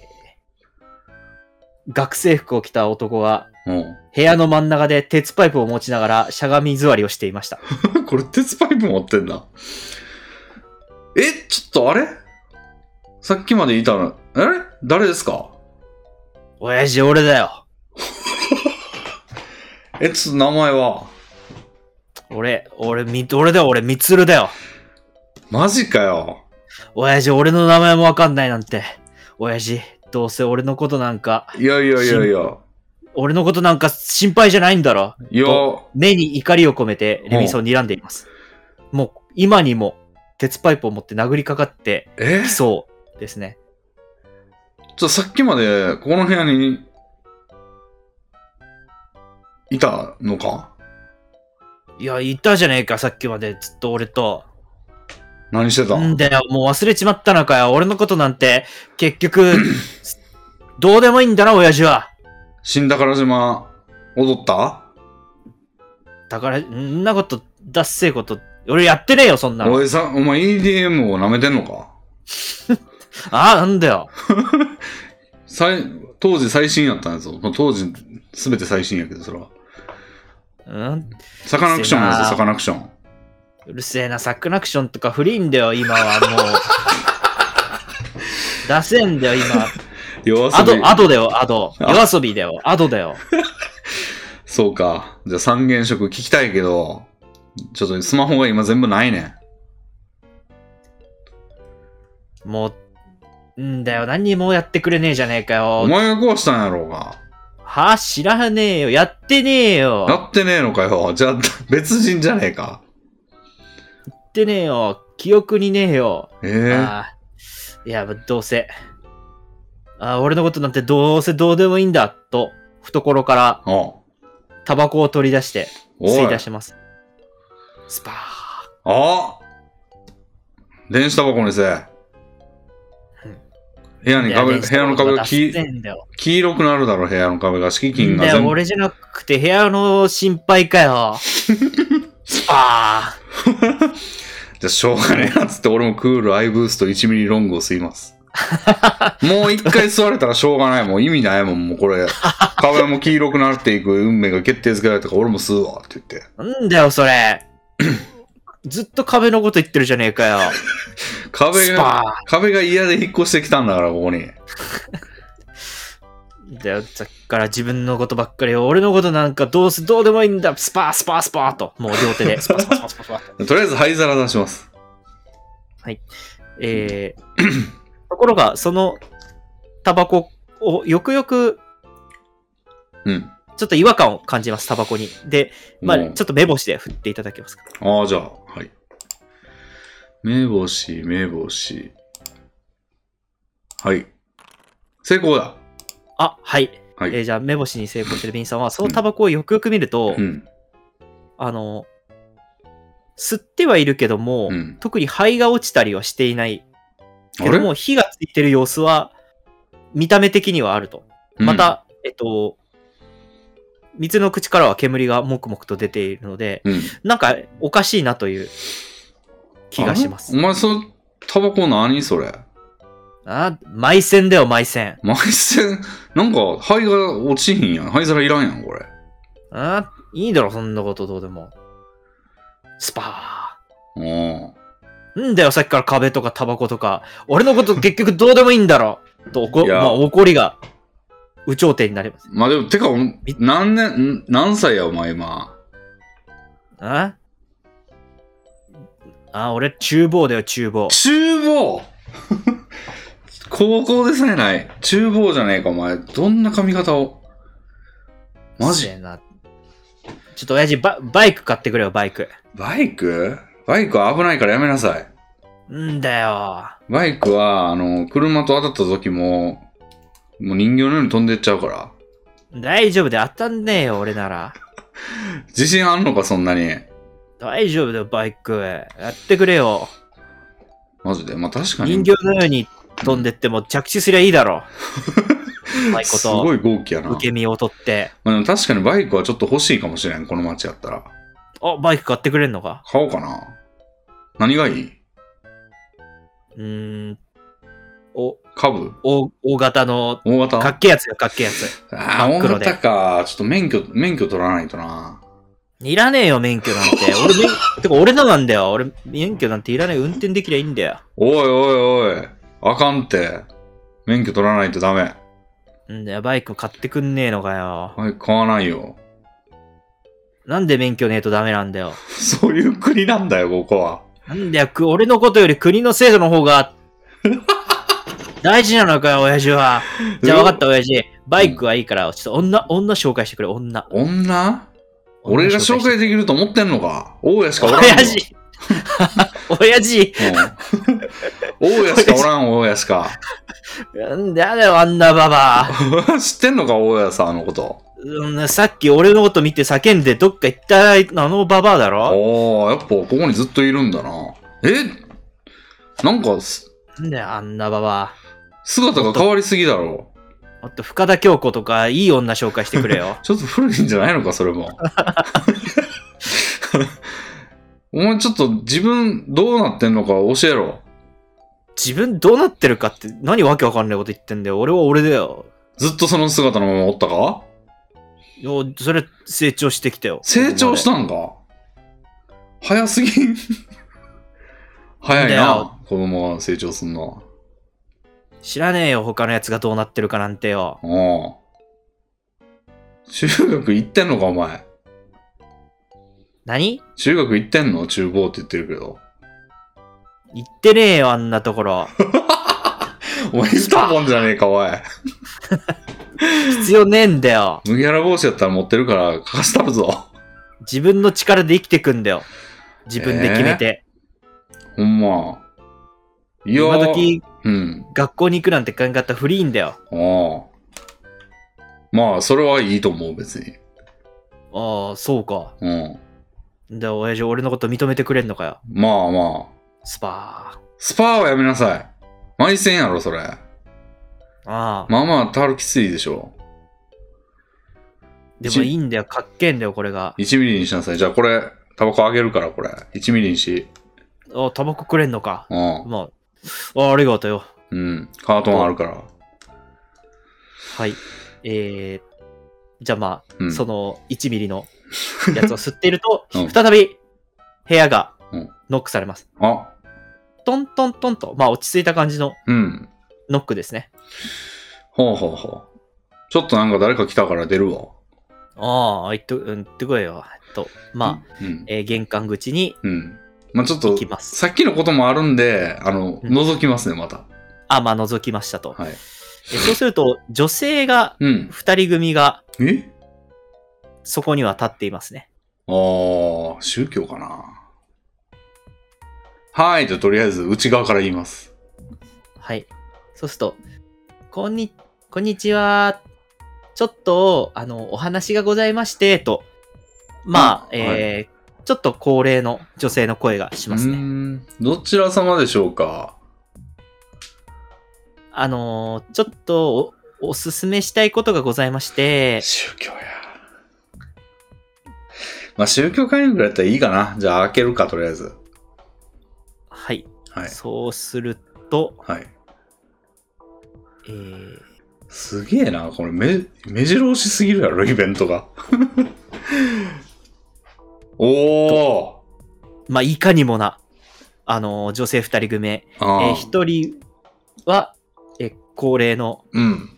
Speaker 2: 学生服を着た男が
Speaker 1: う
Speaker 2: 部屋の真ん中で鉄パイプを持ちながらしゃがみ座りをしていました。
Speaker 1: ん。 これ、鉄パイプ持ってんな。え、ちょっとあれさっきまでいたの。あれ誰ですか
Speaker 2: 親父、俺だよ。
Speaker 1: え、ちょっと名前は
Speaker 2: 俺、俺、み、俺だよ、俺、みつるだよ。
Speaker 1: マジかよ。
Speaker 2: 親父、俺の名前もわかんないなんて。親父、どうせ俺のことなんか、
Speaker 1: いやいやいやいや。
Speaker 2: 俺のことなんか心配じゃないんだろ。
Speaker 1: いや、
Speaker 2: 目に怒りを込めてレミさんを睨んでいます。もう今にも鉄パイプを持って殴りかかって
Speaker 1: え
Speaker 2: きそうですね。
Speaker 1: ちょ、さっきまで、ここの部屋に、いたのか
Speaker 2: いや、言ったじゃねえか、さっきまでずっと俺と。
Speaker 1: 何してた
Speaker 2: なんだよ、もう忘れちまったのかよ。俺のことなんて、結局、 どうでもいいんだな、親父は。
Speaker 1: 死んだから島、踊った
Speaker 2: だから、んなこと、出せえこと、俺やってねえよ、そんなの。
Speaker 1: おいさん、お前 EDM を舐めてんのか
Speaker 2: ああ、なんだよ。
Speaker 1: 最当時最新やったんやぞ。当時、すべて最新やけど、それは。
Speaker 2: うん、
Speaker 1: サカナクションやぞ、
Speaker 2: せ
Speaker 1: サ
Speaker 2: やな
Speaker 1: カナクション。
Speaker 2: うるせえな、サックナクションとか古いんだよ、今は もう。出せんだよ、今。
Speaker 1: 夜遊び
Speaker 2: アド、アドだよ、アド。夜遊びだよ、アドだよ。
Speaker 1: そうか。じゃあ三原色聞きたいけど、ちょっとスマホが今全部ないねん。
Speaker 2: もう、んだよ、何にもやってくれねえじゃねえか
Speaker 1: お
Speaker 2: よ。
Speaker 1: 前が壊したんやろうが。
Speaker 2: はあ、知らねえよ、やってねえよ。
Speaker 1: や
Speaker 2: や
Speaker 1: ってねえのかよ。じゃあ、 別人じゃねえか。
Speaker 2: ってねえよ、記憶にねえよ。
Speaker 1: ええ
Speaker 2: ああいや、どうせ。ああ俺のことなんてどうせどうでもいいんだ、と、懐から
Speaker 1: あお
Speaker 2: タバコを取り出して、
Speaker 1: お
Speaker 2: 吸
Speaker 1: い
Speaker 2: い出。します。スパー。
Speaker 1: あ電子タバコにせ
Speaker 2: うん。
Speaker 1: 部屋に壁、部屋の壁が
Speaker 2: き
Speaker 1: き
Speaker 2: んだよ。
Speaker 1: 黄色くなるだろ、部屋の壁が。敷金
Speaker 2: ん
Speaker 1: が
Speaker 2: だ
Speaker 1: 全
Speaker 2: よ、
Speaker 1: 部。
Speaker 2: 俺じゃなくて部屋の心配 かよ。スパー。
Speaker 1: じゃあ、しょうがねえなっつって、俺もクールアイブースト1ミリロングを吸い ます。もう一回吸われたらしょうがないもん。意味ないもん、もうこ れ。壁も黄色くなっていく運命が決定づけられたから、俺も吸うわって言って。
Speaker 2: なんだよ、それ。ずっと壁のこと言ってるじゃねえかよ。
Speaker 1: 壁
Speaker 2: ス
Speaker 1: が、
Speaker 2: パ
Speaker 1: 壁が嫌で引っ越してきたんだから、ここに。
Speaker 2: ーだよ、さっきから自分のことばっかりよ。俺のことなんかどうせどうでもいいんだ。スパー、スパー、スパーと。もう両手 で。スパースパースパースパースパー
Speaker 1: とりあえず灰皿出します。
Speaker 2: えー、 ところが、そのタバコをよくよく
Speaker 1: うん。
Speaker 2: ちょっと違和感を感じます、タバコに。で、まあ、
Speaker 1: う
Speaker 2: ちょ
Speaker 1: ん
Speaker 2: っと目星で振っていただけますか。
Speaker 1: ああ、じゃあ、はい。目星、目星。はい。成功だ。
Speaker 2: あ、はい。
Speaker 1: はい。
Speaker 2: えーじゃあ、目星に成功してるビンさんは、そのタバコをよくよく見ると、
Speaker 1: うん。
Speaker 2: あの、吸ってはいるけども、
Speaker 1: うん。
Speaker 2: 特に灰が落ちたりはしていない
Speaker 1: あ
Speaker 2: けども、火がついてる様子は、見た目的にはあると。
Speaker 1: うん
Speaker 2: ま、た、えっと、水の口からは煙がもくもくと出ているので、
Speaker 1: うん、
Speaker 2: なんかおかしいなという気がしま
Speaker 1: あ
Speaker 2: す。
Speaker 1: れお前、そのタバコ何それ
Speaker 2: あ埋線だよ、埋線。
Speaker 1: 埋線、なんか灰が落ちひんやん。灰皿いらんやん、これ。
Speaker 2: あいいだろ、そんなことどうでも。スパ
Speaker 1: うん。
Speaker 2: ー。んだよ、さっきから壁とかタバコとか。俺のこと結局どうでもいいんだろ。と怒、
Speaker 1: いや
Speaker 2: まあ、怒りが、有頂天になります。
Speaker 1: まあでも、てか、お何年、ん何歳や、お前今。
Speaker 2: ああ、俺、厨房だよ、厨房。
Speaker 1: 厨房高校でさえない。厨房じゃねえか、お前。どんな髪型を。マジ
Speaker 2: うっせえなちょっと親父バ、バイク買ってくれよ、バイク。
Speaker 1: バイクバイクは危ないからやめなさい。
Speaker 2: んだよ。
Speaker 1: バイクは、あの、車と当たった時も、もう人形のように飛んでっちゃうから。
Speaker 2: 大丈夫で当たんねえよ、俺なら。
Speaker 1: 自信あんのか、そんなに。
Speaker 2: 大丈夫だよ、バイク。やってくれよ。
Speaker 1: マジで。まあ、確かに。
Speaker 2: 人形のように飛んでっても着地すりゃいい だろ。うまいこ
Speaker 1: すご
Speaker 2: と、
Speaker 1: い豪気やな。
Speaker 2: 受け身を取って。
Speaker 1: まあ、でも確かにバイクはちょっと欲しいかもしれん、この街やったら。
Speaker 2: あ、バイク買ってくれんのか
Speaker 1: 買おうかな。何がいいう
Speaker 2: ーん。お、
Speaker 1: 株
Speaker 2: お、大型の、
Speaker 1: 大型
Speaker 2: かっけえやつよ、かっけえやつ。
Speaker 1: ああ、
Speaker 2: 真
Speaker 1: 大
Speaker 2: っ黒で
Speaker 1: 型か。ちょっと免許、免許取らないとな。
Speaker 2: いらねえよ、免許なんて。俺、免てか俺のなんだよ。俺、免許なんていらねえ。運転できりゃいいんだよ。
Speaker 1: おいおいおい。あかんって。免許取らないとダメ。
Speaker 2: んだよ、バイク買ってくんねえのかよ。
Speaker 1: はい、買わないよ。
Speaker 2: なんで免許ねえとダメなんだよ。
Speaker 1: そういう国なんだよ、ここは。
Speaker 2: なんだよ、く俺のことより国の制度の 方が、大事なのかよ、親父は。じゃあ分かった、親父。バイクはいいから、ちょっと女、女紹介してくれ、女。
Speaker 1: 女俺が紹介できると思ってんのか。大家しかおらんよ。
Speaker 2: 親父 親父
Speaker 1: うん大家しかおらん、大家しか。
Speaker 2: なんでやだよ、あんなババア。
Speaker 1: 知ってんのか、大家さんのこと。
Speaker 2: うんさっき俺のこと見て叫んでどっか行ったあのババアだろ
Speaker 1: ああ、やっぱここにずっといるんだな。えなんかす、
Speaker 2: なんだよ、あんなババ
Speaker 1: 姿が変わりすぎだろ。
Speaker 2: ア。もっと深田恭子とか、いい女紹介してくれ
Speaker 1: 。
Speaker 2: よ
Speaker 1: ちょっと古いんじゃないのか、それも。 お前ちょっと自分どうなってんのか教えろ。
Speaker 2: 自分どうなってるかって、何わけわかんないこと言ってんだよ。俺は俺だよ。
Speaker 1: ずっとその姿のままおったか
Speaker 2: いやそれ、成長してきたよ。
Speaker 1: 成長したんか早すぎん 早い
Speaker 2: なんだ
Speaker 1: な、子供が成長すんの
Speaker 2: 知らねえよ、他のやつがどうなってるかなんてよ。
Speaker 1: は。うん。中学行ってんのか、お前。
Speaker 2: 何
Speaker 1: 中学行ってんの厨房って言ってるけど。
Speaker 2: 言ってねえよ、あんなところ。
Speaker 1: お前、スタボンじゃねえか、おい。
Speaker 2: 必要ねえんだよ。
Speaker 1: 麦わら帽子やったら持ってるから、かかしたるぞ。
Speaker 2: 自分の力で生きてくんだよ。自分で決めて。
Speaker 1: ほんま。いや
Speaker 2: 今
Speaker 1: ー。
Speaker 2: 時、
Speaker 1: うん。
Speaker 2: 学校に行くなんて考え方フリーんだよ。
Speaker 1: ああ。まあ、それはいいと思う、別に。
Speaker 2: ああ、そうか。
Speaker 1: うん。
Speaker 2: で、親父、俺のこと認めてくれんのかよ。
Speaker 1: まあまあ。
Speaker 2: スパ
Speaker 1: スパーはやめなさい。マイセンやろ、それ。
Speaker 2: ー。ああ。
Speaker 1: まあまあ、タオルきついでしょ。
Speaker 2: でもいいんだよ。かっけえんだよ、これが。
Speaker 1: 1ミリにしなさい。じゃあ、これ、タバコあげるから、これ。1ミリにし。
Speaker 2: ああ、タバコくれんのか。
Speaker 1: うん。
Speaker 2: まあ、ああありがとうよ。
Speaker 1: うん。カートンあるから。
Speaker 2: はい。えー、じゃあまあ、
Speaker 1: うん。、
Speaker 2: その1ミリのやつを吸っていると
Speaker 1: うん
Speaker 2: 再び部屋が
Speaker 1: うん
Speaker 2: ノックされます。
Speaker 1: あ、
Speaker 2: トントントンと、まあ落ち着いた感じの
Speaker 1: うん。
Speaker 2: ノックですね。
Speaker 1: ほうほうほう。ちょっとなんか誰か来たから出るわ。
Speaker 2: ああ、行って、うん、行ってこいよ。と、まあ、
Speaker 1: あ。うん。
Speaker 2: えー玄関口に、
Speaker 1: うん。まあちょっと
Speaker 2: 行き、ます
Speaker 1: さっきのこともあるんで、あの、
Speaker 2: うん
Speaker 1: 覗きますね、また。
Speaker 2: あ、まあ覗きましたと。
Speaker 1: はい。
Speaker 2: えそうすると、女性が、
Speaker 1: うん。
Speaker 2: 二人組が
Speaker 1: え
Speaker 2: そこには立っていますね。
Speaker 1: ああ、宗教かな。はーいと、とりあえず内側から言います。
Speaker 2: はい。そうすると、こんに、こんにちは。ちょっと、あの、お話がございまして、と。まあ、
Speaker 1: うん
Speaker 2: えーちょっと高齢の女性の声がします
Speaker 1: うー
Speaker 2: ね。
Speaker 1: ん。どちら様でしょうか。
Speaker 2: あのーちょっとお、おすすめしたいことがございまして、
Speaker 1: 宗教や。まあ宗教関連ぐらいだったらいいかな。じゃあ開けるか、とりあえず。
Speaker 2: はい。
Speaker 1: はい。
Speaker 2: そうすると、
Speaker 1: はい。
Speaker 2: えー
Speaker 1: すげえな、これ目、目白押しすぎるやろ、イベント が。おー
Speaker 2: まあ、いかにもな、あのー女性二人組目。
Speaker 1: あ
Speaker 2: えー
Speaker 1: ー
Speaker 2: 一人は、えー高齢の、
Speaker 1: うん。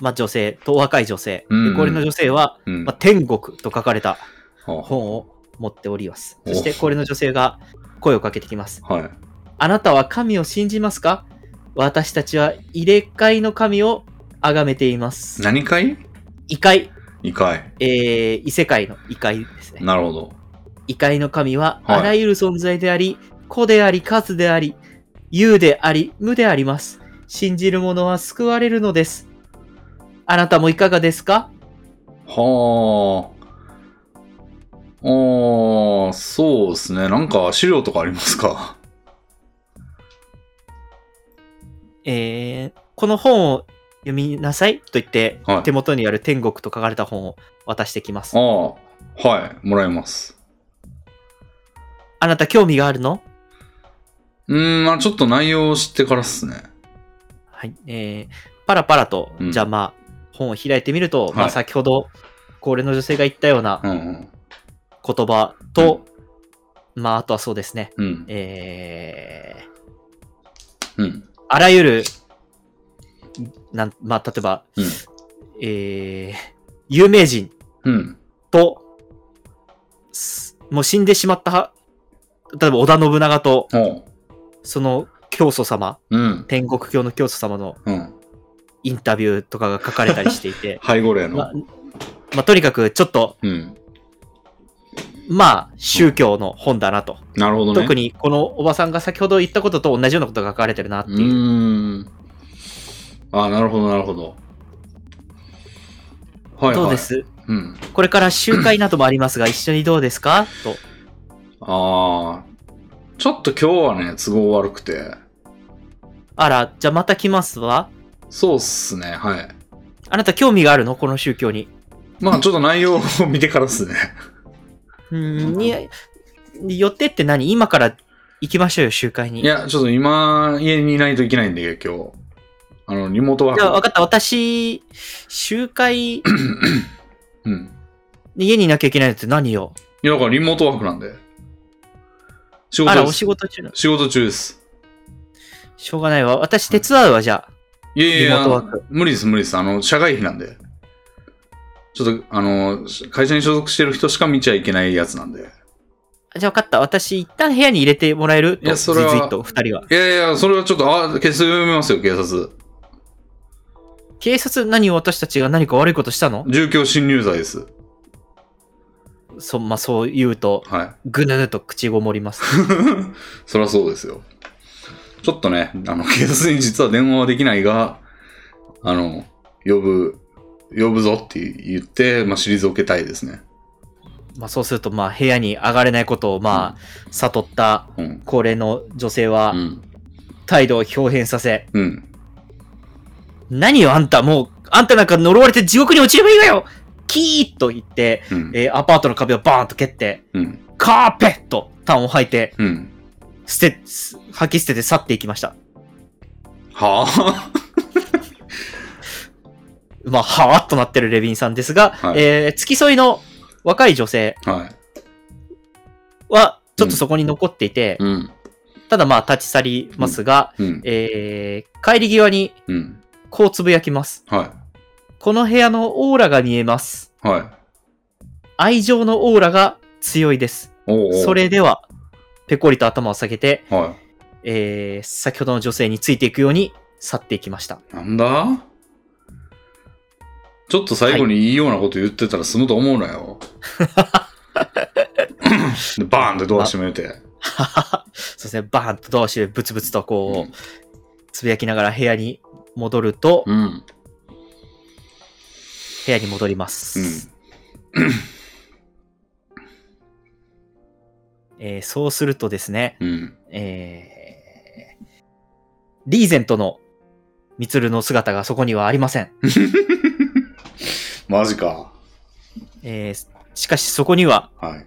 Speaker 2: まあ、女性と若い女性。で
Speaker 1: うんうん
Speaker 2: 高齢の女性は、
Speaker 1: うん
Speaker 2: まあ、天国と書かれた
Speaker 1: は
Speaker 2: 本を持っております。
Speaker 1: お
Speaker 2: そして、これの女性が声をかけてきます。
Speaker 1: あはい。
Speaker 2: あなたは神を信じますか私たちは入れ替えの神を崇めています。
Speaker 1: 何回
Speaker 2: 異界、
Speaker 1: 異界。
Speaker 2: えー異世界の異界ですね。
Speaker 1: なるほど。
Speaker 2: 怒りの神は
Speaker 1: はい
Speaker 2: あらゆる存在であり、子であり、数であり、有であり、無であります。信じる者は救われるのです。あなたもいかがですか
Speaker 1: はあ。ああ、そうですね。なんか資料とかありますか
Speaker 2: えーこの本を読みなさいと言って、
Speaker 1: はい
Speaker 2: 手元にある天国と書かれた本を渡してきます
Speaker 1: あ。あ、はい、もらいます。
Speaker 2: あなた興味があるの
Speaker 1: うーん、まあちょっと内容を知ってからっすね。
Speaker 2: はい。えーパラパラと、
Speaker 1: うん
Speaker 2: じゃあまあ、本を開いてみると、ま
Speaker 1: は
Speaker 2: あ
Speaker 1: い
Speaker 2: 先ほど、高齢の女性が言ったような
Speaker 1: うんうん。
Speaker 2: 言葉と、まああとはそうですね、
Speaker 1: うん。
Speaker 2: えー
Speaker 1: うん。
Speaker 2: あらゆる、なん、まあ例えば、
Speaker 1: うん
Speaker 2: えー有名人
Speaker 1: うん。
Speaker 2: と、すもう死んでしまったは、例えば織田信長と、
Speaker 1: おう。
Speaker 2: その教祖様、
Speaker 1: うん。
Speaker 2: 天国教の教祖様の
Speaker 1: うん。、
Speaker 2: インタビューとかが書かれたりしていて
Speaker 1: 背後霊の。
Speaker 2: まあ、まあ、とにかくちょっと、
Speaker 1: うん。
Speaker 2: まあ、宗教の本だなと。
Speaker 1: なるほどね。
Speaker 2: 特にこのおばさんが先ほど言ったことと同じようなことが書かれてるなって
Speaker 1: う
Speaker 2: いう。
Speaker 1: ーん。ああ、なるほど、なるほど。はい、はい。
Speaker 2: どうです
Speaker 1: うん。
Speaker 2: これから集会などもありますが、一緒にどうですかと。
Speaker 1: ああ、ちょっと今日はね、都合悪くて。
Speaker 2: あら、じゃあまた来ますわ。
Speaker 1: そうっすね、はい。
Speaker 2: あなた興味があるのこの宗教に。
Speaker 1: まあちょっと内容を見てからっすね。
Speaker 2: うーん、に、予定って何今から行きましょうよ、集会に。
Speaker 1: いや、ちょっと今、家にいないといけないんで、今日。あの、リモートワ
Speaker 2: じゃあ
Speaker 1: ー
Speaker 2: 分
Speaker 1: ク。
Speaker 2: かった。私、集会、
Speaker 1: うん。
Speaker 2: 家にいなきゃいけないのって何よ
Speaker 1: いや、だからリモートワークなんで。仕
Speaker 2: あ
Speaker 1: 事で
Speaker 2: ら、お
Speaker 1: す。
Speaker 2: 仕事中なの
Speaker 1: 仕事中です。
Speaker 2: しょうがないわ。私手伝うわ、じゃあ。
Speaker 1: いやいやいや
Speaker 2: リモートワーク
Speaker 1: あの無理です、無理です。あの、社外費なんで。ちょっと、あの、会社に所属してる人しか見ちゃいけないやつなんで。
Speaker 2: じゃあ分かった。私、一旦部屋に入れてもらえると
Speaker 1: いやそれは
Speaker 2: ずいずいと、二人は。
Speaker 1: いやいや、それはちょっと、あ、決して読みますよ、警察。
Speaker 2: 警察、何を私たちが何か悪いことしたの
Speaker 1: 住居侵入罪です。
Speaker 2: そ、まあ、そう言うと、
Speaker 1: はい。
Speaker 2: ぐぬぬと口ごもります。
Speaker 1: そりゃそうですよ。ちょっとね、あの、警察に実は電話はできないが、あの、呼ぶ、呼ぶぞって言って、まあ、退けたいですね。
Speaker 2: まあ、そうすると、まあ、部屋に上がれないことを、まあ、悟った
Speaker 1: うん。
Speaker 2: 高齢の女性
Speaker 1: う
Speaker 2: は、
Speaker 1: ん。
Speaker 2: 態度を表変させ、
Speaker 1: うん。
Speaker 2: 何よ、あんた、もう、あんたなんか呪われて地獄に落ちればいいわよキーッと言って、
Speaker 1: うん。
Speaker 2: えーアパートの壁をバーンと蹴って、
Speaker 1: うん。
Speaker 2: カーペットタンを吐いて、
Speaker 1: うん。
Speaker 2: 捨て、す吐き捨てて去っていきました。
Speaker 1: はあ
Speaker 2: まあ、はわっとなってるレビンさんですが、
Speaker 1: はい
Speaker 2: えー付き添いの若い女性
Speaker 1: はい。
Speaker 2: は、ちょっとそこに残っていて、
Speaker 1: うん。
Speaker 2: ただまあ、立ち去りますが、
Speaker 1: うん。
Speaker 2: えー帰り際に、
Speaker 1: うん。
Speaker 2: こうつぶやきます。
Speaker 1: は
Speaker 2: この部屋のオーラが見えます。
Speaker 1: い。はい。
Speaker 2: 愛情のオーラが強いです。
Speaker 1: おうおう
Speaker 2: そ。れでは、ぺこりと頭を下げて、
Speaker 1: は
Speaker 2: えー先ほどの女性についていくように去っていきました。
Speaker 1: い。なんだちょっと最後にいいようなこと言ってたら済むと思うな よ。でバーンってドア閉めて。
Speaker 2: そうですね、バーンとドアを閉め、ブツブツとこ
Speaker 1: う
Speaker 2: う、つぶやきながら部屋に戻ると、
Speaker 1: うん。
Speaker 2: 部屋に戻ります。えーそうするとですね、
Speaker 1: うん。うん。
Speaker 2: えーリーゼントのミツルの姿がそこにはありません。
Speaker 1: マジか。
Speaker 2: えーしかしそこには
Speaker 1: はい。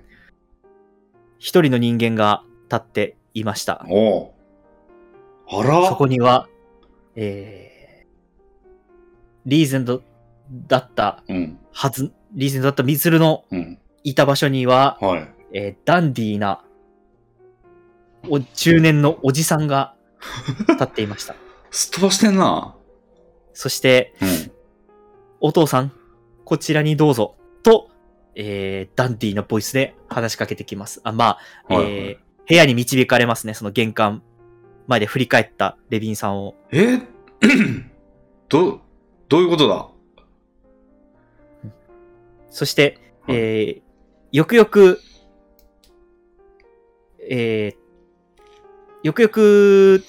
Speaker 2: 一人の人間が立っていました。
Speaker 1: おうあら
Speaker 2: そこには、えーリーゼントだった
Speaker 1: うん。
Speaker 2: はず、リーゼントだったミツルの
Speaker 1: うん。
Speaker 2: いた場所には、
Speaker 1: はい。
Speaker 2: えーダンディーな、お中年のおじさんが立ってい ました。
Speaker 1: すっ飛ばしてんな。
Speaker 2: そして、
Speaker 1: うん。
Speaker 2: お父さん、こちらにどうぞ。と、えー、ダンディーなボイスで話しかけてきます。あ、まあ、
Speaker 1: はい
Speaker 2: えー部屋に導かれますね。その玄関前で振り返ったレビンさんを。
Speaker 1: え ど、どういうことだ
Speaker 2: そして、
Speaker 1: はい
Speaker 2: えーよくよくえーよくよく
Speaker 1: うん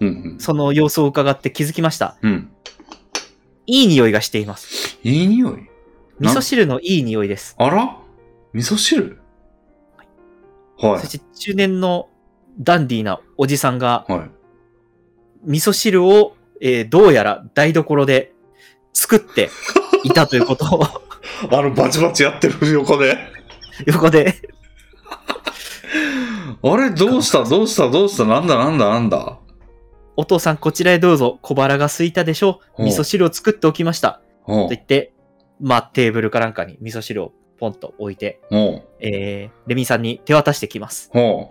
Speaker 1: うん。
Speaker 2: その様子を伺って気づきました。
Speaker 1: うん。
Speaker 2: いい匂いがしています。
Speaker 1: いい匂い。
Speaker 2: 味噌汁のいい匂いです。
Speaker 1: あら味噌汁は
Speaker 2: そして中年のダンディーなおじさんが
Speaker 1: い。はい。
Speaker 2: 味噌汁を、えーどうやら台所で 作っていたということを
Speaker 1: あの、バチバチやってる横で。
Speaker 2: 横で、
Speaker 1: あれどうしたどうしたどうしたなんだなんだなんだ
Speaker 2: お父さんこちらへどうぞ、小腹が空いたでしょ
Speaker 1: う
Speaker 2: う。
Speaker 1: ん
Speaker 2: 味噌汁を作っておきました。
Speaker 1: お
Speaker 2: と
Speaker 1: う
Speaker 2: 言って、まあテーブルかなんかに味噌汁をポンと置いて、
Speaker 1: おう
Speaker 2: えー、レミさんに手渡してきます。
Speaker 1: おう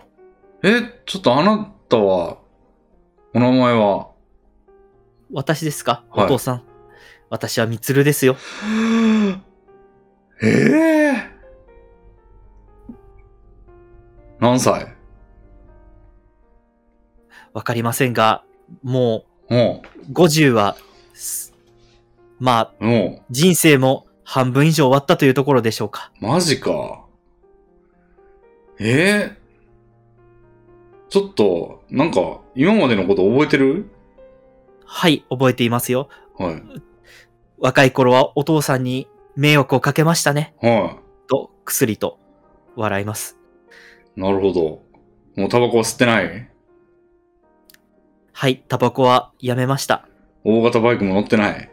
Speaker 1: え、ちょっとあなたは、お名前は
Speaker 2: 私ですか、
Speaker 1: はい
Speaker 2: お父さん。私はみつるですよ。
Speaker 1: ええ何歳
Speaker 2: わかりませんが、も
Speaker 1: おう
Speaker 2: う50は、すまあ
Speaker 1: おう
Speaker 2: 人生も半分以上終わったというところでしょうか。
Speaker 1: マジか。ええちょっと、なんか、今までのこと覚えてる
Speaker 2: はい、覚えていますよ。
Speaker 1: はい。
Speaker 2: 若い頃はお父さんに迷惑をかけましたね。
Speaker 1: は
Speaker 2: と、くすりと笑います。
Speaker 1: い。なるほど。もうタバコは吸ってない
Speaker 2: はい、タバコはやめました。
Speaker 1: 大型バイクも乗ってない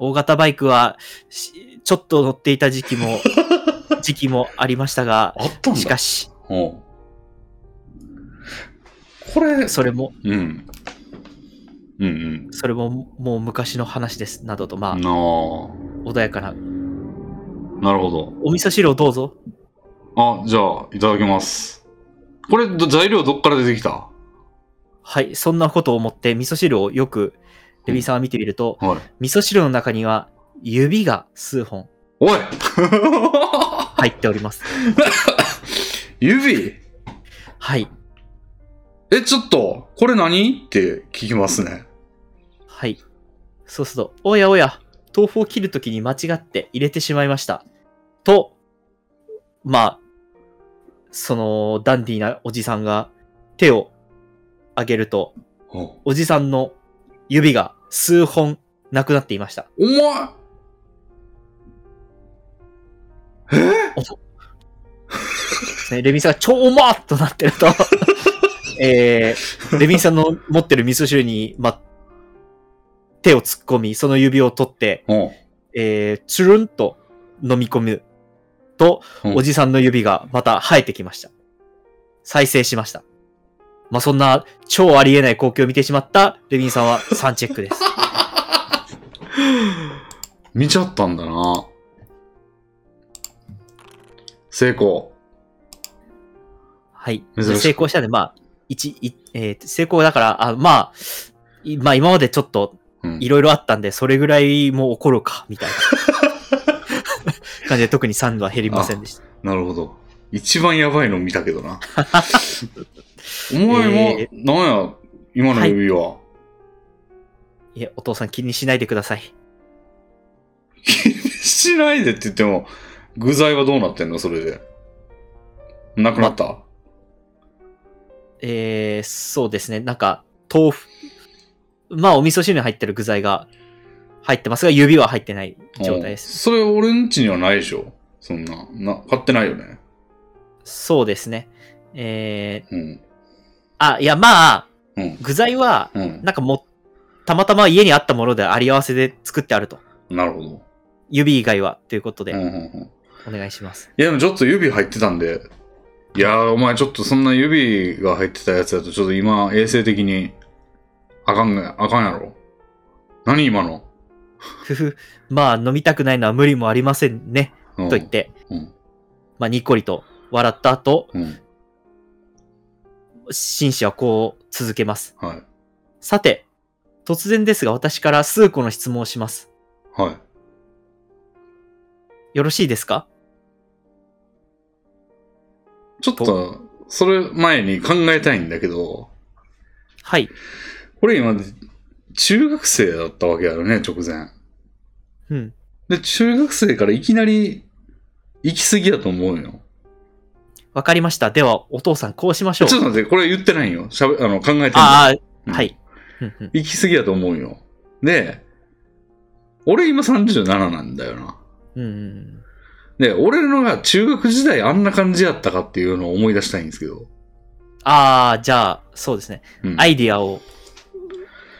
Speaker 2: 大型バイクはし、ちょっと乗っていた時 期も、時期もありましたが、
Speaker 1: あったんだ。
Speaker 2: しかし、
Speaker 1: おうこれ、
Speaker 2: それも、
Speaker 1: うん。うんうん。
Speaker 2: それももう昔の話です、などと、まあ、
Speaker 1: なあ。
Speaker 2: 穏やかな。
Speaker 1: なるほど。
Speaker 2: お味噌汁をどうぞ。
Speaker 1: あ、じゃあ、いただきます。これ、ど材料どっから出てきた
Speaker 2: はい、そんなことを思って、味噌汁をよく、レビィさんは見てみると、
Speaker 1: はい。
Speaker 2: 味噌汁の中には指が数本
Speaker 1: おい
Speaker 2: 入っております。
Speaker 1: 指
Speaker 2: はい。
Speaker 1: え、ちょっと、これ何って聞きますね。
Speaker 2: はい。そうすると、おやおや、豆腐を切るときに間違って入れてしまいました。と、まあ、その、ダンディーなおじさんが手を上げると、
Speaker 1: お
Speaker 2: おじさんの指が数本なくなっていました。
Speaker 1: お前え
Speaker 2: ですねレミさんが超うまっとなってる と、えー、レミさんの持ってる味噌汁に、ま、手を突っ込み、その指を取って、
Speaker 1: お
Speaker 2: えー、チュルンと飲み込むと、
Speaker 1: うん
Speaker 2: おじさんの指がまた生えてきました。再生しました。まあ、そんな超ありえない光景を見てしまったレビンさんは3チェッ クです。
Speaker 1: 見ちゃったんだな。成功。
Speaker 2: はい。
Speaker 1: 珍しい
Speaker 2: 成功したんで、まあ、一、いえー成功だから、あまあ、いまあ今までちょっと
Speaker 1: うん
Speaker 2: いろいろあったんで、それぐらいもう起こるか、みたいな感じで特に3は減りませんでした。
Speaker 1: なるほど。一番やばいの見たけど な。お前も、
Speaker 2: え
Speaker 1: なんや、今の指は。
Speaker 2: いえ、お父さん気にしないでください。
Speaker 1: しないでって言っても、具材はどうなってんのそれで。なくなった、
Speaker 2: えー、そうですね。なんか、豆腐。まあ、お味噌汁に入ってる具材が入ってますが、指は入ってない状態です。
Speaker 1: うんそれ俺んちにはないでしょそんな。な、買ってないよね。
Speaker 2: そうですね。えー、
Speaker 1: うん。
Speaker 2: あ、いや、まあ、
Speaker 1: うん。
Speaker 2: 具材は、
Speaker 1: うん。
Speaker 2: なんかもう、たまたま家にあったものであり合わせで作ってあると。
Speaker 1: なるほど。
Speaker 2: 指以外は、ということ
Speaker 1: うんうん
Speaker 2: で、
Speaker 1: うん。
Speaker 2: お願いします。
Speaker 1: いや、でもちょっと指入ってたんで。いやー、お前ちょっとそんな指が入ってたやつだと、ちょっと今、衛生的に、あかんが、あかんやろ。何今の。
Speaker 2: ふふ、まあ、飲みたくないのは無理もありませんね。
Speaker 1: うん、
Speaker 2: と言って、
Speaker 1: うん。
Speaker 2: まあ、にっこりと笑った後、
Speaker 1: うん。
Speaker 2: 紳士はこう続けます。
Speaker 1: はい。
Speaker 2: さて、突然ですが私から数個の質問をします。
Speaker 1: はい。
Speaker 2: よろしいですか
Speaker 1: ちょっと、それ前に考えたいんだけど、
Speaker 2: はい。
Speaker 1: 俺今、中学生だったわけやよね、直前。
Speaker 2: うん。
Speaker 1: で、中学生からいきなり、行き過ぎやと思うよ。
Speaker 2: わかりました。では、お父さん、こうしましょう
Speaker 1: ちょ。っと待って、これ言ってないよ。しゃべ、あの、考えてる
Speaker 2: あ
Speaker 1: う
Speaker 2: あ、
Speaker 1: ん
Speaker 2: はい。うんうん
Speaker 1: 行き過ぎやと思うよ。で、俺今37なんだよな。
Speaker 2: うんうん。
Speaker 1: で、俺のが中学時代あんな感じやったかっていうのを思い出したいんですけど。
Speaker 2: ああ、じゃあ、そうですね。
Speaker 1: うん
Speaker 2: アイディアを、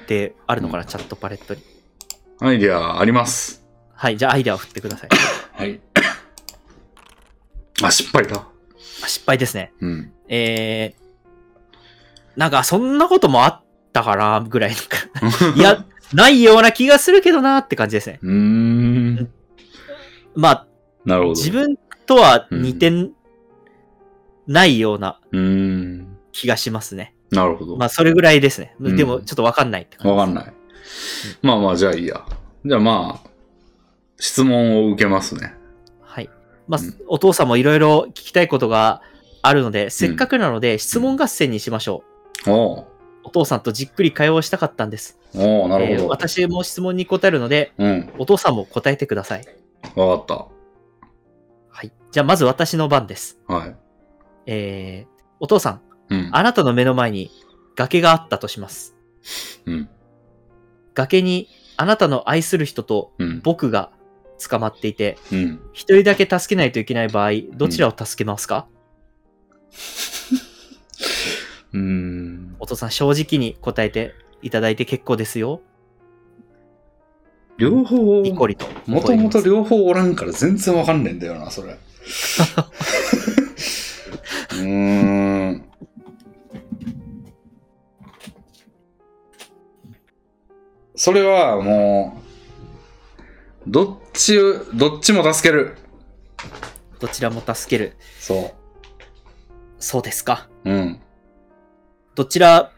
Speaker 2: で、あるのかな、チャットパレットに。
Speaker 1: アイディアあります。
Speaker 2: はい、じゃあ、アイディアを振ってください。
Speaker 1: はい。あ、失敗だ。
Speaker 2: あ失敗ですね。
Speaker 1: うん。
Speaker 2: えー、なんか、そんなこともあったかな、ぐらいなんか いや、ないような気がするけどな、って感じですね。
Speaker 1: うーん。
Speaker 2: まあ、
Speaker 1: なるほど。
Speaker 2: 自分とは似てないような
Speaker 1: うーん。
Speaker 2: 気がしますね。
Speaker 1: なるほど。
Speaker 2: まあ、それぐらいですね。
Speaker 1: うん
Speaker 2: でも、ちょっとわかんないって感じ。
Speaker 1: わかんない。まあまあ、じゃあいいや。じゃあまあ、質問を受けますね。
Speaker 2: はい。まあ
Speaker 1: うん、
Speaker 2: お父さんもいろいろ聞きたいことがあるので、せっかくなので、質問合戦にしましょう。
Speaker 1: おう
Speaker 2: お父さんとじっくり会話をしたかったんです。
Speaker 1: おうなる
Speaker 2: えー
Speaker 1: ほど。
Speaker 2: 私も質問に答えるので、
Speaker 1: うん。
Speaker 2: お父さんも答えてください。
Speaker 1: わかっ
Speaker 2: はい。じゃあ、まず私の番です。
Speaker 1: た。はい。
Speaker 2: えー、お父さん、
Speaker 1: うん。
Speaker 2: あなたの目の前に崖があったとします。
Speaker 1: うん。
Speaker 2: 崖に、あなたの愛する人と
Speaker 1: うん。
Speaker 2: 僕が捕まっていて、
Speaker 1: うん。
Speaker 2: 一人だけ助けないといけない場合、どちらを助けますか、
Speaker 1: うーん。
Speaker 2: お父さん、正直に答えていただいて結構ですよ。
Speaker 1: 両方、
Speaker 2: ニコリと。
Speaker 1: もともと両方おらんから全然わかんねえんだよな、それ。う ーん。それはもう、どっち、どっちも助ける。
Speaker 2: どちらも助ける。
Speaker 1: そ
Speaker 2: そうですか。
Speaker 1: う。うん。
Speaker 2: どちら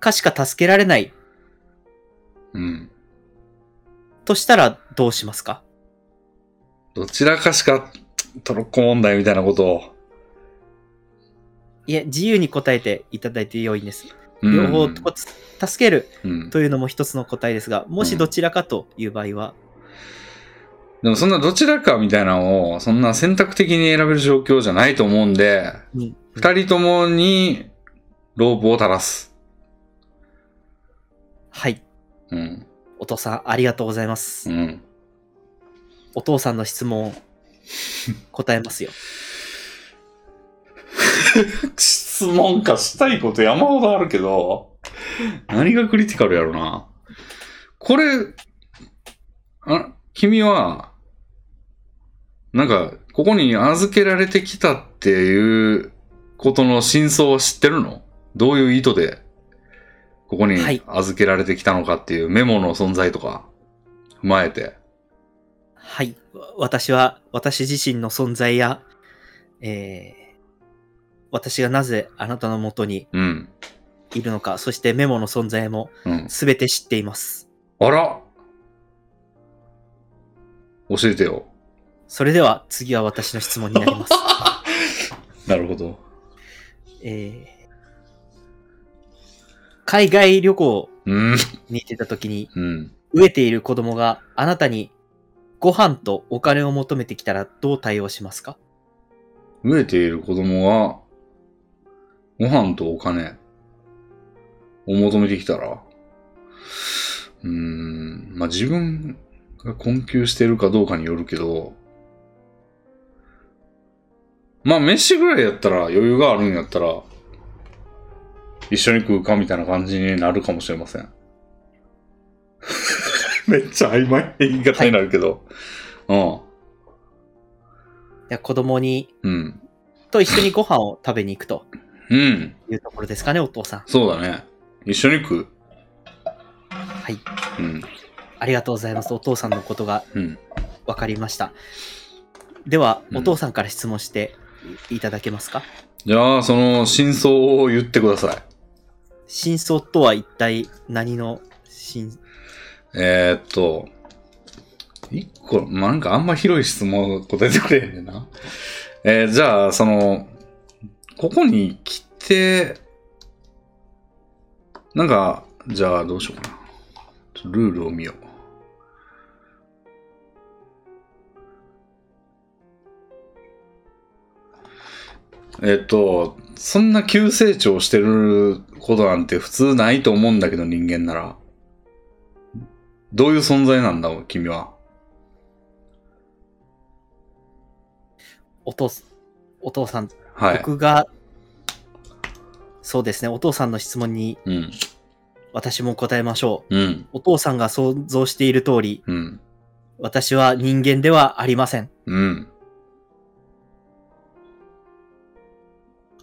Speaker 2: かしか助けられない
Speaker 1: うん。
Speaker 2: としたらどうしますか
Speaker 1: どちらかしかトロッコ問題みたいなことを。
Speaker 2: いえ、自由に答えていただいてよいんです。
Speaker 1: うん
Speaker 2: 両方とつ助ける
Speaker 1: うん
Speaker 2: というのも一つの答えですが、も
Speaker 1: う
Speaker 2: し
Speaker 1: ん
Speaker 2: どちらかという場合は、
Speaker 1: でもそんなどちらかみたいなのを、そんな選択的に選べる状況じゃないと思うんで、
Speaker 2: うん
Speaker 1: 二人ともにロープを垂らす。
Speaker 2: はい。
Speaker 1: うん。
Speaker 2: お父さん、ありがとうございます。
Speaker 1: うん。
Speaker 2: お父さんの質問、答えますよ。
Speaker 1: 質問かしたいこと山ほどあるけど、何がクリティカルやろな。これ、あ、君は、なんか、ここに預けられてきたっていうことの真相は知ってるのどういう意図で、ここに
Speaker 2: はい
Speaker 1: 預けられてきたのかっていうメモの存在とか、踏まえて。
Speaker 2: はい。わ私は、私自身の存在や、えー私がなぜあなたのもとに
Speaker 1: うん。
Speaker 2: いるのか、そしてメモの存在も
Speaker 1: うん。
Speaker 2: すべて知っています。
Speaker 1: あら教えてよ。
Speaker 2: それでは、次は私の質問になります。
Speaker 1: なるほど。
Speaker 2: えー海外旅行
Speaker 1: うん。
Speaker 2: に行ってた時に、
Speaker 1: うん。
Speaker 2: 飢えている子供があなたにご飯とお金を求めてきたらどう対応しますか
Speaker 1: 飢えている子供が、ご飯とお金を求めてきたら、うーん、まあ、自分が困窮してるかどうかによるけど、まあ、飯ぐらいやったら、余裕があるんやったら、一緒に食うかみたいな感じになるかもしれません。 めっちゃ曖昧な言い方になるけど。
Speaker 2: いや子供に、
Speaker 1: うん。うん。
Speaker 2: と一緒にご飯を食べに行くと
Speaker 1: うん。
Speaker 2: いうところですかね、お父さん。
Speaker 1: そうだね。一緒に食う。
Speaker 2: はい。
Speaker 1: うん。
Speaker 2: ありがとうございます。お父さんのことが
Speaker 1: うん。
Speaker 2: 分かりました。では、
Speaker 1: うん
Speaker 2: お父さんから質問していただけますか、
Speaker 1: じゃあ、その真相を言ってください。
Speaker 2: 真相とは一体何の真
Speaker 1: えー、っと、一個、まあ、なんかあんま広い質問答えてくれへんねんな。えーじゃあ、その、ここに来て、なんか、じゃあどうしようかな。ちょっとルールを見よう。えっと、そんな急成長してることなんて普通ないと思うんだけど、人間なら。どういう存在なんだ、君は。
Speaker 2: お父さん、お父さん、
Speaker 1: はい。
Speaker 2: 僕が、そうですね、お父さんの質問に
Speaker 1: うん。
Speaker 2: 私も答えましょう。
Speaker 1: うん。
Speaker 2: お父さんが想像している通り、
Speaker 1: うん。
Speaker 2: 私は人間ではありません。
Speaker 1: うん。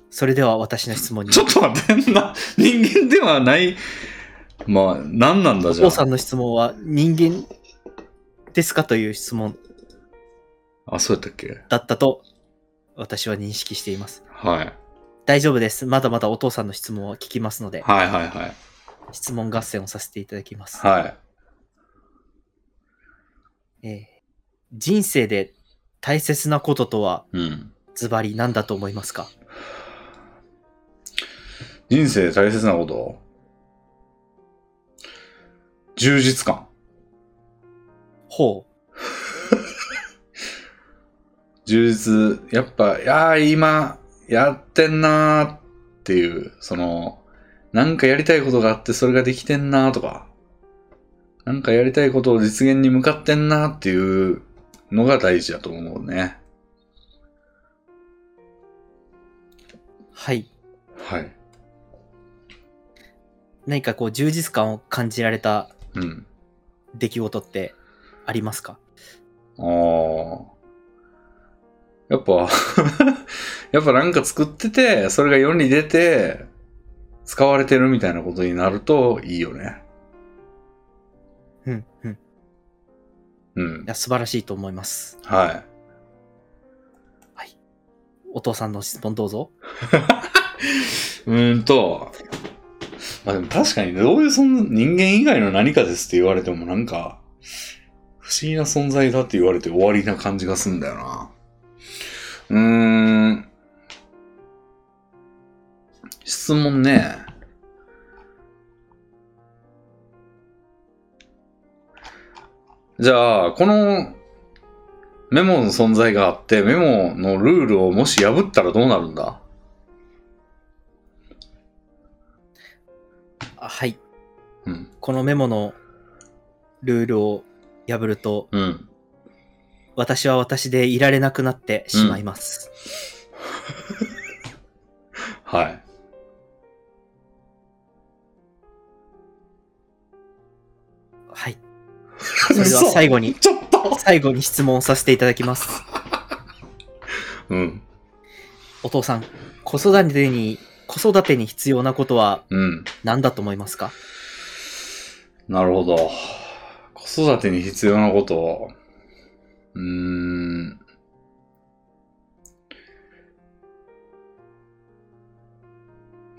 Speaker 2: それでは私の質問に
Speaker 1: ち。ょっと待って、な、 人間ではない。まあ、何なんだ
Speaker 2: お
Speaker 1: じゃ
Speaker 2: 父
Speaker 1: あ
Speaker 2: さ。んの質問は人間ですかという質問
Speaker 1: あ、そうやったっけ
Speaker 2: だったと私は認識しています。
Speaker 1: はい。
Speaker 2: 大丈夫です。まだまだお父さんの質問は聞きますので、
Speaker 1: はいはいはい。
Speaker 2: 質問合戦をさせていただきます。
Speaker 1: はい。
Speaker 2: えー人生で大切なこととは
Speaker 1: うん。
Speaker 2: ズバリ何だと思いますか
Speaker 1: 人生で大切なこと。充実感。
Speaker 2: ほう。
Speaker 1: 充実、やっぱ、いやー今、やってんなーっていう、その、なんかやりたいことがあって、それができてんなーとか、なんかやりたいことを実現に向かってんなーっていうのが大事だと思うね。
Speaker 2: はい。
Speaker 1: はい。
Speaker 2: 何かこう充実感を感じられた
Speaker 1: うん。
Speaker 2: 出来事ってありますか
Speaker 1: あーやっぱ、 やっぱなんか作ってて、それが世に出て、使われてるみたいなことになるといいよね。
Speaker 2: うん、うん。い
Speaker 1: うん。
Speaker 2: や、素晴らしいと思います。
Speaker 1: はい。
Speaker 2: お父さんの質問どうぞ。
Speaker 1: うーんと、まあでも確かにどういう存人間以外の何かですって言われてもなんか、不思議な存在だって言われて終わりな感じがすんだよな。うーん。質問ね。じゃあ、このメモの存在があって、メモのルールをもし破ったらどうなるんだ
Speaker 2: あはい。
Speaker 1: うん。
Speaker 2: このメモのルールを破ると、
Speaker 1: うん。
Speaker 2: 私は私でいられなくなってしまいます。
Speaker 1: はい。
Speaker 2: はい。それでは最後に、
Speaker 1: ちょっと
Speaker 2: 最後に質問させていただきます。
Speaker 1: うん。
Speaker 2: お父さん、子育てに、子育てに必要なことは
Speaker 1: うん。
Speaker 2: 何だと思いますか
Speaker 1: なるほど。子育てに必要なこと。うーん。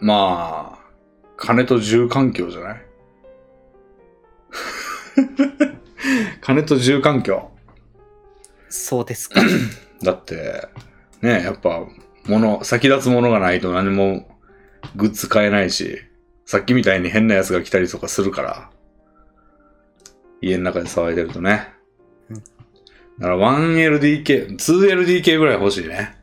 Speaker 1: まあ、金と住環境じゃない 金と住環境。
Speaker 2: そうですか。
Speaker 1: だって、ね、やっぱ、物、先立つものがないと何もグッズ買えないし、さっきみたいに変なやつが来たりとかするから、家の中で騒いでるとね
Speaker 2: うん。
Speaker 1: だから 1LDK、2LDK ぐらい欲しいね。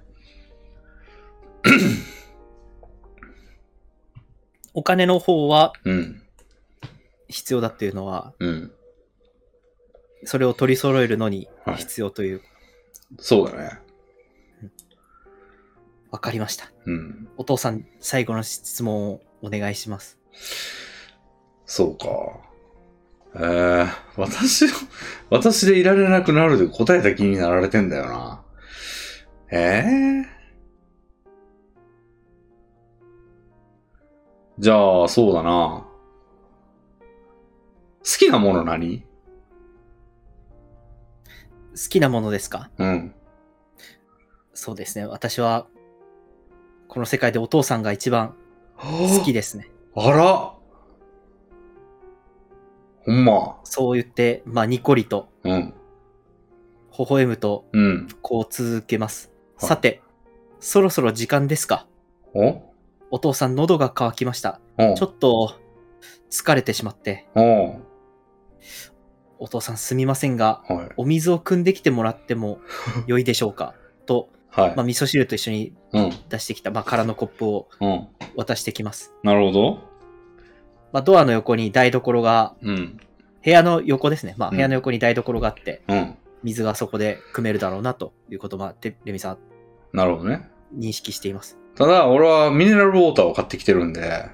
Speaker 2: お金の方は
Speaker 1: うん、
Speaker 2: 必要だっていうのは、
Speaker 1: うん。
Speaker 2: それを取り揃えるのに
Speaker 1: はい
Speaker 2: 必要という、わ、
Speaker 1: そうだね。
Speaker 2: かりました。
Speaker 1: うん。
Speaker 2: お父さん、最後の質問をお願いします。
Speaker 1: そうか。えー、私を、私でいられなくなるで答えた気になられてんだよな。えー、じゃあ、そうだな。好きなもの何
Speaker 2: 好きなものですか
Speaker 1: うん。
Speaker 2: そうですね。私は、この世界でお父さんが一番好
Speaker 1: 好
Speaker 2: きですね。
Speaker 1: あらほんま。
Speaker 2: そう言って、まあ、ニコリと、
Speaker 1: うん。
Speaker 2: 微笑むと、
Speaker 1: うん。
Speaker 2: こう続けます。
Speaker 1: はい
Speaker 2: さて、そろそろ時間ですか
Speaker 1: お
Speaker 2: お父さん喉が渇きました。
Speaker 1: お
Speaker 2: ちょっと、疲れてしまって。
Speaker 1: お
Speaker 2: お父さんすみませんが、
Speaker 1: はい。
Speaker 2: お水を汲んできてもらっても良いでしょうかと、
Speaker 1: はい
Speaker 2: まあ、。味噌汁と一緒に
Speaker 1: うん。
Speaker 2: 出してきた、まあ、空のコップを
Speaker 1: うん。
Speaker 2: 渡してきます。
Speaker 1: なるほど。
Speaker 2: まあ、ドアの横に台所が、
Speaker 1: うん。
Speaker 2: 部屋の横ですね。まあ、
Speaker 1: うん
Speaker 2: 部屋の横に台所があって、
Speaker 1: うん。
Speaker 2: 水がそこで汲めるだろうなということもあって、レミさんは
Speaker 1: なるほどね。
Speaker 2: 認識しています。
Speaker 1: ただ、俺はミネラルウォーターを買ってきてるんで、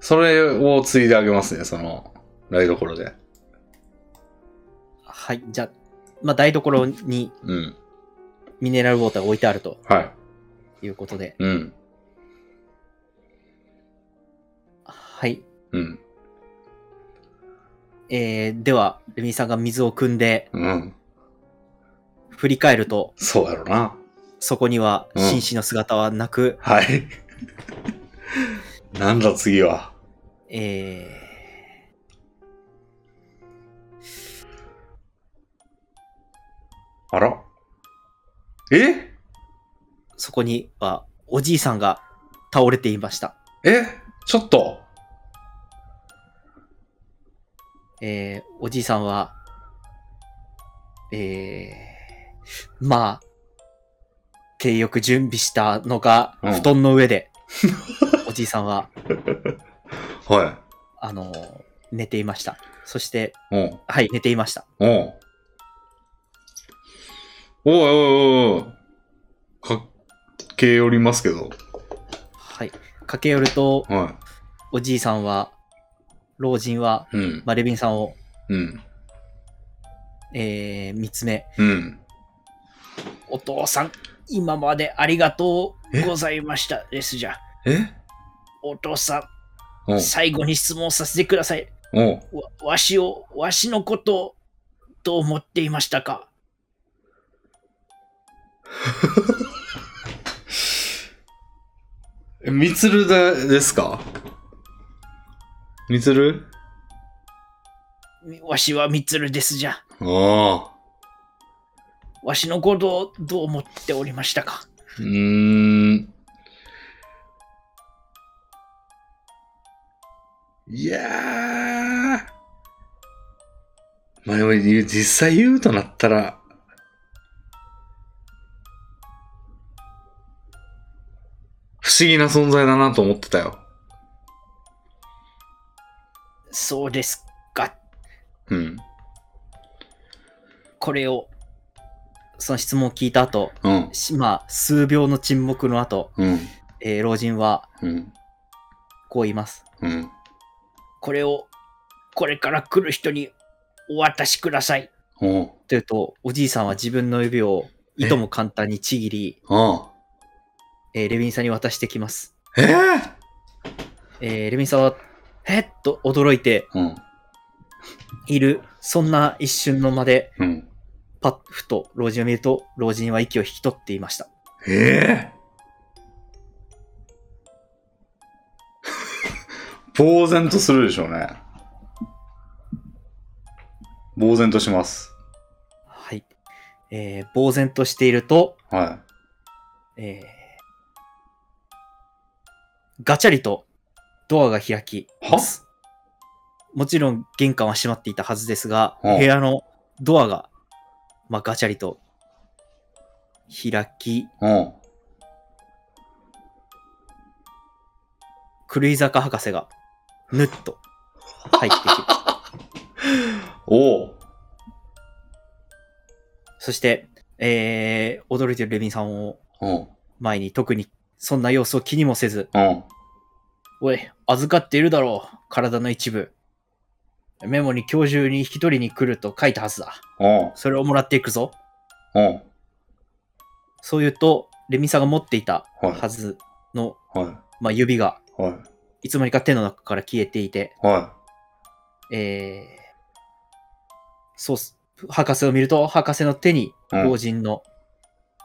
Speaker 1: それを継いであげますね、その、台所で。
Speaker 2: はい。じゃあ、まあ、台所に
Speaker 1: うん。
Speaker 2: ミネラルウォーターが置いてあると
Speaker 1: はい。
Speaker 2: いうことで、
Speaker 1: うん。
Speaker 2: はい。
Speaker 1: うん。
Speaker 2: えー、では、レミさんが水を汲んで、
Speaker 1: うん。
Speaker 2: 振り返ると、
Speaker 1: そうやろな。
Speaker 2: そこには
Speaker 1: うん
Speaker 2: 紳士の姿はなく、
Speaker 1: はい。 なんだ次は。
Speaker 2: え
Speaker 1: あらえ
Speaker 2: ー、そこにはおじいさんが倒れていました。
Speaker 1: えちょっと
Speaker 2: えー、おじいさんは、えー、まあ、手よく準備したのが、
Speaker 1: うん
Speaker 2: 布団の上で、おじいさんは、
Speaker 1: は
Speaker 2: あのー寝ていました。そして、
Speaker 1: い。うん。
Speaker 2: はい、寝ていました。
Speaker 1: うん。おいおいおいおい。かっけよりますけど。
Speaker 2: はい。駆け寄ると、
Speaker 1: は
Speaker 2: おじいさんは、老人は、
Speaker 1: い。うん。
Speaker 2: まあ、レビンさんを、
Speaker 1: うん。
Speaker 2: えー、見つめ、
Speaker 1: うん。
Speaker 2: お父さん、今までありがとうございましたですじゃ。
Speaker 1: え
Speaker 2: お父さ、
Speaker 1: おうん
Speaker 2: 最後に質問させてください。
Speaker 1: おう
Speaker 2: わわしを、わしのことを、どう思っていましたか
Speaker 1: え、みつるで、ですかみつる
Speaker 2: みわしはみつるですじゃ。
Speaker 1: ああ。
Speaker 2: わしのことをどう思っておりましたか
Speaker 1: うーん。いやー。まあでも言う実際言うとなったら、不思議な存在だなと思ってたよ。
Speaker 2: そうですか。
Speaker 1: うん。
Speaker 2: これを、その質問を聞いた後、
Speaker 1: うん。
Speaker 2: しまあ、数秒の沈黙の後、
Speaker 1: うん。
Speaker 2: えー老人は
Speaker 1: うん。
Speaker 2: こう言います。
Speaker 1: うん。
Speaker 2: これを、これから来る人にお渡しください。
Speaker 1: おう。
Speaker 2: というと、おじいさんは自分の指をいとも簡単にちぎり、
Speaker 1: あ
Speaker 2: えーレビンさんに渡してきます。
Speaker 1: あ。えー、
Speaker 2: えーレビンさんは、えっと驚いて
Speaker 1: うん。
Speaker 2: いる、そんな一瞬の間で、
Speaker 1: うん。
Speaker 2: パッふと老人を見ると、老人は息を引き取っていました。
Speaker 1: ええ 呆然とするでしょうね。呆然とします。
Speaker 2: はい。えー呆然としていると、
Speaker 1: は
Speaker 2: えーガチャリとドアが開き
Speaker 1: は
Speaker 2: ます。もちろん玄関は閉まっていたはずですが、
Speaker 1: うん
Speaker 2: 部屋のドアが、まあ、ガチャリと開き、
Speaker 1: い。うん。
Speaker 2: 狂い坂博士がぬっと入ってきて、
Speaker 1: おう。
Speaker 2: そして、えー驚いてるレビンさんを
Speaker 1: うん。
Speaker 2: 前に特にそんな様子を気にもせず、
Speaker 1: うん。
Speaker 2: おい、預かっているだろう、体の一部。メモに今日中に引き取りに来ると書いたはずだ。
Speaker 1: うん。
Speaker 2: それをもらっていくぞ。
Speaker 1: うん。
Speaker 2: そう言うと、レミさんが持っていた
Speaker 1: はい。
Speaker 2: はずの、
Speaker 1: は
Speaker 2: まあ、指が、
Speaker 1: い。はい。
Speaker 2: いつの間にか手の中から消えていて、
Speaker 1: は
Speaker 2: えー、そうっす。博士を見ると、博士の手に、
Speaker 1: うん
Speaker 2: 老人の、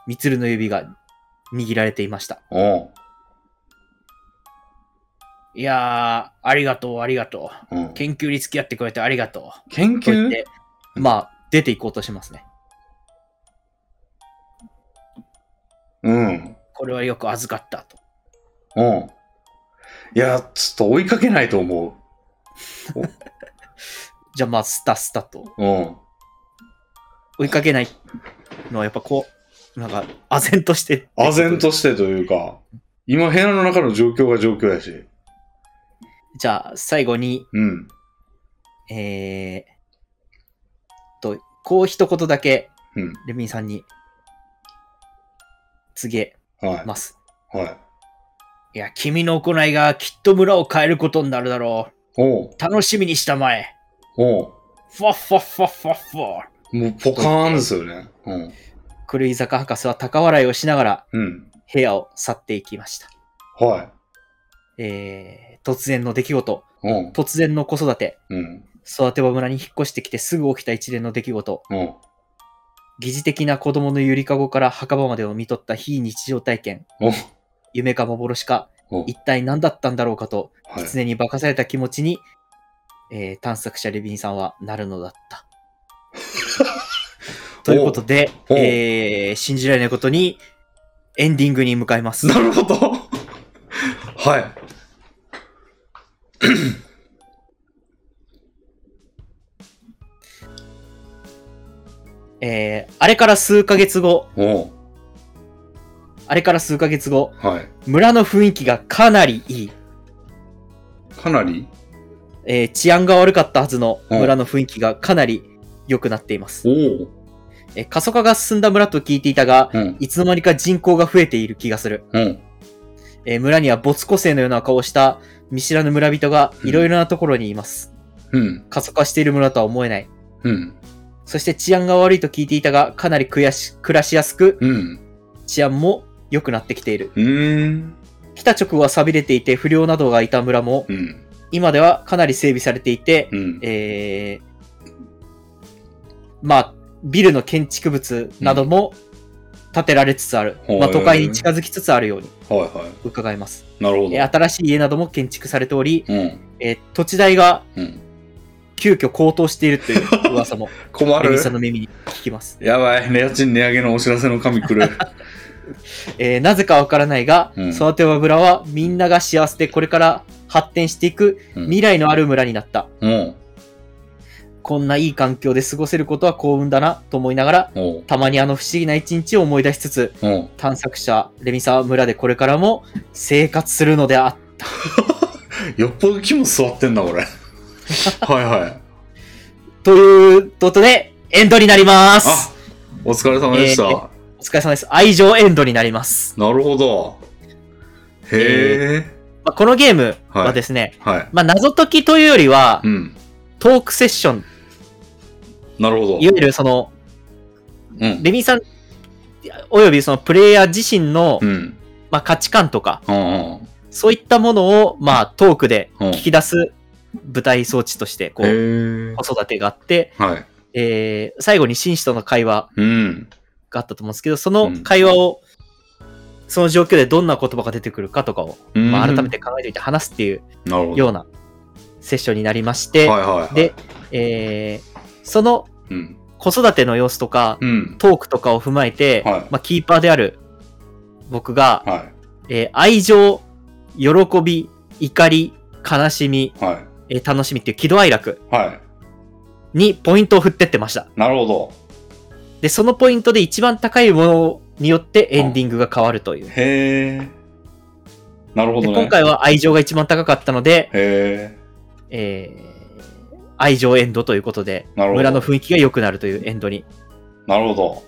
Speaker 2: ミツルの指が握られていました。
Speaker 1: い。うん。
Speaker 2: いやー、ありがとう、ありがとう。
Speaker 1: うん、
Speaker 2: 研究に付き合ってくれてありがとう。
Speaker 1: 研
Speaker 2: と言っ
Speaker 1: 究
Speaker 2: て、まあ、出ていこうとしますね。
Speaker 1: うん。
Speaker 2: これはよく預かったと。
Speaker 1: うん。いや、ちょっと追いかけないと思
Speaker 2: じゃあまあ、スタスタと。
Speaker 1: う。うん。
Speaker 2: 追いかけないのはやっぱこう、なんか、唖然として。
Speaker 1: 唖然。としてというか、今部屋の中の状況が状況やし。
Speaker 2: じゃあ、最後に、
Speaker 1: うん。
Speaker 2: えー、と、こう一言だけ、
Speaker 1: うん
Speaker 2: レビンさんに、告げ
Speaker 1: は
Speaker 2: ます。
Speaker 1: い。はい。
Speaker 2: いや、君の行いがきっと村を変えることになるだろ
Speaker 1: おう
Speaker 2: う。楽しみにしたまえ。
Speaker 1: おう
Speaker 2: ファッファッファッファッファ
Speaker 1: もうポカーンですよね。うん。
Speaker 2: 狂い坂博士は高笑いをしながら
Speaker 1: うん。
Speaker 2: 部屋を去っていきました。
Speaker 1: は
Speaker 2: えー、突然の出来事、
Speaker 1: い。うん。
Speaker 2: 突然の子育て、
Speaker 1: うん。
Speaker 2: 育て場村に引っ越してきてすぐ起きた一連の出来事、
Speaker 1: うん。
Speaker 2: 疑似的な子供のゆりかごから墓場までを見とった非日常体験、
Speaker 1: おう
Speaker 2: 夢か幻か、
Speaker 1: おう
Speaker 2: 一体何だったんだろうかと、
Speaker 1: はい。
Speaker 2: 常に化かされた気持ちに、えー探索者レビンさんはなるのだった。 ということで、
Speaker 1: おう
Speaker 2: えー信じられないことに、エンディングに向かいます。
Speaker 1: なるほど。 はい。
Speaker 2: えーあれから数ヶ月後、
Speaker 1: おう
Speaker 2: あれから数ヶ月後、
Speaker 1: はい。
Speaker 2: 村の雰囲気がかなりいい。
Speaker 1: かなり
Speaker 2: えー治安が悪かったはずの
Speaker 1: うん
Speaker 2: 村の雰囲気がかなり良くなっています。
Speaker 1: おう
Speaker 2: えー過疎化が進んだ村と聞いていたが、
Speaker 1: うん。
Speaker 2: いつの間にか人口が増えている気がする。
Speaker 1: うん。
Speaker 2: えー村には没個性のような顔をした見知らぬ村人がいろいろなところにいます。
Speaker 1: うん。
Speaker 2: 過疎化している村とは思えない。
Speaker 1: うん。
Speaker 2: そして治安が悪いと聞いていたが、かなり悔し暮らしやすく、
Speaker 1: うん。
Speaker 2: 治安も良くなってきている。
Speaker 1: うーん。
Speaker 2: 来た直後は錆びれていて不良などがいた村も、
Speaker 1: うん。
Speaker 2: 今ではかなり整備されていて、
Speaker 1: うん。
Speaker 2: えーまあ、ビルの建築物なども建てられつつある。
Speaker 1: はい
Speaker 2: まあ、都会に近づきつつあるように
Speaker 1: はいは
Speaker 2: 伺えます。
Speaker 1: い。なるほ
Speaker 2: えー
Speaker 1: ど。
Speaker 2: 新しい家なども建築されており、
Speaker 1: うん。
Speaker 2: えー土地代が
Speaker 1: うん。
Speaker 2: 急遽高騰している という噂も、
Speaker 1: 困
Speaker 2: レビ
Speaker 1: る
Speaker 2: ンさんの耳に聞きます。
Speaker 1: やばい。家賃値上げのお知らせの紙来 る。
Speaker 2: えーなぜかわからないが、
Speaker 1: うん
Speaker 2: 育ては村はみんなが幸せでこれから発展していく未来のある村になった。
Speaker 1: うん。
Speaker 2: こんないい環境で過ごせることは幸運だなと思いながら、
Speaker 1: おう
Speaker 2: たまにあの不思議な一日を思い出しつつ、
Speaker 1: おう
Speaker 2: 探索者レミサは村でこれからも生活するのであっ
Speaker 1: よっぽど肝座ってんな、こ れ。はいはい。
Speaker 2: ということでエンドになります
Speaker 1: あお疲れ様でした。
Speaker 2: えーお疲れ様です愛情エンドになります、
Speaker 1: なるほど。へえ。
Speaker 2: まあ、このゲームはですね、
Speaker 1: はい。
Speaker 2: まあ、謎解きというよりは
Speaker 1: うん。
Speaker 2: トークセッション
Speaker 1: なるほど
Speaker 2: い。わゆるその
Speaker 1: うん。
Speaker 2: レミさんおよびそのプレイヤー自身の、
Speaker 1: うん。
Speaker 2: まあ、価値観とか
Speaker 1: うんうん。
Speaker 2: そういったものを、まあ、トークで
Speaker 1: うん
Speaker 2: 聞き出す舞台装置としてこ
Speaker 1: へ
Speaker 2: う
Speaker 1: え。
Speaker 2: 子育てがあって、
Speaker 1: はい。
Speaker 2: えー最後に紳士との会話
Speaker 1: うん。
Speaker 2: があったと思うんですけど、その会話を、その状況でどんな言葉が出てくるかとかを、
Speaker 1: うん
Speaker 2: まあ、改めて考えておいて話すっていう
Speaker 1: なるほど。
Speaker 2: ようなセッションになりまして、
Speaker 1: はいはいはい。
Speaker 2: で、えーその
Speaker 1: うん。
Speaker 2: 子育ての様子とか、
Speaker 1: うん。
Speaker 2: トークとかを踏まえて、
Speaker 1: はい
Speaker 2: まあ、キーパーである僕が、
Speaker 1: は
Speaker 2: えー愛情、喜び、怒り、悲しみ、
Speaker 1: い。はい。
Speaker 2: えー楽しみっていう喜怒哀楽
Speaker 1: は
Speaker 2: にポイントを振ってってました。
Speaker 1: い。なるほど。
Speaker 2: で、そのポイントで一番高いものによってエンディングが変わるという。
Speaker 1: へえ。なるほ
Speaker 2: で
Speaker 1: どね。
Speaker 2: 今。回は愛情が一番高かったので、
Speaker 1: へ
Speaker 2: えー愛情エンドということで、
Speaker 1: なるほど
Speaker 2: 村の雰囲気が良くなるというエンドに
Speaker 1: え。なるほど。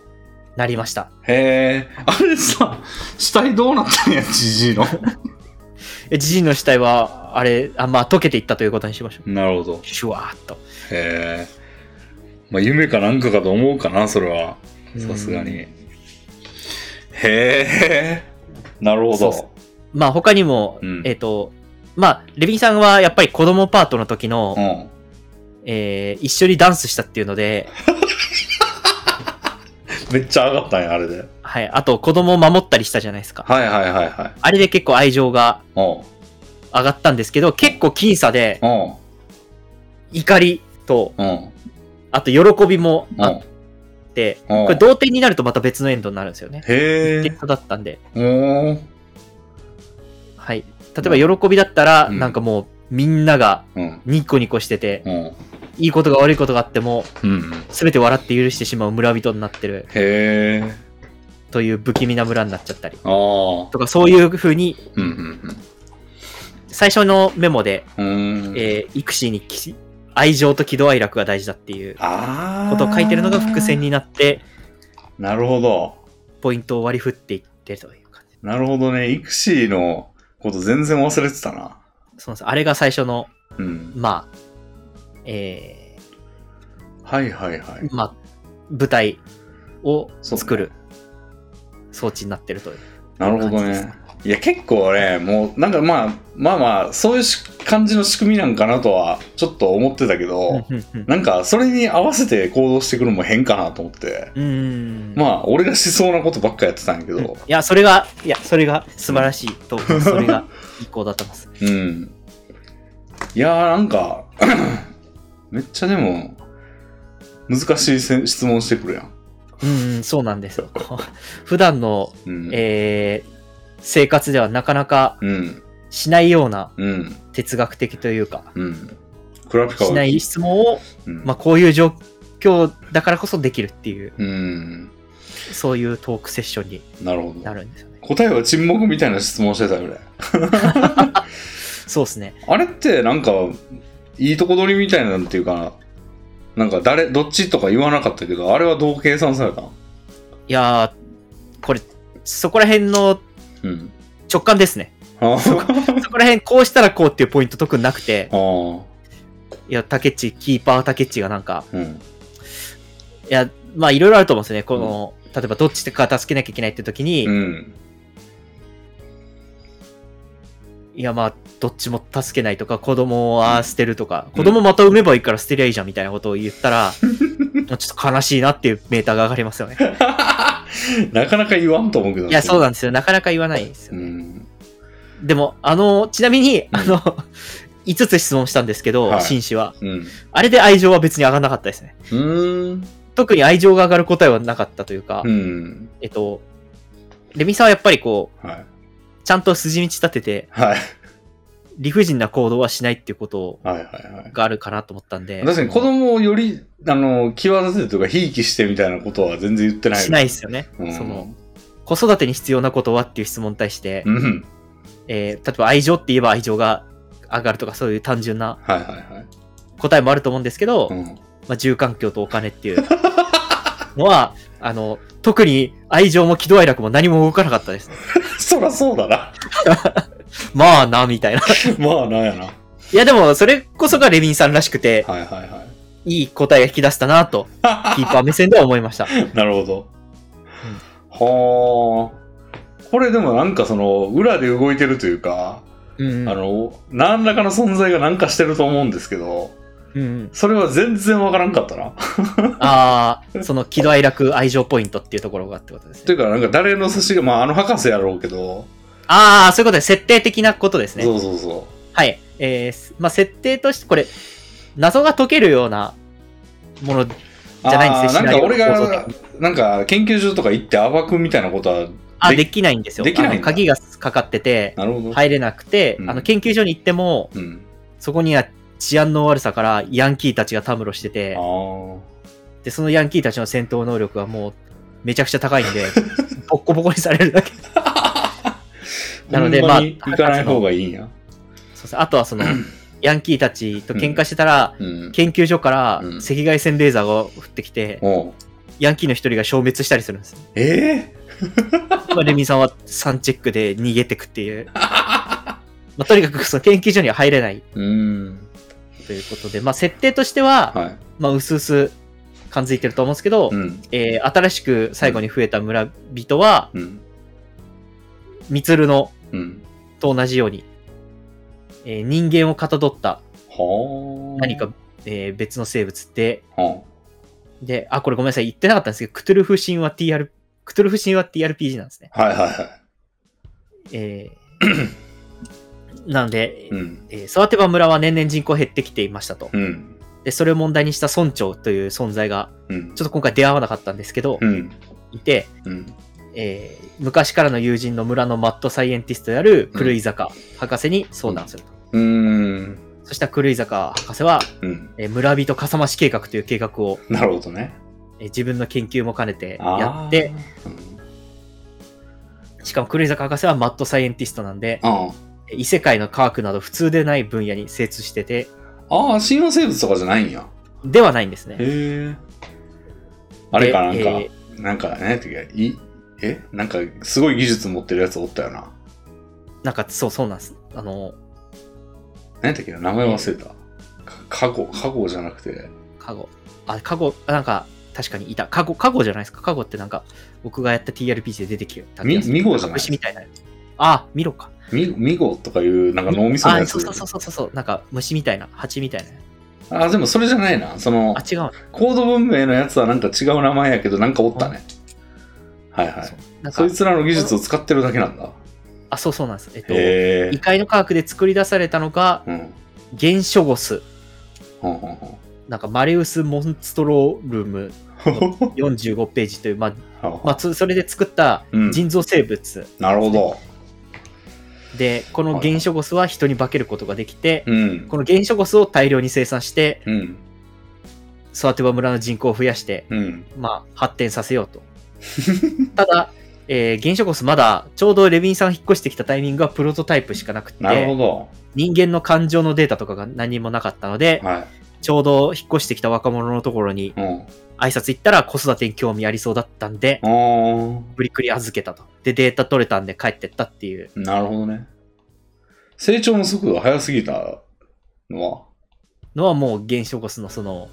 Speaker 2: なりました。
Speaker 1: へえ。あれさ、死体どうなったんや、じじい の。
Speaker 2: えジジイの死体は、あれ、あまあ、溶けていったということにしましょう。
Speaker 1: なるほど。
Speaker 2: シュワーっと。
Speaker 1: へえ。まあ、夢かなんかかと思うかな、それは。さすが
Speaker 2: うん
Speaker 1: に。へえ。なるほ
Speaker 2: そう
Speaker 1: ど
Speaker 2: っ。すまあ、他にも、
Speaker 1: うん
Speaker 2: えっ、と、まあ、レビンさんはやっぱり子供パートの時の、
Speaker 1: うん。
Speaker 2: えー一緒にダンスしたっていうので、
Speaker 1: めっちゃ上がったんや、あれで。
Speaker 2: はい、あと子供を守ったりしたじゃないですか。
Speaker 1: はいはいはいはい。
Speaker 2: あれで結構愛情が
Speaker 1: うん。
Speaker 2: 上がったんですけど、結構僅差で
Speaker 1: うん。
Speaker 2: 怒りと、
Speaker 1: うん。
Speaker 2: あと喜びも
Speaker 1: う
Speaker 2: あっ
Speaker 1: ん。
Speaker 2: って、
Speaker 1: うん
Speaker 2: これ同点になるとまた別のエンドになるんですよね。
Speaker 1: へ
Speaker 2: ゲ
Speaker 1: え
Speaker 2: ッ。トだったんで、
Speaker 1: おー
Speaker 2: はい。例えば喜びだったら、
Speaker 1: うん
Speaker 2: なんかもうみんなが
Speaker 1: うん。
Speaker 2: ニコニコしてて、
Speaker 1: うん。
Speaker 2: いいことが悪いことがあっても、
Speaker 1: うん。
Speaker 2: すべて笑って許してしまう村人になってる
Speaker 1: へえ。
Speaker 2: という不気味な村になっちゃったり
Speaker 1: ああ。
Speaker 2: とか、そういうふうに、
Speaker 1: うんうん
Speaker 2: 最初のメモで、
Speaker 1: うん。うーん。
Speaker 2: えー、イクシーにき愛情と喜怒哀楽が大事だっていう
Speaker 1: ああ。
Speaker 2: ことを書いてるのが伏線になって、
Speaker 1: なるほど。
Speaker 2: ポイントを割り振っていってるという感じ。
Speaker 1: なるほどね。イクシーのこと全然忘れてたな。
Speaker 2: そうなんです。あれが最初の、
Speaker 1: うん。
Speaker 2: まあ、え
Speaker 1: はいはいはい
Speaker 2: ー、。まあ、舞台を
Speaker 1: そう
Speaker 2: 作る装置になってるという。
Speaker 1: なるほど
Speaker 2: 感じです
Speaker 1: ね。いや、結構ね、もう、なんかまあ、まあまあ、そういうし感じの仕組みなんかなとは、ちょっと思ってたけど、
Speaker 2: うんうんうん
Speaker 1: なんか、それに合わせて行動してくるのも変かなと思って。
Speaker 2: うーん。
Speaker 1: まあ、俺がしそうなことばっかやってたんやけ
Speaker 2: うんい
Speaker 1: ど、
Speaker 2: や、それが、いや、それが素晴らしいと思う、それがいい行だと思い ます。
Speaker 1: うん。いやー、なんか、 めっちゃでも、難しいせ質問してくるやん。
Speaker 2: うんうん、そうなんですよ。 こう普段の、
Speaker 1: うん。
Speaker 2: えー生活ではなかなか
Speaker 1: うん。
Speaker 2: しないような
Speaker 1: うん。
Speaker 2: 哲学的というか、
Speaker 1: うん。クラピカは
Speaker 2: しない質問を、
Speaker 1: うん。
Speaker 2: まあ、こういう状況だからこそできるっていう、
Speaker 1: うん。
Speaker 2: そういうトークセッションに
Speaker 1: なるほど
Speaker 2: な。るんですよね。
Speaker 1: 答えは沈黙みたいな質問してたぐらい。
Speaker 2: そうですね。
Speaker 1: あれってなんか、いいとこ取りみたいなんていうかな、なんか誰、どっちとか言わなかったけど、あれはどう計算されたの
Speaker 2: いやー、これ、そこら辺の
Speaker 1: うん。
Speaker 2: 直感ですね。
Speaker 1: あ
Speaker 2: そこら辺、こうしたらこうっていうポイント特になくて、
Speaker 1: あ。
Speaker 2: いや、タケチ、キーパータケチがなんか、
Speaker 1: うん。
Speaker 2: いや、まあ、いろいろあると思うんですよね。この、例えば、どっちか助けなきゃいけないって時に、
Speaker 1: うん。
Speaker 2: いや、まあ、どっちも助けないとか、子供は捨てるとか、子供また産めばいいから捨てりゃいいじゃんみたいなことを言っ たら、ちょっと悲しいなっていうメーターが上がりますよね。
Speaker 1: なかなか言わんと思うけど。
Speaker 2: いや、そう
Speaker 1: だ。
Speaker 2: なんですよ。なかなか言わないですよ
Speaker 1: う
Speaker 2: ね。
Speaker 1: ん。
Speaker 2: でも、あの、ちなみに、
Speaker 1: ん
Speaker 2: あの、5つ質問したんですけど、
Speaker 1: はい
Speaker 2: 紳士は。
Speaker 1: うん。う
Speaker 2: あれで愛情は別に上がらなかったですね。
Speaker 1: ーん。
Speaker 2: 特に愛情が上がる答えはなかったというか、
Speaker 1: うん。
Speaker 2: えっと、レミさんはやっぱりこ
Speaker 1: はい。
Speaker 2: う、ちゃんと筋道立てて、
Speaker 1: はい。
Speaker 2: 理不尽な行動はしないっていうことを
Speaker 1: はいはいはい。
Speaker 2: があるかなと思ったんで。
Speaker 1: 確かに子供をより、あの、際立てるというか、ひいきしてみたいなことは全然言ってない。
Speaker 2: しないですよね。
Speaker 1: うん
Speaker 2: その、子育てに必要なことはっていう質問に対して、
Speaker 1: うん。
Speaker 2: えー例えば愛情って言えば愛情が上がるとかそういう単純な
Speaker 1: はいはいはい。
Speaker 2: 答えもあると思うんですけど、
Speaker 1: うん。
Speaker 2: まあ、住環境とお金っていう のは、あの、特に愛情も喜怒哀楽も何も動かなかったです。
Speaker 1: そらそうだ な。
Speaker 2: まあな、みたいな。
Speaker 1: まあ、なんやな。はい
Speaker 2: やでも、それこそがレビンさんらしくて、
Speaker 1: いはいはい。
Speaker 2: いい答えが引き出したなと、キーパー目線では思いました。
Speaker 1: なるほど。はあ。これでもなんかその裏で動いてるというか、
Speaker 2: うん。
Speaker 1: あの何らかの存在が何かしてると思うんですけど
Speaker 2: うんうん、
Speaker 1: それは全然わからんかったな。
Speaker 2: ああ、その喜怒哀楽愛情ポイントっていうところがってことです
Speaker 1: とい
Speaker 2: ね。
Speaker 1: うかなんか誰の寿司がまああの博士やろうけど、
Speaker 2: ああ、そういうことです。設定的なことですね。
Speaker 1: そうそうそ
Speaker 2: はい。えーすまあ、設定として、これ、謎が解けるようなもの、
Speaker 1: う。
Speaker 2: じゃないんですね
Speaker 1: あーなんか俺
Speaker 2: シナリオ構
Speaker 1: がなんか研究所とか行って暴くみたいなことは
Speaker 2: あ、
Speaker 1: で
Speaker 2: できないんですよ。
Speaker 1: できないんだ
Speaker 2: あの鍵がかかってて、
Speaker 1: なるほど。い。
Speaker 2: 入れなくて、
Speaker 1: うん
Speaker 2: あの、研究所に行っても、
Speaker 1: うん。
Speaker 2: そこには治安の悪さからヤンキーたちがたむろして
Speaker 1: あ
Speaker 2: て、
Speaker 1: ー
Speaker 2: で、そのヤンキーたちの戦闘能力はもう、めちゃくちゃ高いんで、 ボッコボコにされるだけ。なので
Speaker 1: ほんに
Speaker 2: まあ
Speaker 1: 行かない方がいいんや。
Speaker 2: そうですねあとはその、ヤンキーたちと喧嘩してたら、
Speaker 1: うん。
Speaker 2: 研究所から
Speaker 1: うん
Speaker 2: 赤外線レーザーが降ってきて、
Speaker 1: おう
Speaker 2: ヤンキーの一人が消滅したりするんです。
Speaker 1: え
Speaker 2: まあ、レミさんはサンチェックで逃げてくって いう。まあ、とにかくその研究所には入れない
Speaker 1: ー、うん。
Speaker 2: ということで、まあ、設定としては、
Speaker 1: はい。
Speaker 2: まあ、うすうす感づいてると思うんですけど、
Speaker 1: うん。
Speaker 2: えー新しく最後に増えた村人は、
Speaker 1: うん。
Speaker 2: ミツルの
Speaker 1: うん。
Speaker 2: と同じように、えー人間をかたどった
Speaker 1: はあ。
Speaker 2: 何か、えー別の生物で、
Speaker 1: は
Speaker 2: で、あ、これごめんなさい、言ってなかったんですけど、クトゥルフ神話 TR、クトゥルフ神話 TRPG なんですね。
Speaker 1: あ。はいはいはい。
Speaker 2: えーなので、
Speaker 1: うん。
Speaker 2: えー育てば村は年々人口減ってきていましたと。
Speaker 1: うん。
Speaker 2: で、それを問題にした村長という存在が、
Speaker 1: うん。
Speaker 2: ちょっと今回出会わなかったんですけど
Speaker 1: う、ん。
Speaker 2: いて、
Speaker 1: うん。
Speaker 2: えー昔からの友人の村のマッドサイエンティストである狂井坂博士に相談すると。
Speaker 1: うん。
Speaker 2: そしたら狂井坂博士は、
Speaker 1: うん。
Speaker 2: えー村人かさ増し計画という計画を、
Speaker 1: なるほどね。
Speaker 2: えー自分の研究も兼ねてやって、
Speaker 1: あー。
Speaker 2: しかもクルイザー博士はマッドサイエンティストなんで、
Speaker 1: うん。
Speaker 2: 異世界の科学など普通でない分野に精通してて、
Speaker 1: ああ、神話生物とかじゃないんや。
Speaker 2: ではないんですね。
Speaker 1: へえ。あれかなん
Speaker 2: で
Speaker 1: か、
Speaker 2: え
Speaker 1: なんか、ね、てか、い、えなんか、すごい技術持ってるやつおったよな。
Speaker 2: ーなんか、そうそうなんです。あの、
Speaker 1: 何やったっけな名前忘れた。か、過去、過去じゃなくて。
Speaker 2: カゴ。あ、カゴ、あなんか、確かにいた。カゴ、カゴじゃないですか。カゴってなんか、僕がやった TRPG で出てきた気がする。
Speaker 1: みミゴじゃない
Speaker 2: 虫みたいな。あ、ミロか。
Speaker 1: み、みごとかいう、なんか脳みその
Speaker 2: あ、
Speaker 1: やつ。
Speaker 2: そうそうそうそうそう。なんか、虫みたいな、蜂みたいな。
Speaker 1: あ、でもそれじゃないな。その
Speaker 2: あ、、違うの。
Speaker 1: コード文明のやつはなんか違う名前やけど、なんかおったね。はいはい
Speaker 2: そう。なん
Speaker 1: そ
Speaker 2: か
Speaker 1: い、つらの技術を使ってるだけなんだ。
Speaker 2: あ、そうそうなんです。えっと、
Speaker 1: へ
Speaker 2: 異
Speaker 1: え。
Speaker 2: 界の科学で作り出されたのが、
Speaker 1: うん。
Speaker 2: 原初ゴス。
Speaker 1: ほんほん ほん
Speaker 2: なんか、マレウス・モンストロールーム45ページという、まあ、まあ、つそれで作った
Speaker 1: うん
Speaker 2: 人造生物。
Speaker 1: なるほど。
Speaker 2: で、この原初ゴスは人に化けることができて、
Speaker 1: うん。
Speaker 2: この原初ゴスを大量に生産して、
Speaker 1: うん。
Speaker 2: スワテバ村の人口を増やして、
Speaker 1: うん。
Speaker 2: まあ、発展させよう と。ただ、えー、原初こそまだ、ちょうどレビンさんが引っ越してきたタイミングはプロトタイプしかなく
Speaker 1: なるほ
Speaker 2: て、
Speaker 1: ど。
Speaker 2: 人間の感情のデータとかが何もなかったので、
Speaker 1: は
Speaker 2: ちょうど引っ越してきた若者のところに
Speaker 1: い。うん。
Speaker 2: 挨拶行ったら子育てに興味ありそうだったんで、
Speaker 1: あ
Speaker 2: ぶりくり預けたと。で、データ取れたんで帰ってったっていう。
Speaker 1: あ、なるほどね。成長の速度が速すぎたのは
Speaker 2: のはもう原初こそのその、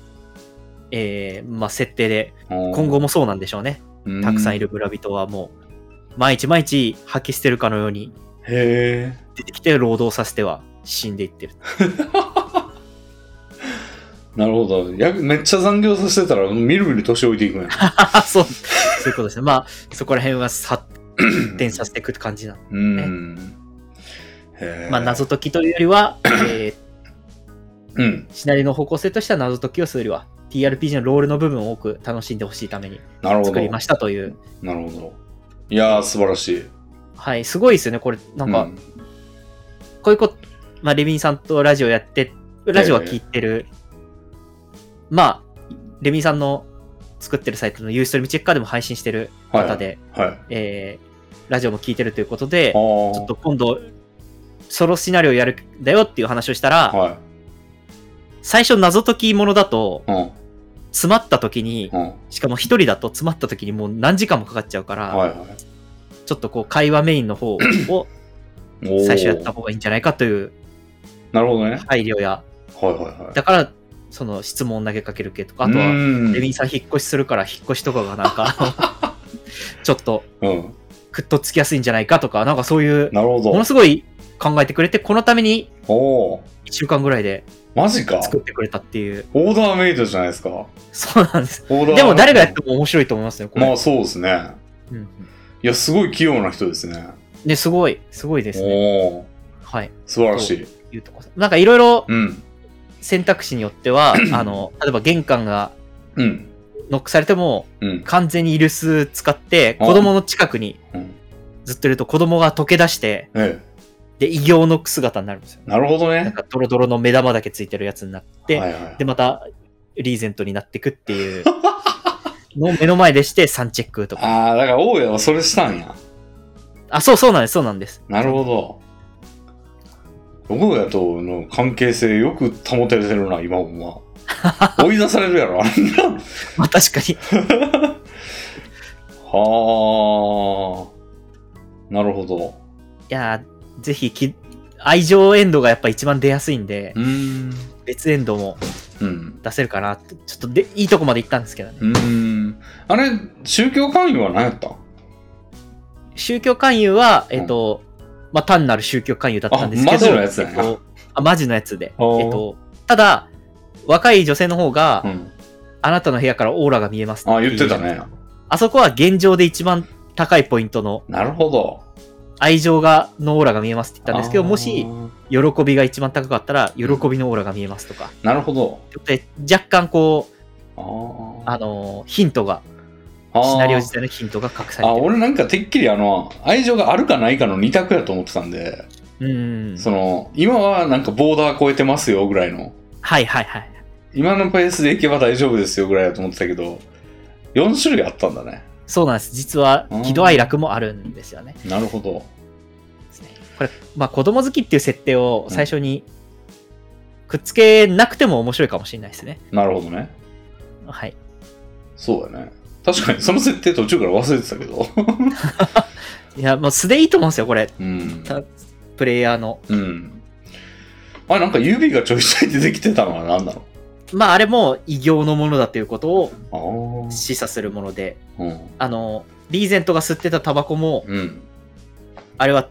Speaker 2: えー、まあ、設定で、今
Speaker 1: 今
Speaker 2: 後もそうなんでしょうね。たくさんい
Speaker 1: る。
Speaker 2: る村人はもう、毎日毎日吐き捨てるかのように
Speaker 1: へえ。
Speaker 2: 出てきて労働させては死んでいってる。
Speaker 1: なるほど。やめっちゃ残業させてたら、みるみる年老いてい くんや。
Speaker 2: あそう、そういうことですね。まあ、そこら辺は発展させていく感じな。
Speaker 1: うん。へえ
Speaker 2: まあ、謎解きというよりは、え
Speaker 1: う
Speaker 2: ー
Speaker 1: ん。
Speaker 2: シナリオの方向性としては謎解きをするよりは、TRPG のロールの部分を多く楽しんでほしいために
Speaker 1: なるほ
Speaker 2: 作
Speaker 1: ど。
Speaker 2: りましたという。
Speaker 1: なるほど。いやー、素晴らしい。
Speaker 2: はい、すごいですよね。これ、なん
Speaker 1: う
Speaker 2: か、こういうこと、まあ、レビンさんとラジオやって、ラジオは聞いてる、まあ、レビンさんの作ってるサイトのユーストリームチェッカーでも配信してる方で、
Speaker 1: はい。あ
Speaker 2: えーラジオも聞いてるということで、
Speaker 1: ちょ
Speaker 2: ちょっと今度、ソロシナリオやるんだよっていう話をしたら、
Speaker 1: は
Speaker 2: 最初謎解きものだと、
Speaker 1: い。うん。
Speaker 2: 詰まった時に、
Speaker 1: うん。
Speaker 2: しかも一人だと詰まった時にもう何時間もかかっちゃうから、
Speaker 1: はいは
Speaker 2: ちょっとこう会話メインの方を
Speaker 1: い。おー
Speaker 2: 最初やった方がいいんじゃないかという
Speaker 1: なるほどね。はい
Speaker 2: 配慮や、
Speaker 1: はいはい。
Speaker 2: だから、その質問投げかける系とか、あと
Speaker 1: う
Speaker 2: は、
Speaker 1: ん
Speaker 2: レビンさん引っ越しするから引っ越しとかがなんか、 ちょっと、
Speaker 1: うん。
Speaker 2: くっとつきやすいんじゃないかとか、なんかそういう、
Speaker 1: なるほど
Speaker 2: もの。すごい考えてくれて、このために
Speaker 1: おお。
Speaker 2: 1週間ぐらいで
Speaker 1: マジか。
Speaker 2: 作ってくれたっていう、
Speaker 1: オーダーメイドじゃないですか。オ
Speaker 2: そうなんです。
Speaker 1: ーダー
Speaker 2: でも誰がやっても面白いと思いますよ、これ。
Speaker 1: まあそうですね。
Speaker 2: うんうん
Speaker 1: いや、すごい器用な人ですね。
Speaker 2: で、すごい、すごいですね。
Speaker 1: おお。
Speaker 2: はい。
Speaker 1: 素晴らしい。
Speaker 2: いうとこなんかいろいろ
Speaker 1: うん。
Speaker 2: 選択肢によっては、あの、例えば玄関が
Speaker 1: うん。
Speaker 2: ノックされても、
Speaker 1: うん。
Speaker 2: 完全にイルス使って、
Speaker 1: あ
Speaker 2: 子供の近くに
Speaker 1: うん
Speaker 2: ずっといると子供が溶け出して、
Speaker 1: え
Speaker 2: で、異形の姿になるんですよ。
Speaker 1: え。なるほど
Speaker 2: なん
Speaker 1: ね。
Speaker 2: かドロドロの目玉だけついてるやつになって、
Speaker 1: はいはい
Speaker 2: で、またリーゼントになってくっていう のを目の前でして、サンチェックとか。
Speaker 1: ああ、だから大家はそれしたんや。
Speaker 2: あ、そうそうなんです、そうなんです。
Speaker 1: なるほど。大家との関係性よく保ててるな、今 もまあ。追い出されるやろ、あんな。
Speaker 2: まあ確かに。
Speaker 1: はあ。なるほど。
Speaker 2: いやーぜひき、愛情エンドがやっぱ一番出やすいんで
Speaker 1: う、ーん。
Speaker 2: 別エンドも
Speaker 1: うん。
Speaker 2: 出せるかなって、ちょっとで、いいとこまで行ったんですけどね。
Speaker 1: うーん。あれ、宗教勧誘は何やったん
Speaker 2: 宗教勧誘は、
Speaker 1: ん
Speaker 2: えっ、と、まあ、単なる宗教勧誘だったんですけど、
Speaker 1: あマジのやつだね
Speaker 2: えっとあ、マジのやつで。えっ
Speaker 1: おー
Speaker 2: と、ただ、若い女性の方が、
Speaker 1: うん。
Speaker 2: あなたの部屋からオーラが見えます
Speaker 1: あ、言ってた
Speaker 2: いう
Speaker 1: ね。
Speaker 2: あそこは現状で一番高いポイントの
Speaker 1: なるほど。
Speaker 2: 愛情が、のオーラが見えますって言ったんですけど、もし
Speaker 1: あ、ー
Speaker 2: 喜びが一番高かったら、喜びのオーラが見えますとか。
Speaker 1: なるほど。
Speaker 2: ってことで、若干こう、
Speaker 1: あ
Speaker 2: あ
Speaker 1: ー
Speaker 2: のーヒントが、
Speaker 1: あー。
Speaker 2: シナリオ自体のヒントが隠され
Speaker 1: あ、
Speaker 2: てる。
Speaker 1: 俺なんかてっきりあの、愛情があるかないかの二択やと思ってたんで、
Speaker 2: うん。
Speaker 1: その、今はなんかボーダー超えてますよぐらいの、
Speaker 2: はいはいはい。
Speaker 1: 今のペースでいけば大丈夫ですよぐらいだと思ってたけど、4種類あったんだね。
Speaker 2: そうなんです。実は
Speaker 1: うん、
Speaker 2: 喜怒哀楽もあるんですよね。
Speaker 1: なるほど。
Speaker 2: ですねこれ、まあ、子供好きっていう設定を最初にくっつけなくても面白いかもしれないですね。
Speaker 1: なるほどね。
Speaker 2: はい。
Speaker 1: そうだね。確かに、その設定途中から忘れてたけ ど。
Speaker 2: いや、もう素でいいと思うんですよ、これ。
Speaker 1: うん。
Speaker 2: たプレイヤーの。
Speaker 1: うん。あれ、なんか指がちょいちょい出てきてたのは何なの
Speaker 2: まあ、あれも異形のものだということを
Speaker 1: ああ。
Speaker 2: 示唆するもので、
Speaker 1: うん。
Speaker 2: あの、リーゼントが吸ってたタバコも、
Speaker 1: うん。
Speaker 2: あれは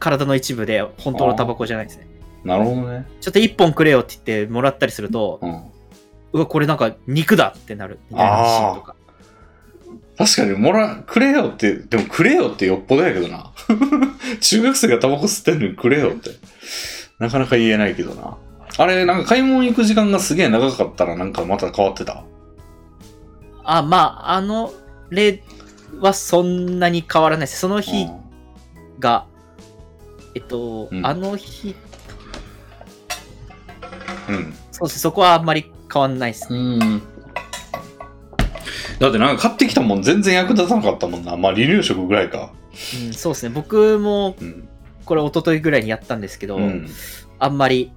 Speaker 2: 体の一部で本当のタバコじゃないですね。
Speaker 1: なるほどね。
Speaker 2: ちょっと一本くれよって言ってもらったりすると、
Speaker 1: うん。
Speaker 2: うわ、これなんか肉だってなるみたいなシーンとか。
Speaker 1: 確かに、もら、くれよって、でもくれよってよっぽどやけどな。 中学生がタバコ吸ってんのにくれよって。なかなか言えないけどな。あれ、なんか買い物行く時間がすげえ長かったらなんかまた変わってた。
Speaker 2: あ、まあ、あの例はそんなに変わらないです。その日
Speaker 1: う
Speaker 2: が、えっと、
Speaker 1: うん
Speaker 2: あの日、
Speaker 1: ん。うん
Speaker 2: そうですね、そこはあんまり変わんないです。
Speaker 1: うん。だってなんか買ってきたもん全然役立たなかったもんな。まあ離乳食ぐらいか。
Speaker 2: うん、そうですね、僕も
Speaker 1: うん。
Speaker 2: これ一昨日ぐらいにやったんですけど、
Speaker 1: うん、
Speaker 2: あんまり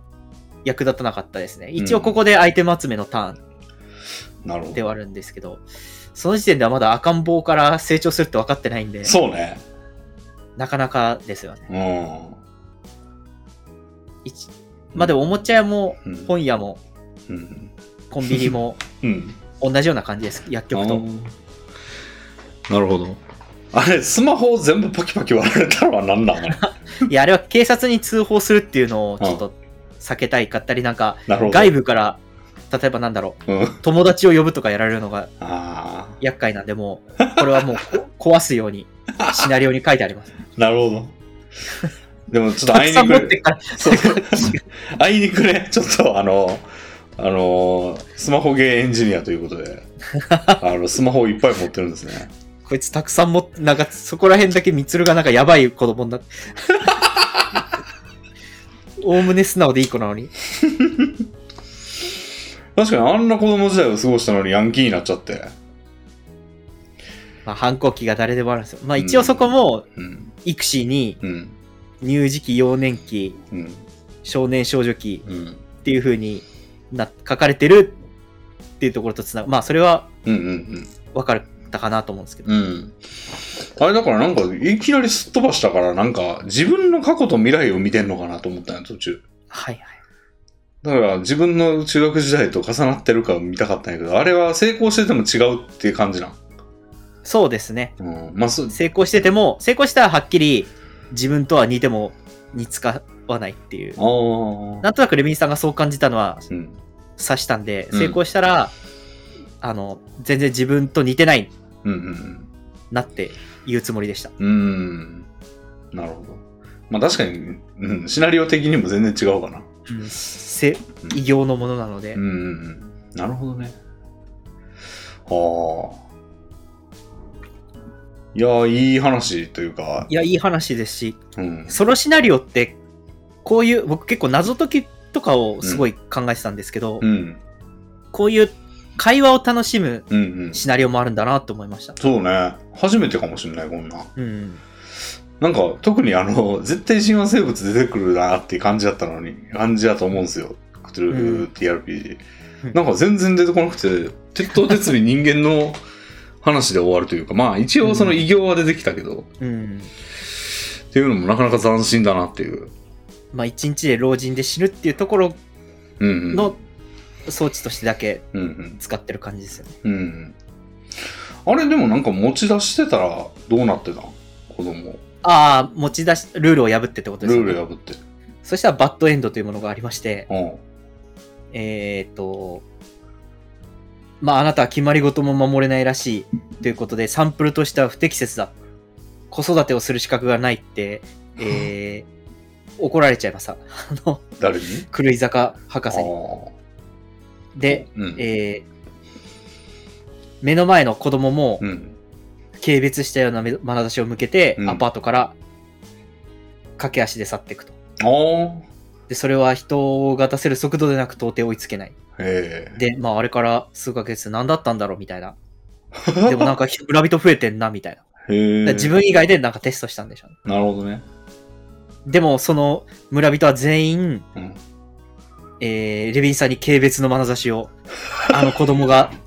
Speaker 2: 役立たなかったですね。一
Speaker 1: う
Speaker 2: 応
Speaker 1: ん
Speaker 2: ここでアイテム集めのターン
Speaker 1: なるほ
Speaker 2: で
Speaker 1: ど。
Speaker 2: はあるんですけど、その時点ではまだ赤ん坊から成長するって分かってないんで、
Speaker 1: そうね。
Speaker 2: なかなかですよね。
Speaker 1: う
Speaker 2: 一まあでもおもちゃ屋も
Speaker 1: んうん。
Speaker 2: 本屋も
Speaker 1: うん。
Speaker 2: コンビニ も
Speaker 1: うん。
Speaker 2: 同じような感じです、薬局
Speaker 1: あ
Speaker 2: と。
Speaker 1: ーなるほど。あれ、スマホを全部パキパキ割られたのは何 なの
Speaker 2: いや、あれは警察に通報するっていうのをちょっと避けたいかったり、なんか
Speaker 1: なるほど。
Speaker 2: 外部から、例えばなんだろ
Speaker 1: うん。
Speaker 2: う、友達を呼ぶとかやられるのが
Speaker 1: あ
Speaker 2: 厄介なんで、もう、これはもうこ 壊すように、シナリオに書いてあります。
Speaker 1: あ、なるほど。でも ちょっと
Speaker 2: た
Speaker 1: 会
Speaker 2: く
Speaker 1: い
Speaker 2: さん
Speaker 1: に
Speaker 2: 持
Speaker 1: く
Speaker 2: って
Speaker 1: れ。
Speaker 2: から、
Speaker 1: そう 会いにくれ。ちょっとあの、あの、スマホゲーエンジニアということ で、あの、スマホをいっぱい持ってるんですね。
Speaker 2: こいつたくさん持って、なんかそこら辺だけみつるがなんかやばい子供にな って。おおむね素直でいい子なのに。
Speaker 1: 確かにあんな子供時代を過ごしたのにヤンキーになっちゃって。
Speaker 2: まあ、反抗期が誰でもあるんですよ。まあ、一応そこも、
Speaker 1: うん。
Speaker 2: 育児に、
Speaker 1: うん。
Speaker 2: 乳児期、幼年期、
Speaker 1: うん。
Speaker 2: 少年少女期
Speaker 1: うん。
Speaker 2: っていう風にな書かれてるっていうところとつながまあそれは
Speaker 1: うんうんうん。
Speaker 2: 分かったかなと思うんですけど、
Speaker 1: うん。あれだからなんか、いきなりすっ飛ばしたから、なんか、自分の過去と未来を見てんのかなと思ったんよ、途中。
Speaker 2: はいはい
Speaker 1: だから自分の中学時代と重なってるか見たかったんやけど、あれは成功してても違うっていう感じなん。
Speaker 2: そうですね
Speaker 1: うん。まあ、そう、
Speaker 2: 成功してても成功したらはっきり自分とは似ても似つかわないっていう
Speaker 1: ああ。
Speaker 2: なんとなくレミンさんがそう感じたのは
Speaker 1: うん。
Speaker 2: 察したんで
Speaker 1: うん
Speaker 2: 成功したら、あの全然自分と似てない
Speaker 1: うんうん
Speaker 2: なって言うつもりでした
Speaker 1: うん。うん。なるほど。まあ確かに、うん、シナリオ的にも全然違うかな。
Speaker 2: せ異形のものなので、
Speaker 1: うんうんうん。なるほどね。はあ。いやー、いい話というか
Speaker 2: い、やいい話ですし
Speaker 1: うん。
Speaker 2: ソロシナリオってこういう僕結構謎解きとかをすごい考えてたんですけど、
Speaker 1: うん。
Speaker 2: こういう会話を楽しむ
Speaker 1: うんうん。
Speaker 2: シナリオもあるんだなと思いました。
Speaker 1: そうね。初めてかもしれない、こんなん。
Speaker 2: うん、
Speaker 1: なんか特にあの絶対神話生物出てくるなっていう感じだったのに感じだと思うんですよクトゥルフ TRPG、
Speaker 2: うん
Speaker 1: なんか全然出てこなくて鉄頭鉄尾人間の話で終わるというかまあ一応その偉業は出てきたけど、っ
Speaker 2: うん、
Speaker 1: ていうのもなかなか斬新だなっていう、
Speaker 2: まあ一日で老人で死ぬっていうところ
Speaker 1: うんうん、
Speaker 2: の装置としてだけ
Speaker 1: うんうん
Speaker 2: 使ってる感じですよね。
Speaker 1: うんうんあれでもなんか持ち出してたらどうなってたん子供
Speaker 2: ああ、持ち出し、ルールを破ってってことです
Speaker 1: ル
Speaker 2: よ
Speaker 1: ール破
Speaker 2: ね。
Speaker 1: って
Speaker 2: そしたらバッドエンドというものがありまして、
Speaker 1: うん
Speaker 2: えーっと、まああなたは決まり事も守れないらしいということで、サンプルとしては不適切だ。子育てをする資格がないって、えー、怒られちゃいました。あの、
Speaker 1: 誰に
Speaker 2: 狂い坂博士に。
Speaker 1: あ
Speaker 2: で、
Speaker 1: ーうん
Speaker 2: えー目の前の子供も
Speaker 1: うん
Speaker 2: 軽蔑したような目眼差しを向けて、
Speaker 1: うん
Speaker 2: アパートから駆け足で去っていくと。
Speaker 1: ああ
Speaker 2: で、それは人が出せる速度でなく到底追いつけない。
Speaker 1: へえ
Speaker 2: で、まああれから数ヶ月何だったんだろうみたいなでもなんか村人増えてんなみたいな。だか
Speaker 1: へえ。
Speaker 2: ら自分以外でなんかテストしたんでしょうね。
Speaker 1: なるほどね。
Speaker 2: でもその村人は全員、
Speaker 1: うん
Speaker 2: えーレビンさんに軽蔑の眼差 しを、あの子供がい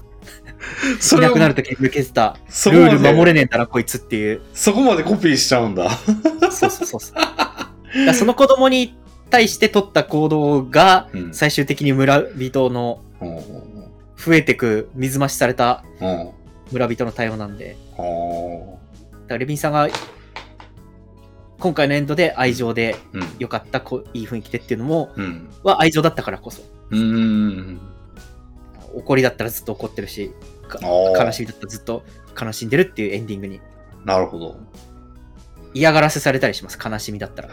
Speaker 1: それ
Speaker 2: な
Speaker 1: を
Speaker 2: くなるときに向けてた、
Speaker 1: そこ
Speaker 2: ル
Speaker 1: まで
Speaker 2: ール守れねえんだなこいつっ ていう。
Speaker 1: そこまでコピーしちゃうん だ。
Speaker 2: そうそうそうそう。だからその子供に対して取った行動が、
Speaker 1: うん
Speaker 2: 最終的に村人の
Speaker 1: うん。
Speaker 2: 増えてく水増しされた
Speaker 1: うん。
Speaker 2: 村人の対応なんで、
Speaker 1: あー
Speaker 2: だからレビンさんが今回のエンドで愛情で
Speaker 1: うん。
Speaker 2: 良かった、こういい雰囲気でっていうのも、
Speaker 1: うん。
Speaker 2: は愛情だったからこそ。
Speaker 1: うん。
Speaker 2: 怒りだったらずっと怒ってるし、か
Speaker 1: ああ
Speaker 2: 悲しみだったらずっと悲しんでるっていうエンディングに。
Speaker 1: なるほど。
Speaker 2: 嫌がらせされたりします、悲しみだ ったら。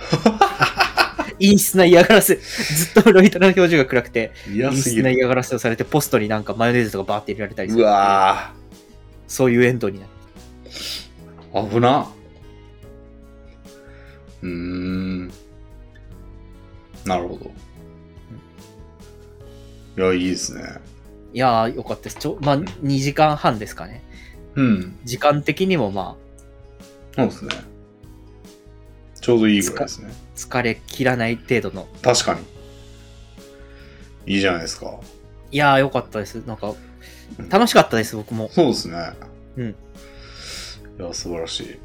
Speaker 2: 陰湿な嫌がらせ。ずっとロイタの表情が暗くて、
Speaker 1: 嫌
Speaker 2: 陰
Speaker 1: す
Speaker 2: 湿
Speaker 1: ぎ
Speaker 2: な
Speaker 1: る。
Speaker 2: 嫌がらせをされて、ポストになんかマヨネーズとかバーって入れられたりす
Speaker 1: う
Speaker 2: る。
Speaker 1: わ
Speaker 2: そういうエンドになる。
Speaker 1: ぁ。危な。うーん。なるほど。いや、いいですね。
Speaker 2: いやー、よかったです。ちょ、まあ、2時間半ですかね。
Speaker 1: うん。
Speaker 2: 時間的にもま
Speaker 1: そうですね。ちょうどいいぐらいですね。
Speaker 2: あ、疲れ切らない程度の。
Speaker 1: 確かに。いいじゃないですか。
Speaker 2: いやー、よかったです。なんか、楽しかったです、僕も。
Speaker 1: そうですね。
Speaker 2: うん。
Speaker 1: いや、素晴らしい。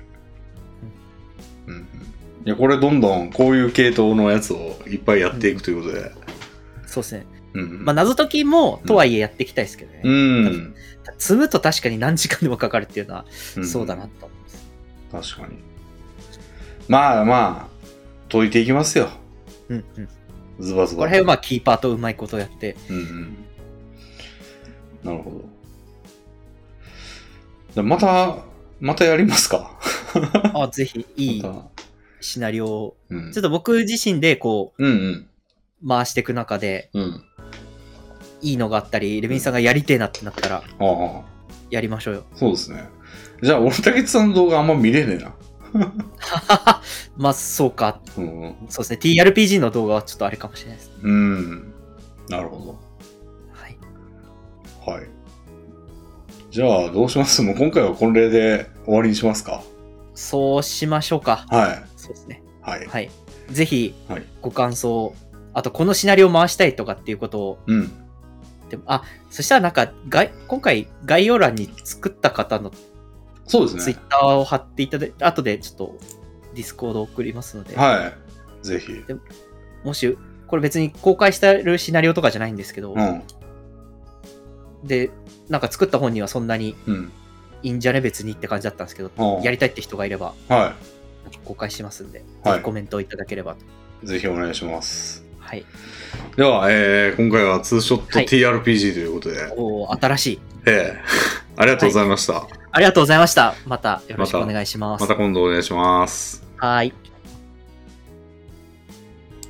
Speaker 1: うんうん。いや、これどんどんこういう系統のやつをいっぱいやっていくということで。
Speaker 2: そうですね。
Speaker 1: うん。うん
Speaker 2: まあ、謎解きも、とはいえやっていきたいですけどね。
Speaker 1: うん。
Speaker 2: 積むと確かに何時間でもかかるっていうのは、
Speaker 1: ん
Speaker 2: そうだな。と思います。
Speaker 1: 確かに。まあまあ、解いていきますよ。
Speaker 2: うんうん。こ
Speaker 1: ズバズ
Speaker 2: の
Speaker 1: バ。
Speaker 2: 辺はまあキーパーとうまいことを やって、
Speaker 1: うんうん。なるほど。じゃあまた、またやりますか。
Speaker 2: あぜひいい
Speaker 1: また
Speaker 2: シナリオを、
Speaker 1: うん
Speaker 2: ちょっと僕自身でこ
Speaker 1: うんうん。
Speaker 2: う回していく中で、
Speaker 1: うん。
Speaker 2: いいのがあったり、レビンさんがやりてえなってなったら、
Speaker 1: ああ。
Speaker 2: やりましょうよ。
Speaker 1: そうですね。じゃあ、俺、竹内さんの動画あんま見れねえな。
Speaker 2: まあ、そうか。
Speaker 1: うん。
Speaker 2: そうですね。TRPG の動画はちょっとあれかもしれないです。
Speaker 1: うん。なるほ
Speaker 2: はい。
Speaker 1: ど。はい。じゃあ、どうしますもう今回はこれで終わりにしますか。
Speaker 2: そうしましょうか。
Speaker 1: はい。
Speaker 2: そうですね。
Speaker 1: はい。
Speaker 2: はい。ぜひ
Speaker 1: はい、
Speaker 2: ご感想を、あと、このシナリオ回したいとかっていうことを、
Speaker 1: うん。
Speaker 2: でもあ、そしたらなんか、概今回、概要欄に作った方の
Speaker 1: そうです
Speaker 2: ツイッ
Speaker 1: ね。
Speaker 2: ターを貼っていただいて、後でちょっとディスコード送りますので、
Speaker 1: はい。ぜひ。
Speaker 2: もし、これ別に公開してるシナリオとかじゃないんですけど、
Speaker 1: うん。
Speaker 2: で、なんか作った本人はそんなに
Speaker 1: うん。
Speaker 2: いいんじゃね別にって感じだったんですけど、
Speaker 1: うん
Speaker 2: やりたいって人がいれば
Speaker 1: は
Speaker 2: 公開しますんで、
Speaker 1: はい
Speaker 2: ぜひコメントをいただければと。
Speaker 1: い。ぜひお願いします。
Speaker 2: はい。
Speaker 1: では、えー、今回はツーショット
Speaker 2: はい
Speaker 1: TRPG ということで、
Speaker 2: おー新しい。
Speaker 1: えー ありがとうございました。
Speaker 2: ありがとうございました。またよろしくお願いします。
Speaker 1: また今度お願いします。
Speaker 2: はい。